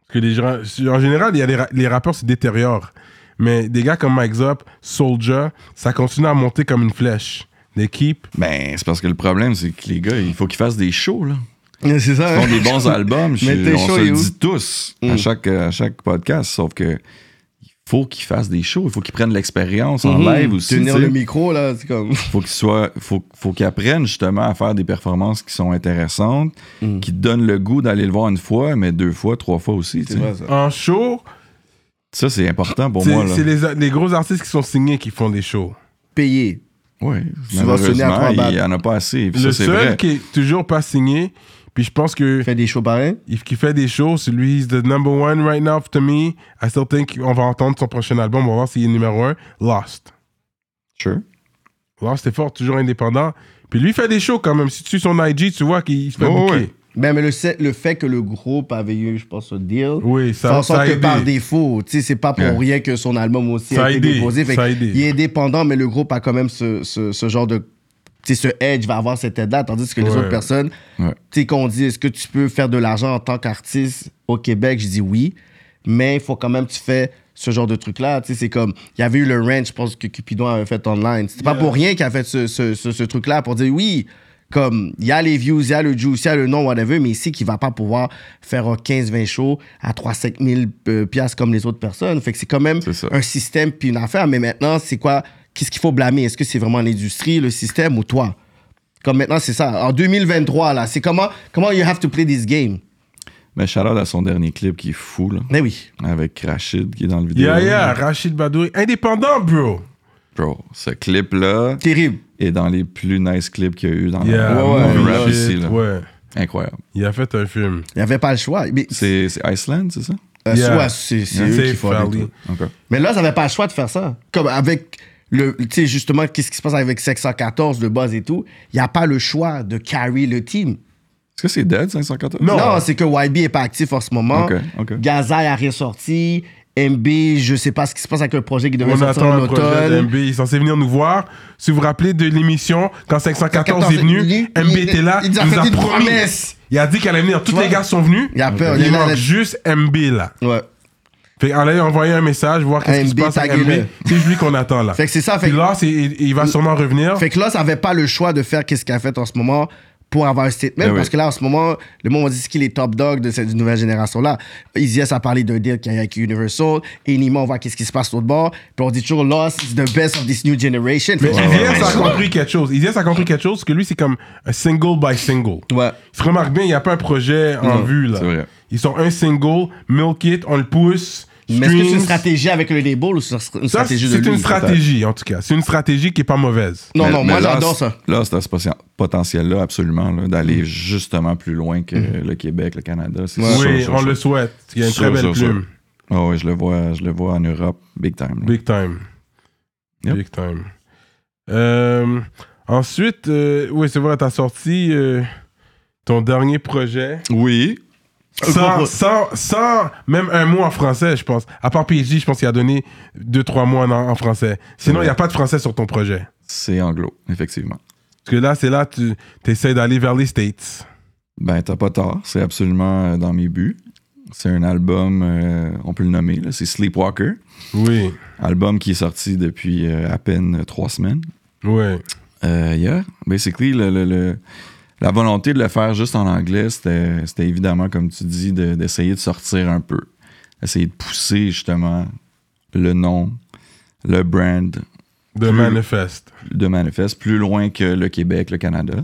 Parce que les gens, en général, il y a les, ra- les rappeurs se détériorent. Mais des gars comme Mike Zop, Soldier, ça continue à monter comme une flèche. They keep. Ben, c'est parce que le problème, c'est que les gars, il faut qu'ils fassent des shows, là. Ouais, C'est ça. Ils hein. font des bons albums, je- Mais tes on shows, se il est le où? dit tous à, Mm. chaque, euh, à chaque podcast, sauf que il faut qu'ils fassent des shows, il faut qu'ils prennent l'expérience en Mhm. live aussi. Tenir tu sais. le micro, là, c'est comme. faut qu'ils soient, faut, faut qu'ils apprennent justement à faire des performances qui sont intéressantes, Mm. qui te donnent le goût d'aller le voir une fois, mais deux fois, trois fois aussi. C'est tu sais. vrai, ça. En show, Ça, c'est important pour moi. c'est Là. c'est les, les gros artistes qui sont signés qui font des shows. Payé. Ouais, Subventionné à trois malheureusement, il n'y balles. en a pas assez. puis le ça, c'est seul vrai. qui est toujours pas signé, puis je pense que Fait des shows pareils. il- qui fait des shows, c'est lui, he's the number one right now to me. I still think on va entendre son prochain album, on va voir s'il est numéro un. Lost. Sure. Lost est fort, toujours indépendant. Puis lui fait des shows quand même. Si tu suis son IG, tu vois qu'il se fait Oh, bouquer. ouais. Ben, Mais, mais le, se- le fait que le groupe avait eu, je pense, un deal. Oui, Ça, fait ça, en ça a sorte que aidé. par défaut, tu sais, c'est pas pour Ouais. rien que son album aussi Ça a a été aidé, déposé. Fait ça a qu'il- aidé. Il est indépendant, mais le groupe a quand même ce, ce, ce genre de. Tu sais, ce edge va avoir cette aide-là, tandis que les Ouais. autres personnes, Ouais. tu sais, qu'on dit, est-ce que tu peux faire de l'argent en tant qu'artiste au Québec Je dis oui, mais il faut quand même que tu fais ce genre de truc-là. Tu sais, c'est comme. Il y avait eu le ranch, je pense, que Cupidon avait fait online. C'est pas Yeah. pour rien qu'il a fait ce, ce, ce, ce truc-là pour dire oui. Comme, il y a les views, il y a le juice, il y a le nom, whatever, mais ici, qui va pas pouvoir faire un 15-20 shows à 3-5 000 euh, piastres comme les autres personnes. Fait que c'est quand même C'est ça. un système puis une affaire. Mais maintenant, c'est quoi Qu'est-ce qu'il faut blâmer Est-ce que c'est vraiment l'industrie, le système ou toi Comme maintenant, c'est ça. En 2023, là, c'est comment Comment you have to play this game Mais Charlotte a son dernier clip qui est fou, là, Mais oui. avec Rachid qui est dans le vidéo. Yeah, yeah, Rachid Badouri, indépendant, bro. Bro, ce clip-là Terrible. est dans les plus nice clips qu'il y a eu dans Yeah, le ouais, monde movie rap shit, ici. là. ouais. Incroyable. Il a fait un film. Il n'y avait pas le choix. Mais C'est c'est Iceland, c'est ça? euh, Yeah. soit c'est c'est eux qui Safe font des trucs. Valley. Encore. Mais là, ils n'avaient pas le choix de faire ça. Comme avec le. Tu sais, justement, qu'est-ce qui se passe avec 714 de base et tout. Il n'y a pas le choix de carry le team. Est-ce que c'est Dead 514? Non. Non, c'est que YB n'est pas actif en ce moment. Ok, ok. Gaza a ressorti. MB, je sais pas ce qui se passe avec le projet qui devait On sortir attend en un projet automne. d'MB. Il est censé venir nous voir. Si vous vous rappelez de l'émission, quand 514 est 514 est venu, venu, MB il- était là. il nous a fait une promesse. Il a dit qu'elle allait venir. Tous vois? les gars sont venus. Il a peur, il Il est là, manque là. juste MB là. Ouais. Fait qu'on allait envoyer un message, voir qu'est-ce qui se MB, passe avec taguez-le. MB. C'est lui qu'on attend là. Fait que c'est ça. Fait Puis que, là, c'est- il, il va sûrement revenir. fait que là, ça n'avait pas le choix de faire qu'est-ce qu'il a fait en ce moment pour avoir un statement. Ah Ben oui. parce que là, en ce moment, le monde dit ce qu'il est top dog de cette nouvelle génération-là. Izias a parlé d'un deal qu'il y a avec Universal. Et Nima, on voit qu'est-ce qui se passe l'autre bord. Puis on dit toujours, Lost is the best of this new generation. Mais Fait que- Ilyes a compris quelque chose. Ilyes a compris quelque chose que lui, c'est comme un single by single. Ouais. Tu remarques bien, il n'y a pas un projet en vue là. c'est vrai. Ils sont un single, milk it, on le pousse. Mais est-ce que c'est une streams. stratégie avec le label ou c'est une Ça, c'est stratégie de lui? une stratégie, en tout cas. C'est une stratégie qui est pas mauvaise. Non, Mais- non, mais moi là, j'adore c'est- ça. Là, c'est à ce poten- potentiel-là, absolument, là, d'aller Mm. justement plus loin que le Québec, le Canada. C'est sûr, oui, sûr, on sûr. le souhaite. Il y a une Sûr, très belle sûr, sûr. plume. Ah ouais, je le vois, je le vois en Europe, big time. là. Big time. Yep. Big time. Euh, ensuite, euh, oui, c'est vrai, t'as sorti euh, ton dernier projet. Oui. Euh, Euh, Sans, sans, sans même un mot en français, je pense. À part PJ, je pense qu'il a donné deux, trois mots en, en français. Sinon, il Ouais. n'y a pas de français sur ton projet. C'est anglo, effectivement. Parce que là, c'est là, tu essaies d'aller vers les States. Ben, t'as pas tort, c'est absolument euh, dans mes buts. C'est un album, euh, on peut le nommer, là, c'est Sleepwalker. Oui, Album qui est sorti depuis euh, à peine euh, trois semaines. oui. Euh, yeah, basically, le, le- le- la volonté de le faire juste en anglais, c'était c'était évidemment, comme tu dis, de- d'essayer de, sortir un peu. essayer de pousser justement le nom, le brand De manifeste. de Manifest plus loin que le Québec, le Canada.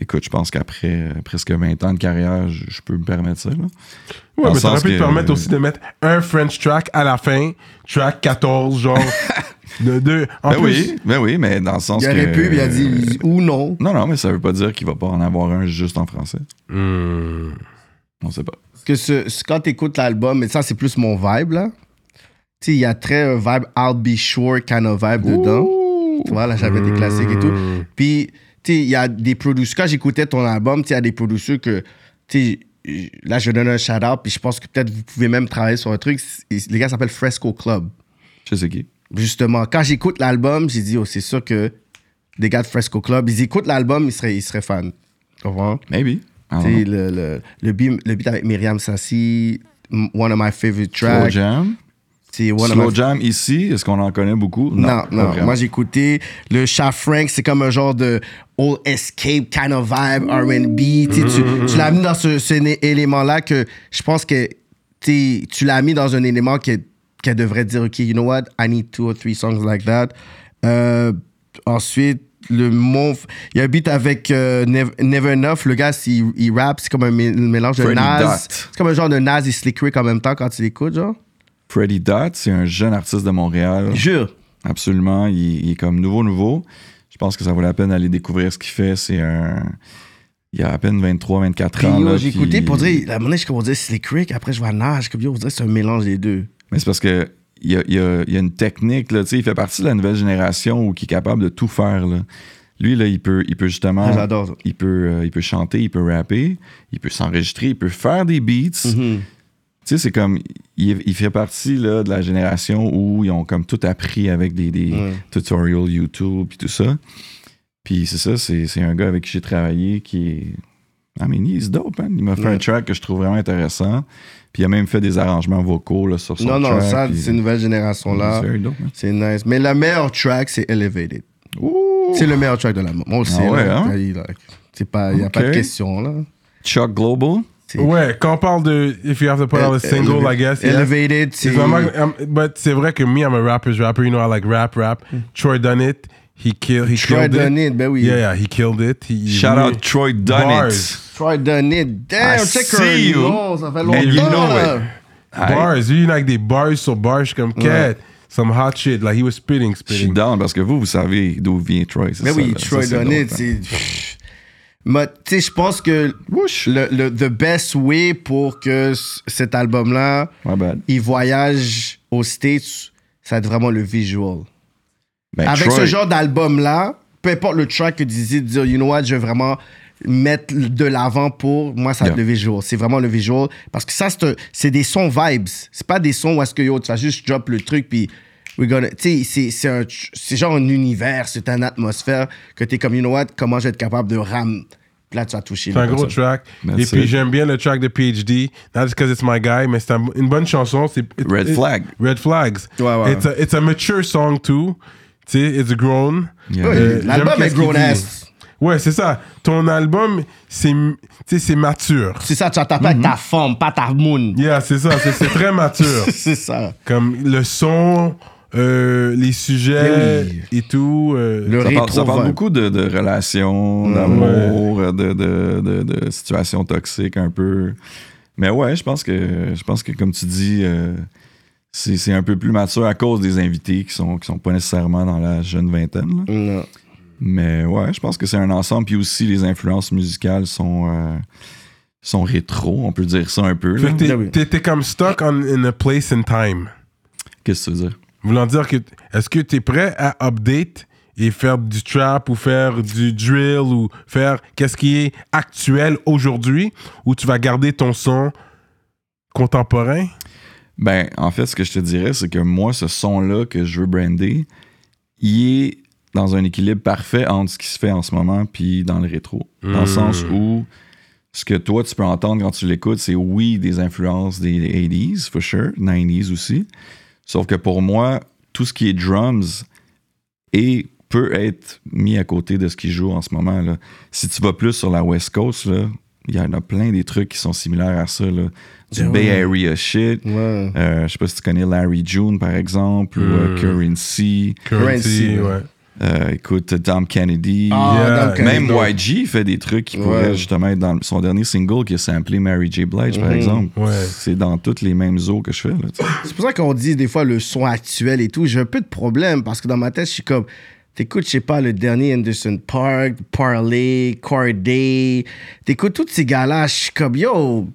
Écoute, je pense qu'après euh, presque 20 ans de carrière, je, je peux me permettre ça. là. Dans Ouais, le mais ça aurait sens pu te que- permettre aussi de mettre un French track à la fin, track 14, genre. de, de, en Ben plus, oui, ben oui, mais dans le sens Il y que... aurait pu, puis il a dit euh, ou non. Non, non, mais ça veut pas dire qu'il va pas en avoir un juste en français. Hmm. On sait pas. Parce que ce, ce- quand t'écoutes l'album, mais ça, c'est plus mon vibe, là. Tu sais, il y a très un vibe I'll be sure kind of vibe dedans. Tu vois, là, j'avais des classiques et tout. Puis, tu sais, il y a des producteurs, quand j'écoutais ton album, tu sais, il y a des producteurs que, tu sais, là, je donne un shout-out, puis je pense que peut-être vous pouvez même travailler sur un truc. C'est- Les gars s'appellent Fresco Club. Je sais qui. Justement, quand j'écoute l'album, j'ai dit, oh, c'est sûr que des gars de Fresco Club, ils écoutent l'album, ils seraient, ils seraient fans. Tu comprends? Maybe. I don't Tu sais, know. le, le, le, beat, le beat avec Myriam Sassi, m- one of my favorite Slow tracks. Jam. C'est one of Slow my- Jam ici, est-ce qu'on en connaît beaucoup? Non, pas non. vraiment. Moi, j'ai écouté le Sha Frank, c'est comme un genre de old escape kind of vibe, R&B. Tu, sais, tu, tu l'as mis dans ce, ce né- élément-là que je pense que tu sais, tu l'as mis dans un élément qui qui devrait dire, OK, you know what, I need two or three songs like that. Euh, ensuite, le mon... Il y a un beat avec euh, Nev- Never Enough. Le gars, il, il rappe, c'est comme un mé- mélange de Freddy Nas. Dot. C'est comme un genre de Nas et Slick Rick en même temps quand tu l'écoutes, genre. Freddy Dot, c'est un jeune artiste de Montréal. Jure. Absolument. Il, il est comme nouveau, nouveau. Je pense que ça vaut la peine d'aller découvrir ce qu'il fait. C'est un. Il a à peine 23, 24 Puis ans. yo, là, j'ai puis- écouté pour dire, la monnaie, je commence à dire Slick Rick, après je vois Nage, comme yo, on dirait que c'est un mélange des deux. Mais c'est parce que il y a, il y a- il y a une technique, là, tu sais, il fait partie de la nouvelle génération où qui est capable de tout faire. là. Lui, là, il peut, il peut justement. Ah, J'adore ça. Il peut, euh, il peut chanter, il peut rapper, il peut s'enregistrer, il peut faire des Mm-hmm. beats. Tu sais, c'est comme. Il, il fait partie là, de la génération où ils ont comme tout appris avec des, des Ouais. tutorials YouTube et tout ça. Puis c'est ça, c'est c'est un gars avec qui j'ai travaillé qui est. I mean, he's dope, man. Il m'a fait Ouais. un track que je trouve vraiment intéressant. Puis il a même fait des arrangements vocaux là, sur son Non, track. non, ça, puis- c'est une nouvelle génération là. He's very dope, man. C'est nice. Mais la meilleure track, c'est Elevated. Ouh! C'est le meilleur track de l'album. On le sait. ouais, là. hein? Il n'y a pas Ok. de question là. Chuck Global. C'est- Ouais, quand on parle de If You Have to Put Out a Single, I guess. yes. Elevated, c'est. C'est vraiment. um, but c'est vrai que me, I'm a rapper's rapper. You know, I like rap, rap. Hmm. Troy done it. He, kill, he Troy killed it. Dunn It, ben oui. Yeah, yeah, he killed it. He, Shout he- out Troy Bars. Dunnett. Troy Dunn It. Damn, I check see her. you. Non, ça fait longtemps. And you know là. it. Bars. You like the bars sur bars comme cat. Some hot shit. Like he was spitting, Je suis spitting. down parce que vous, vous savez d'où vient Troy. c'est Mais ça, Ben oui, là. Ça, Troy c'est Dunn drôle, It, hein. c'est. Mais, tu sais, je pense que Whoosh. le, le- the best way pour que c- cet album-là, My bad. il voyage aux States, ça va être vraiment le visual. Ben, Avec Troy, ce genre d'album-là, peu importe le track que tu dis, de dire, you know what, je vais vraiment mettre de l'avant pour moi, ça va être Yeah. le visual. C'est vraiment le visual. Parce que ça, c'est un- c'est des sons vibes. C'est pas des sons où est-ce que yo, tu vas juste drop le truc, puis we're gonna. Tu sais, c'est- c'est un- c'est genre un univers, c'est une atmosphère que t'es comme, you know what, comment je vais être capable de ram. Puis Là, tu vas toucher. C'est les un gros personnes. track. That's Et puis it. j'aime bien le track de PhD. Not just because it's my guy, mais c'est un- une bonne chanson. C'est it- Red it- Flag. Red Flags. Ouais, ouais. It's, a, it's a mature song too. Tu sais, it's grown. Yeah. Ouais, Euh, L'album j'aime est qu'est-ce qu'il grown dit. ass. Ouais, c'est ça. Ton album, c'est tu sais, c'est mature. C'est ça, tu vas taper avec ta forme, pas ta moon. Mm-hmm. Yeah, c'est ça. C'est c'est très mature. c'est ça. Comme le son, euh, les sujets Oui. et tout. euh, Le ça parle, ça rétro parle vibe. beaucoup de, de relations, d'amour, de, de, de, de situations toxiques un peu. Mais ouais, je pense que, je pense que comme tu dis, euh, c'est c'est un peu plus mature à cause des invités qui sont, qui sont pas nécessairement dans la jeune vingtaine. là. Mm. Non. Mais ouais, je pense que c'est un ensemble. Puis aussi, les influences musicales sont, euh, sont rétro, on peut dire ça un peu. là. Fait que Ah t'es- oui. t'es- t'es comme stuck on, in a place and time. Qu'est-ce que tu veux dire? Voulant dire que est-ce que t'es prêt à update et faire du trap ou faire du drill ou faire qu'est-ce qui est actuel aujourd'hui ou tu vas garder ton son contemporain? Ben, en fait, ce que je te dirais, c'est que moi, ce son-là que je veux brander, il est dans un équilibre parfait entre ce qui se fait en ce moment puis dans le rétro. Dans le sens où ce que toi, tu peux entendre quand tu l'écoutes, c'est oui, des influences des 80s, for sure, 90s aussi. Sauf que pour moi, tout ce qui est drums et peut être mis à côté de ce qui joue en ce moment. Là. Si tu vas plus sur la West Coast, là, Il y en a plein des trucs qui sont similaires à ça. Là. Du Ouais. Bay Area shit. Ouais. Euh, je sais pas si tu connais Larry June, par exemple, ou euh, Hmm. Currency. Currency, Currency, ouais. Euh, écoute, Tom Kennedy. Ah, Yeah. donc, euh, Même donc, YG fait des trucs qui Ouais. pourraient justement être dans son dernier single qui a samplé Mary J. Blige, par Mhm. exemple. Ouais. C'est dans toutes les mêmes eaux que je fais. Là, tu sais. C'est pour ça qu'on dit des fois le son actuel et tout. J'ai un peu de problème parce que dans ma tête, je suis comme. T'écoutes, je sais pas, le dernier Anderson Park, Parley, Corday. T'écoutes tous ces gars-là, je suis comme, yo,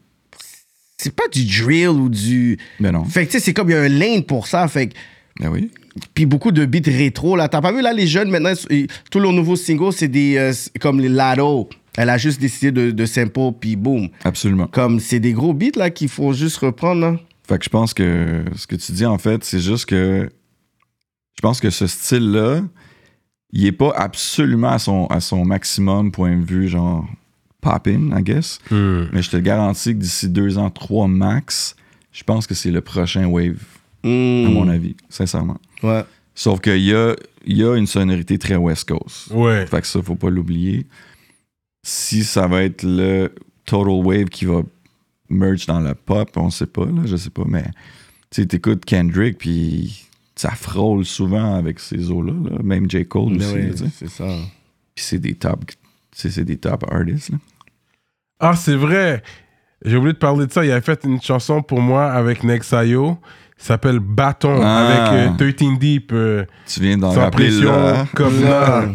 c'est pas du drill ou du. Mais non. Fait que, tu sais, c'est comme, il y a un lane pour ça. Fait que, Ben oui. puis beaucoup de beats rétro, là. T'as pas vu, là, les jeunes, maintenant, ils- tout leur nouveau single, c'est des. euh, c'est comme les Lado. Elle a juste décidé de, de simple, puis boum. Absolument. Comme, c'est des gros beats, là, qu'il faut juste reprendre, hein. là. Fait que je pense que ce que tu dis, en fait, c'est juste que je pense que ce style-là, il est pas absolument à son, à son maximum point de vue, genre popping, I guess. Hmm. Mais je te le garantis que d'ici deux ans, trois max, je pense que c'est le prochain wave, à Hmm. mon avis, sincèrement. Ouais. Sauf qu'il y a, il y a une sonorité très West Coast. Ouais. Fait que ça, faut pas l'oublier. Si ça va être le Total Wave qui va merge dans la pop, on sait pas, là, je sais pas, mais tu sais, t'écoutes Kendrick, puis ça frôle souvent avec ces eaux-là, là. même J. Cole Ben aussi, ouais, là, tu sais. c'est ça. Puis c'est des top, c'est c'est des top artists, là. Ah, c'est vrai. J'ai oublié de parler de ça. Il avait fait une chanson pour moi avec Nexayo. Ça s'appelle Bâton Ah. avec euh, 13 Deep. euh, Tu viens d'en sans rappeler pression, là. hein? comme Ah, là.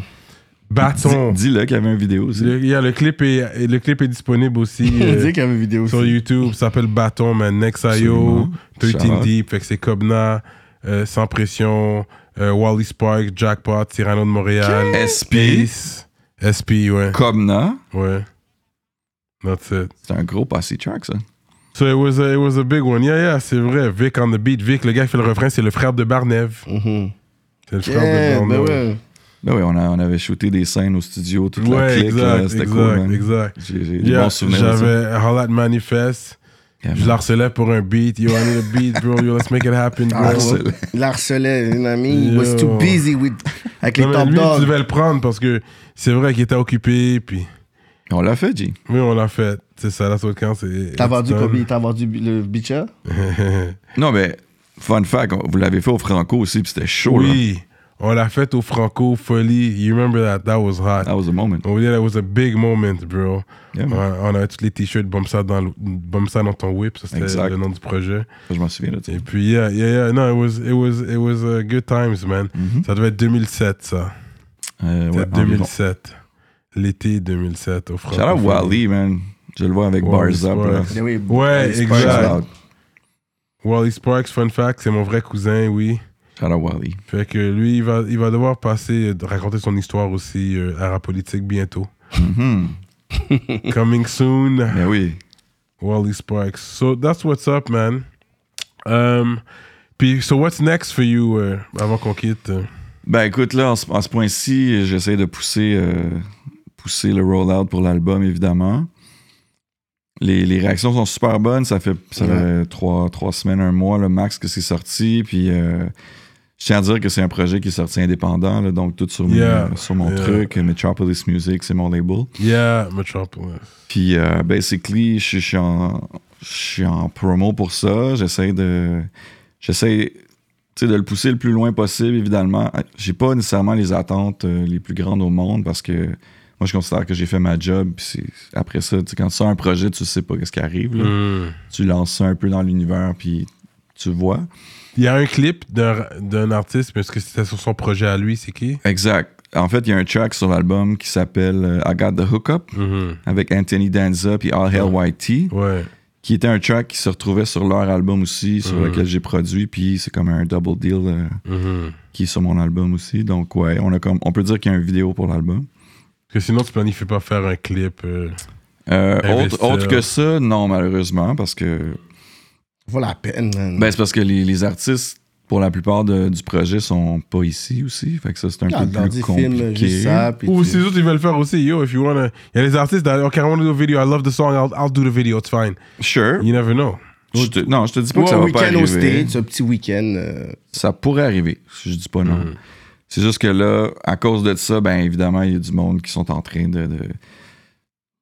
Bâton. Dis- Dis-le qu'il y avait une vidéo aussi. Le, il y a le, clip est, et le clip est disponible aussi Il euh, dit qu'il y avait une vidéo sur aussi. YouTube. Ça s'appelle Bâton, man. Nexayo, Absolument. 13 Shout-out. Deep. Fait que c'est Kobna, euh, Sans Pression, euh, Wally Spark, Jackpot, Cyrano de Montréal. SP, Ace, SP, ouais. Kobna, Ouais. That's it. c'est un gros passé track, ça. So it was a, it was a big one. Yeah, yeah, c'est vrai. Vic on the beat. Vic, le gars qui fait le refrain, c'est le frère de Barnev. Mhm. C'est le frère Yeah, de ben Barnev. ouais. Ben oui, on, a- on avait shooté des scènes au studio, toute la Ouais, clique, là, exact, c'était exact, cool, man. exact. J'ai j'ai des Yeah, bons souvenirs. de ça. J'avais Hollat Manifest. Yeah, Je man. l'harcelais pour un beat. Yo, I need a beat, bro. Yo, let's make it happen, bro. Ah, ouais. Harcelé. Il harcelait, un ami. He Yo. was too busy with, avec Non, les mais top lui, ben, tu dogs. devais le prendre parce que c'est vrai qu'il était occupé. Puis, On l'a fait, G. oui, on l'a fait. C'est ça, la sauce quand c'est. T'as vendu c'est- Kobe, t'as vendu le Bicha. Non, mais fun fact, on- vous l'avez fait au Franco aussi, puis c'était chaud, Oui, on l'a fait au Franco Folie. You remember that? That was hot. là. That was the moment. Oh yeah, that was a big moment, bro. Ah. Yeah, man. On, on a tous les t-shirts Bombe ça dans le- Bombe ça dans ton whip, ça c'était Exact. le nom du projet. Je m'en souviens, là, tu sais. Et puis yeah, yeah, yeah, no, it was, it was, it was uh, good times, man. Mhm. Ça devait être 2007, ça. Euh, C'était ouais, 2007, l'été 2007 au Shout out Francophone. Wally, man. Je le vois avec Wally Bars Up, là. Sparks. Ben oui, Ouais, Alice exact. Parker. Shout out. Wally Sparks, fun fact, c'est mon vrai cousin, oui. Shout out Wally. Fait que lui, il va, il va devoir passer euh, raconter son histoire aussi euh, à la politique bientôt. Mhm. Coming soon. Mais oui. Wally Sparks. So that's what's up, man. Um, puis, so what's next for you euh, avant qu'on quitte? euh? Ben écoute, là, en ce, en ce point-ci, j'essaie de pousser, euh, pousser le rollout pour l'album, évidemment. Les, les réactions sont super bonnes. Ça fait, ça Ouais. fait trois, trois semaines, un mois, le max que c'est sorti. Puis euh, je tiens à dire que c'est un projet qui est sorti indépendant, là, donc tout sur, mes- Yeah. sur mon Yeah. truc. Metropolis Music, c'est mon label. Yeah, Metropolis. Puis, euh, basically, je je suis en, je suis en promo pour ça. J'essaie de. J'essaie. tu sais, de le pousser le plus loin possible, évidemment. J'ai pas nécessairement les attentes euh, les plus grandes au monde parce que moi, je considère que j'ai fait ma job. Puis c'est- après ça, tu sais, quand tu sors un projet, tu sais pas ce qui arrive. là. Mm. Tu lances ça un peu dans l'univers, puis tu vois. Il y a un clip d'un d'un artiste, parce que c'était sur son projet à lui, c'est qui? Exact. En fait, il y a un track sur l'album qui s'appelle euh, I Got the Hookup Mhm. avec Anthony Danza puis All Hell YT. Ouais. qui était un track qui se retrouvait sur leur album aussi, sur Mhm. lequel j'ai produit, puis c'est comme un double deal euh, Mhm. qui est sur mon album aussi. Donc ouais, on a comme on peut dire qu'il y a une vidéo pour l'album. Parce que sinon, tu planifies pas faire un clip. euh. Euh, autre, Investisseur. autre que ça, non malheureusement, parce que Vaut la peine, man. ben c'est parce que les, les artistes pour la plupart de- du projet sont pas ici aussi, fait que ça c'est un Ah, dans peu des plus films, juste compliqué. ça. puis Ou tu- si les autres, ils veulent faire aussi. Yo, if you wanna... Il y a des artistes, that, OK, I wanna do a video. I love the song. I'll, I'll do the video. It's fine. Sure. You never know. Je te- non, je te dis pas Ou que ça un va pas week-end arriver. au States, un petit week-end. euh, Ça pourrait arriver. Je dis pas non. C'est juste que là, à cause de ça, ben évidemment, il y a du monde qui sont en train de, de,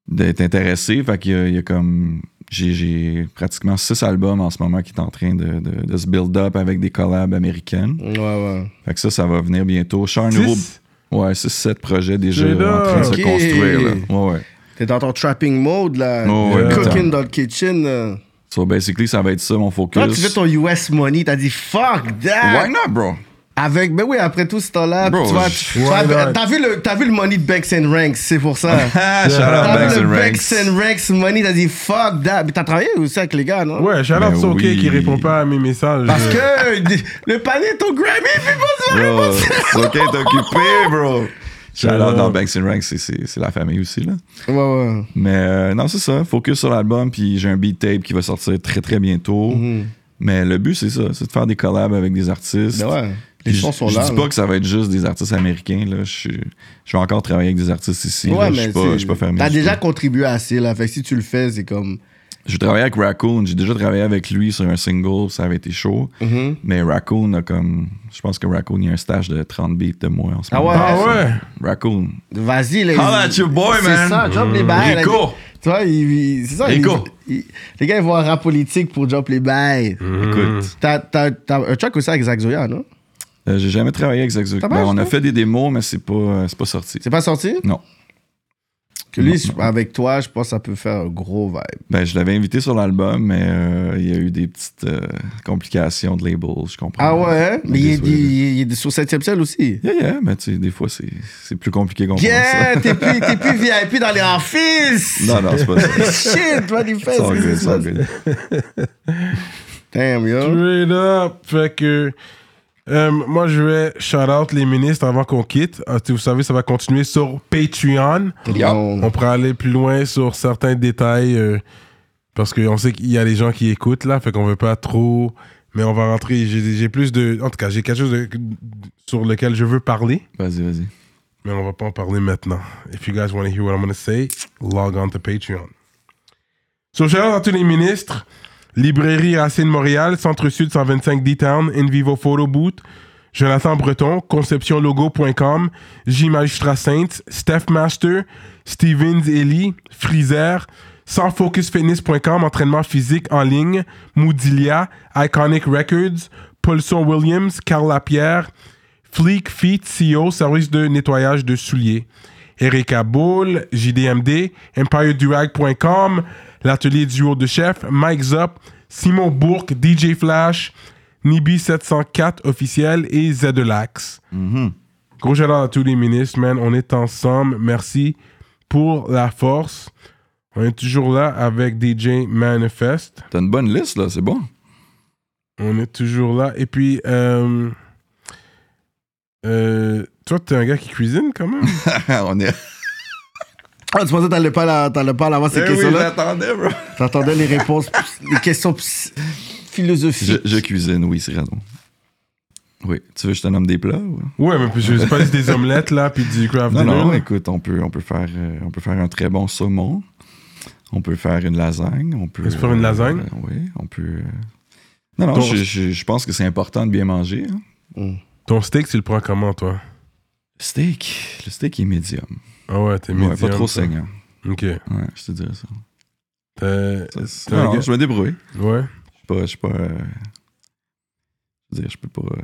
d'être intéressé. Fait qu'il y a, il y a comme. J'ai, j'ai pratiquement six albums en ce moment qui est en train de, de- de se build up avec des collabs américaines. Ouais, ouais. Fait que ça, ça va venir bientôt. Je sors un nouveau. Six? Ouais, c'est sept projets déjà C'est là. en train de Ok. se construire. là. Ouais, ouais. T'es dans ton trapping mode, là. Oh, ouais, You're putain. cooking dans le kitchen. là. So basically, ça va être ça mon focus. Quand Ah, tu fais ton US money, t'as dit fuck that. Why not, bro? Avec, ben oui, après tout ce temps-là, Bro, tu vois, je- tu- tu vois, why not? t'as vu, le- t'as vu le money de Banks and Ranks, c'est pour ça. Ah, shout out T'as Banks vu le and Ranks. Banks and Ranks money, t'as dit fuck that. Mais t'as travaillé aussi avec les gars, non? Ouais, shout Ben out Soke oui. qui répond pas à mes messages. Parce Euh, que le panier est au Grammy, puis Bro, c'est ok, t'es occupé, bro. Shout out Euh, dans Banks and Ranks, c'est- c'est c'est la famille aussi, là. pas Ouais, ouais. Mais euh, non, c'est ça. Focus sur l'album, puis j'ai un beat tape qui va sortir très très bientôt. Mm-hmm. Mais le but, c'est ça, c'est de faire des collabs avec des artistes. Ben ouais. Puis Les je- sons sont Je là. dis là. pas que ça va être juste des artistes américains, là. Je, suis- je vais encore travailler avec des artistes ici. là. je suis pas, je suis pas fermé. T'as du déjà tout. contribué assez, là. Fait que si tu le fais, c'est comme. Je travaille avec Raccoon, j'ai déjà travaillé avec lui sur un single, ça avait été chaud. Mhm. Mais Raccoon a comme. Je pense que Raccoon, il y a un stage de 30 beats de moi en ce Ah moment. ouais? Ah ouais? Raccoon. Vas-y, là. Holla ils- at your boy, man. Mm. C'est ça, drop les bails. là. Rico. Tu vois, ils- ils- c'est ça. ils- Rico. ils- les gars, ils vont en rap politique pour drop les bails. Mm. Écoute. T'as t'as- t'as un track aussi avec Zach Zoya, non? Euh, j'ai jamais travaillé avec Zach Zuck. T'as Ben, pas on a acheté? fait des démos, mais c'est pas, euh, c'est pas sorti. C'est pas sorti? Non. Que lui, je- avec toi, je pense que ça peut faire un gros vibe. Ben, je l'avais invité sur l'album, mais euh, il y a eu des petites euh, complications de label, je comprends. Ah ouais? hein? Mais il est, Désolé. il est- il est sur 7 e ciel aussi. Yeah, yeah, mais tu sais, des fois, c'est c'est plus compliqué qu'on Yeah! T'es plus, t'es plus VIP dans les offices! pense. Non, non, c'est pas ça. Shit, what the It's all fuck? good, qu'est-ce qui it's se all passe? good. Damn, yo. Straight up. Fait que. euh, moi, je vais shout out les ministres avant qu'on quitte. Ah, tu- vous savez, ça va continuer sur Patreon. Yo. On pourra aller plus loin sur certains détails euh, parce qu'on sait qu'il y a des gens qui écoutent là, fait qu'on veut pas trop. Mais on va rentrer. J'ai j'ai plus de. En tout cas, j'ai quelque chose de- sur lequel je veux parler. Vas-y, vas-y. Mais on va pas en parler maintenant. If you guys want to hear what I'm going to say, log on to Patreon. So, shout out à tous les ministres. Librairie Racine Montréal, Centre-Sud 125 D-Town, In Vivo Photo Boot, Jonathan Breton, ConceptionLogo.com, J Magistrat Saints, Steph Master, Stevens Ellie, Freezer, SansFocusFitness.com, entraînement physique en ligne, Moodilia, Iconic Records, Paulson Williams, Carl Lapierre, Fleek Feet CEO, E service de nettoyage de souliers. Erika Bull, JDMD, EmpireDurag.com, l'atelier du haut de chef, Mike's Up, Simon Bourque, DJ Flash, Nibi704 officiel et Zedelax. Gros shout à tous les ministres, man. On est ensemble. Merci pour la force. On est toujours là avec DJ Manifest. T'as une bonne liste, là, c'est bon. On est toujours là. Et puis, euh, euh, toi, t'es un gars qui cuisine quand même. on Eh est. Ah, tu pensais que t'allais pas la- t'allais pas l'avoir ces Eh oui, questions-là? j'attendais, bro. T'attendais les réponses, les questions ps- Je, philosophiques. je cuisine, oui, c'est raison. Oui. Tu veux que je te nomme des plats? ou- ouais, mais puis je sais pas c'est des omelettes là, puis du craft Non, dinner. non, là. écoute, on peut, on, peut faire, euh, on peut faire un très bon saumon. On peut faire une lasagne. On peut On peut faire une lasagne? euh, oui, on peut. euh, Non, non, Ton- je, je- je pense que c'est important de bien manger. hein. Ton steak, tu le prends comment, toi Steak, le steak est médium. Ah ouais, t'es Ouais, médium. pas trop toi. saignant. Ok. Ouais, je te dirais ça. T'es- Ça, c'est- t'es un non, gars- je me débrouille. Ouais. Je suis pas. Je suis pas. euh, Je veux dire, je peux pas. euh,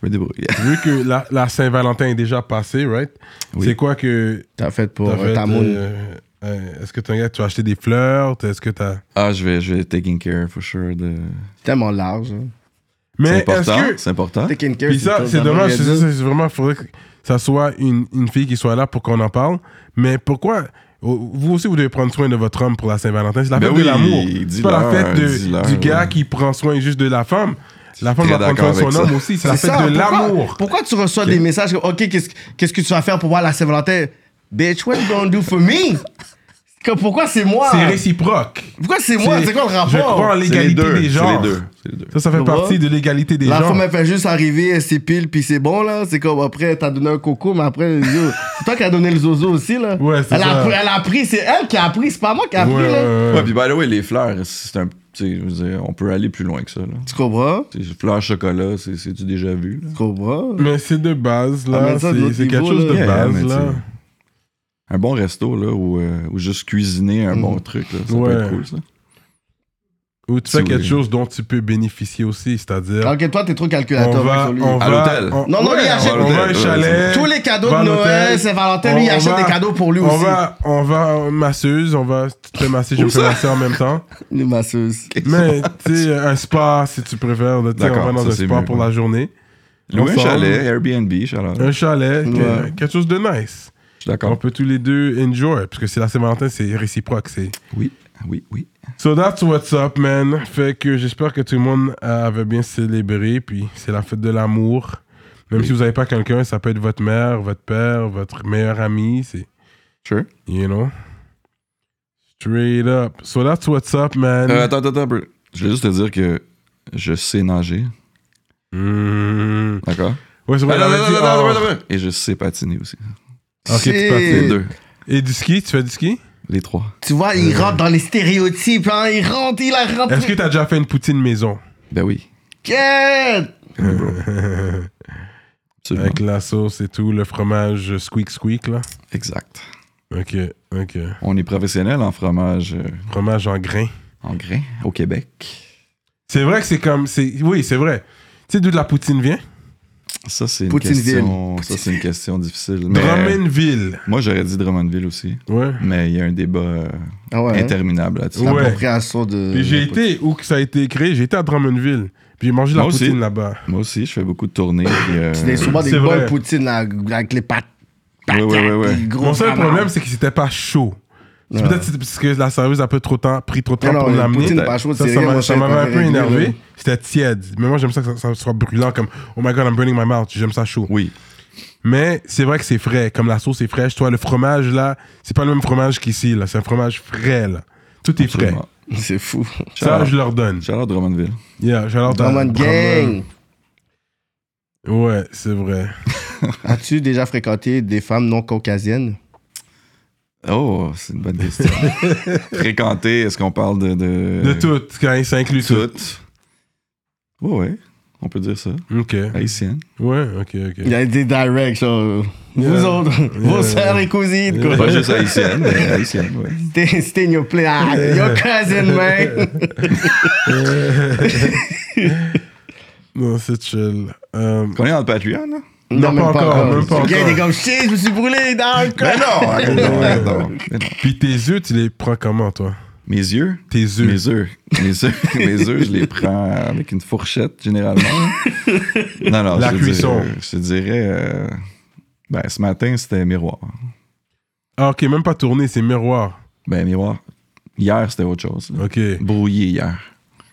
Je me débrouille. Vu que la, la Saint-Valentin est déjà passée, right Oui. C'est quoi que T'as fait pour t'as euh, fait ta moune. euh, euh, Est-ce que t'es un gars, tu as acheté des fleurs T'es- Est-ce que t'as Ah, je vais, je vais taking care for sure. De... Tellement large. hein. C'est Mais est-ce important. que C'est important. Taking care, Puis ça, tout, c'est t'as dommage. rien C'est dit. ça, c'est vraiment, faudrait que ça soit une, une fille qui soit là pour qu'on en parle. Mais pourquoi oh, Vous aussi, vous devez prendre soin de votre homme pour la Saint-Valentin. C'est la Ben fête oui, de l'amour. C'est dis-leur, pas la fête de- dis-leur, du gars ouais. qui prend soin juste de la femme. La suis femme va très prendre soin de d'accord son avec homme ça. aussi. C'est la C'est fête ça, de pourquoi- l'amour. Pourquoi tu reçois des messages comme, OK, qu'est-ce qu'est-ce que tu vas faire pour voir la Saint-Valentin? Bitch, what you gonna do for me? Que- Pourquoi c'est moi? C'est réciproque. Pourquoi c'est moi? C'est quoi le Je crois en rapport? C'est les l'égalité deux. des C'est les genres. deux. C'est les deux. Ça, ça fait Tu vois? partie de l'égalité des La genres. femme, elle fait juste arriver, elle s'épile, puis c'est bon, là. C'est comme après, t'as donné un coco, mais après, yo, c'est toi qui as donné le zozo aussi, là. Ouais, c'est elle ça. A, pris- elle a pris, c'est elle qui a pris, c'est pas moi qui a Ouais, pris, là. ouais, ouais. Ouais, puis by the way, les fleurs, c'est un. tu sais, je veux dire, on peut aller plus loin que ça. Là. Tu comprends? Tu sais, Fleurs chocolat, c'est- c'est-tu déjà vu? Là? Tu comprends? Mais c'est de base, Ah, là. mais ça, C'est notre c'est niveau, quelque chose là. de Yeah, base, mais là. tu sais. un bon resto, là, ou, euh, ou juste cuisiner un Mhm. bon truc, là. Ça Ouais. peut être cool, ça. Ou tu Si fais vous quelque voulez. chose dont tu peux bénéficier aussi, c'est-à-dire. Alors que toi, t'es trop On calculateur va, sur lui. on À va- l'hôtel. on- Non, non, ouais, lui, il achète- on va à un Ouais, chalet. Tous les cadeaux va à de Noël, l'hôtel. c'est Valentin, lui, il On achète va- des cadeaux pour lui on aussi. va, on va en masseuse, on va, tu te fais masser, je me fais masser en même temps. Les masseuses. Mais tu sais, un spa si tu préfères, là, tu sais, on D'accord, va dans ça, un c'est spa mieux, pour ouais. la journée. Louer un Ensemble. chalet, Airbnb, Charlotte. Un chalet, que- Ouais. quelque chose de nice. Je suis d'accord. On peut tous les deux enjoy, parce que c'est la Saint-Valentin, c'est réciproque, c'est. oh, Oui, Ah oui, oui. So that's what's up, man. Fait que j'espère que tout le monde euh, avait bien célébré, puis c'est la fête de l'amour. Même si vous n'avez pas quelqu'un, ça peut être votre mère, votre père, votre meilleur ami, c'est, Sure. you know. Straight up. So that's what's up, man. Euh, attends, attends, attends. un peu. Je voulais juste te dire que je sais nager, Mm. d'accord? Ouais, c'est vrai, Attends, elle avait attends, dit, attends, oh. attends, attends. Et je sais patiner aussi. Ok, tu C'est- partais. Les deux, Et du ski, tu fais du ski? les trois. Tu vois, il rentre dans les stéréotypes, hein. Il rentre, il a rentré. Euh, Est-ce que t'as déjà fait une poutine maison? Ben oui, Quête! absolument. Avec la sauce et tout, le fromage squeak squeak, là. Exact. Ok, ok. On est professionnel en fromage euh, Fromage en grain. en grain au Québec. C'est vrai que c'est comme. c'est Oui, c'est vrai. Tu sais d'où la poutine vient? Ça, c'est une, Poutineville. question... ça, c'est une question difficile. Mais, Drummondville. Moi, j'aurais dit Drummondville aussi. Ouais. Mais il y a un débat euh, Ah ouais. hein? interminable là-dessus. Ouais. L'appropriation de. Mm. Puis j'ai été où que ça a été créé, j'ai été à Drummondville. Puis j'ai mangé la Moi aussi. poutine là-bas. Moi aussi, je fais beaucoup de tournées. puis, euh, C'est des- souvent des C'est bonnes vrai. poutines là, avec les pâtes. Ouais, ouais, ouais, ouais. Gros Mon seul fromage. problème, c'est que c'était pas chaud. C'est Ouais. Peut-être c'est parce que la serveuse a peu trop de temps, pris trop de temps Non, pour non, une l'amener. poutine pas chaude, Ça, c'est ça rien, m'a- moi, ça je m'avait un peu préfère régler, là. énervé. C'était tiède. Mais moi, j'aime ça que ça, ça soit brûlant, comme Oh my god, I'm burning my mouth. J'aime ça chaud. Oui, Mais c'est vrai que c'est frais. Comme la sauce est fraîche, toi, le fromage là, c'est pas le même fromage qu'ici. là. C'est un fromage frais. là. Tout est frais. absolument. C'est fou. Ça, je leur donne. Shout-out Drummondville. Yeah, j'adore ta- Drummond Gang. Ouais, c'est vrai. As-tu déjà fréquenté des femmes non caucasiennes? Oh, c'est une bonne question. Fréquenter, est-ce qu'on parle de. De, De tout, quand ça inclut tout. Tout. Ouais, ouais. On peut dire ça. Ok. Haïtienne. Ouais, ok, Il ok. a été direct, genre. Yeah. Vous autres, vos Yeah. sœurs et cousines, quoi. Pas juste haïtienne, mais haïtienne, ouais. Stay, stay in your place. Ah, Your cousin, man. Non, c'est chill. Euh, Qu'on est dans le Patreon, hein? là? Non, pas encore, même pas Le gars, encore. il est comme shit, je me suis brûlé dans le Ben cœur. non! arrête donc, arrête donc, arrête donc. Puis tes yeux, tu les prends comment, toi Mes yeux? Tes yeux. Mes œufs. Mes œufs, mes œufs, je les prends avec une fourchette, généralement. Non, non, La je te cuisson. dirais- je te dirais. euh, ben, ce matin, c'était miroir. Ah, ok, même pas tourné, c'est miroir. Ben, miroir. Hier, c'était autre chose. là. Ok. Brouillé hier.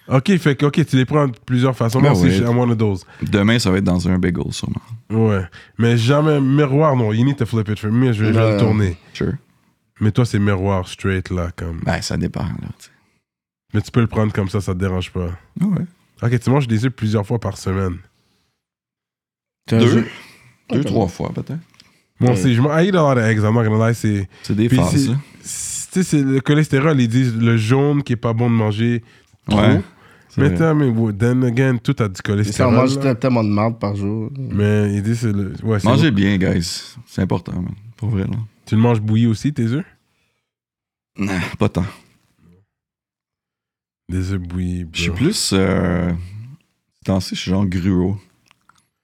Ok, fait que, ok, tu les prends de plusieurs façons. Ben Moi aussi, ouais. j'ai- I'm one of those. Demain, ça va être dans un bagel, sûrement. Ouais. Mais jamais miroir, non. You need to flip it for me. Je vais, je vais Ouais. le tourner. Sure. Mais toi, c'est miroir straight là, comme. Ben, ça dépend, là. tu sais. Mais tu peux le prendre comme ça, ça te dérange pas. Ah Ouais. Ok, tu manges des yeux plusieurs fois par semaine. Deux. Deux, trois fois, peut-être. Bon, Ouais. c'est, je m'en I eat a lot of eggs. I'm not gonna lie, c'est. C'est des Puis phases, c'est- là. c'est- Tu sais, c'est le cholestérol, ils disent le jaune qui est pas bon de manger trop. Ouais. C'est Mais vrai. t'as, mais well, then again, tout a du Et ça, on cholestérol. mange là. tellement de marde par jour. mais ils disent c'est le. Ouais, c'est Mangez bien, guys. C'est important, man. Pour vrai, là. Tu le manges bouilli aussi, tes œufs Non, pas tant. Des œufs bouillis. bro. Je suis plus. Euh... ces temps-ci, je suis genre gruau.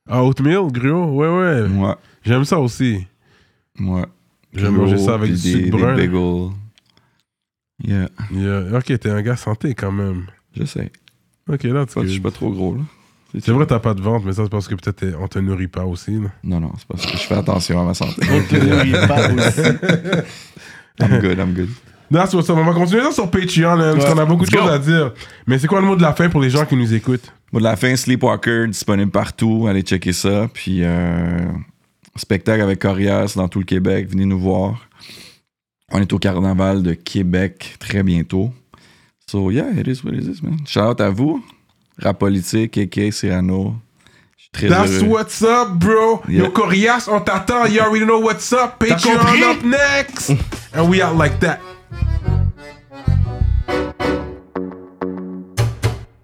Ah, oatmeal, gruau Ouais, ouais. Ouais. J'aime ça aussi. Ouais. J'aime Gruau, manger ça avec puis du des, sucre brun. Des bagels. Yeah. Yeah. Ok, t'es un gars santé quand même. Je sais. Ok, là, tu Pas- Je suis pas trop gros, là. C'est vrai, t'as pas de ventre, mais ça, c'est parce que peut-être t'es- on te nourrit pas aussi. là. Non, non, c'est parce que je fais attention à ma santé. I'm good, I'm good. That's what's up. On va continuer ça sur Patreon, hein, parce Ouais. qu'on a beaucoup de Let's choses go. à dire. Mais c'est quoi le mot de la fin pour les gens qui nous écoutent Mot de la fin, Sleepwalker, disponible partout. Allez checker ça. Puis, euh, spectacle avec Corias dans tout le Québec. Venez nous voir. On est au Carnaval de Québec très bientôt. So, yeah, it is what it is, man. Shout out à vous. Rap politique, KK, Cyrano. Je suis très That's heureux. what's up, bro. Yeah. Yo, Corias, on t'attend. You already know what's up. compris? Patreon up next. And we out like that.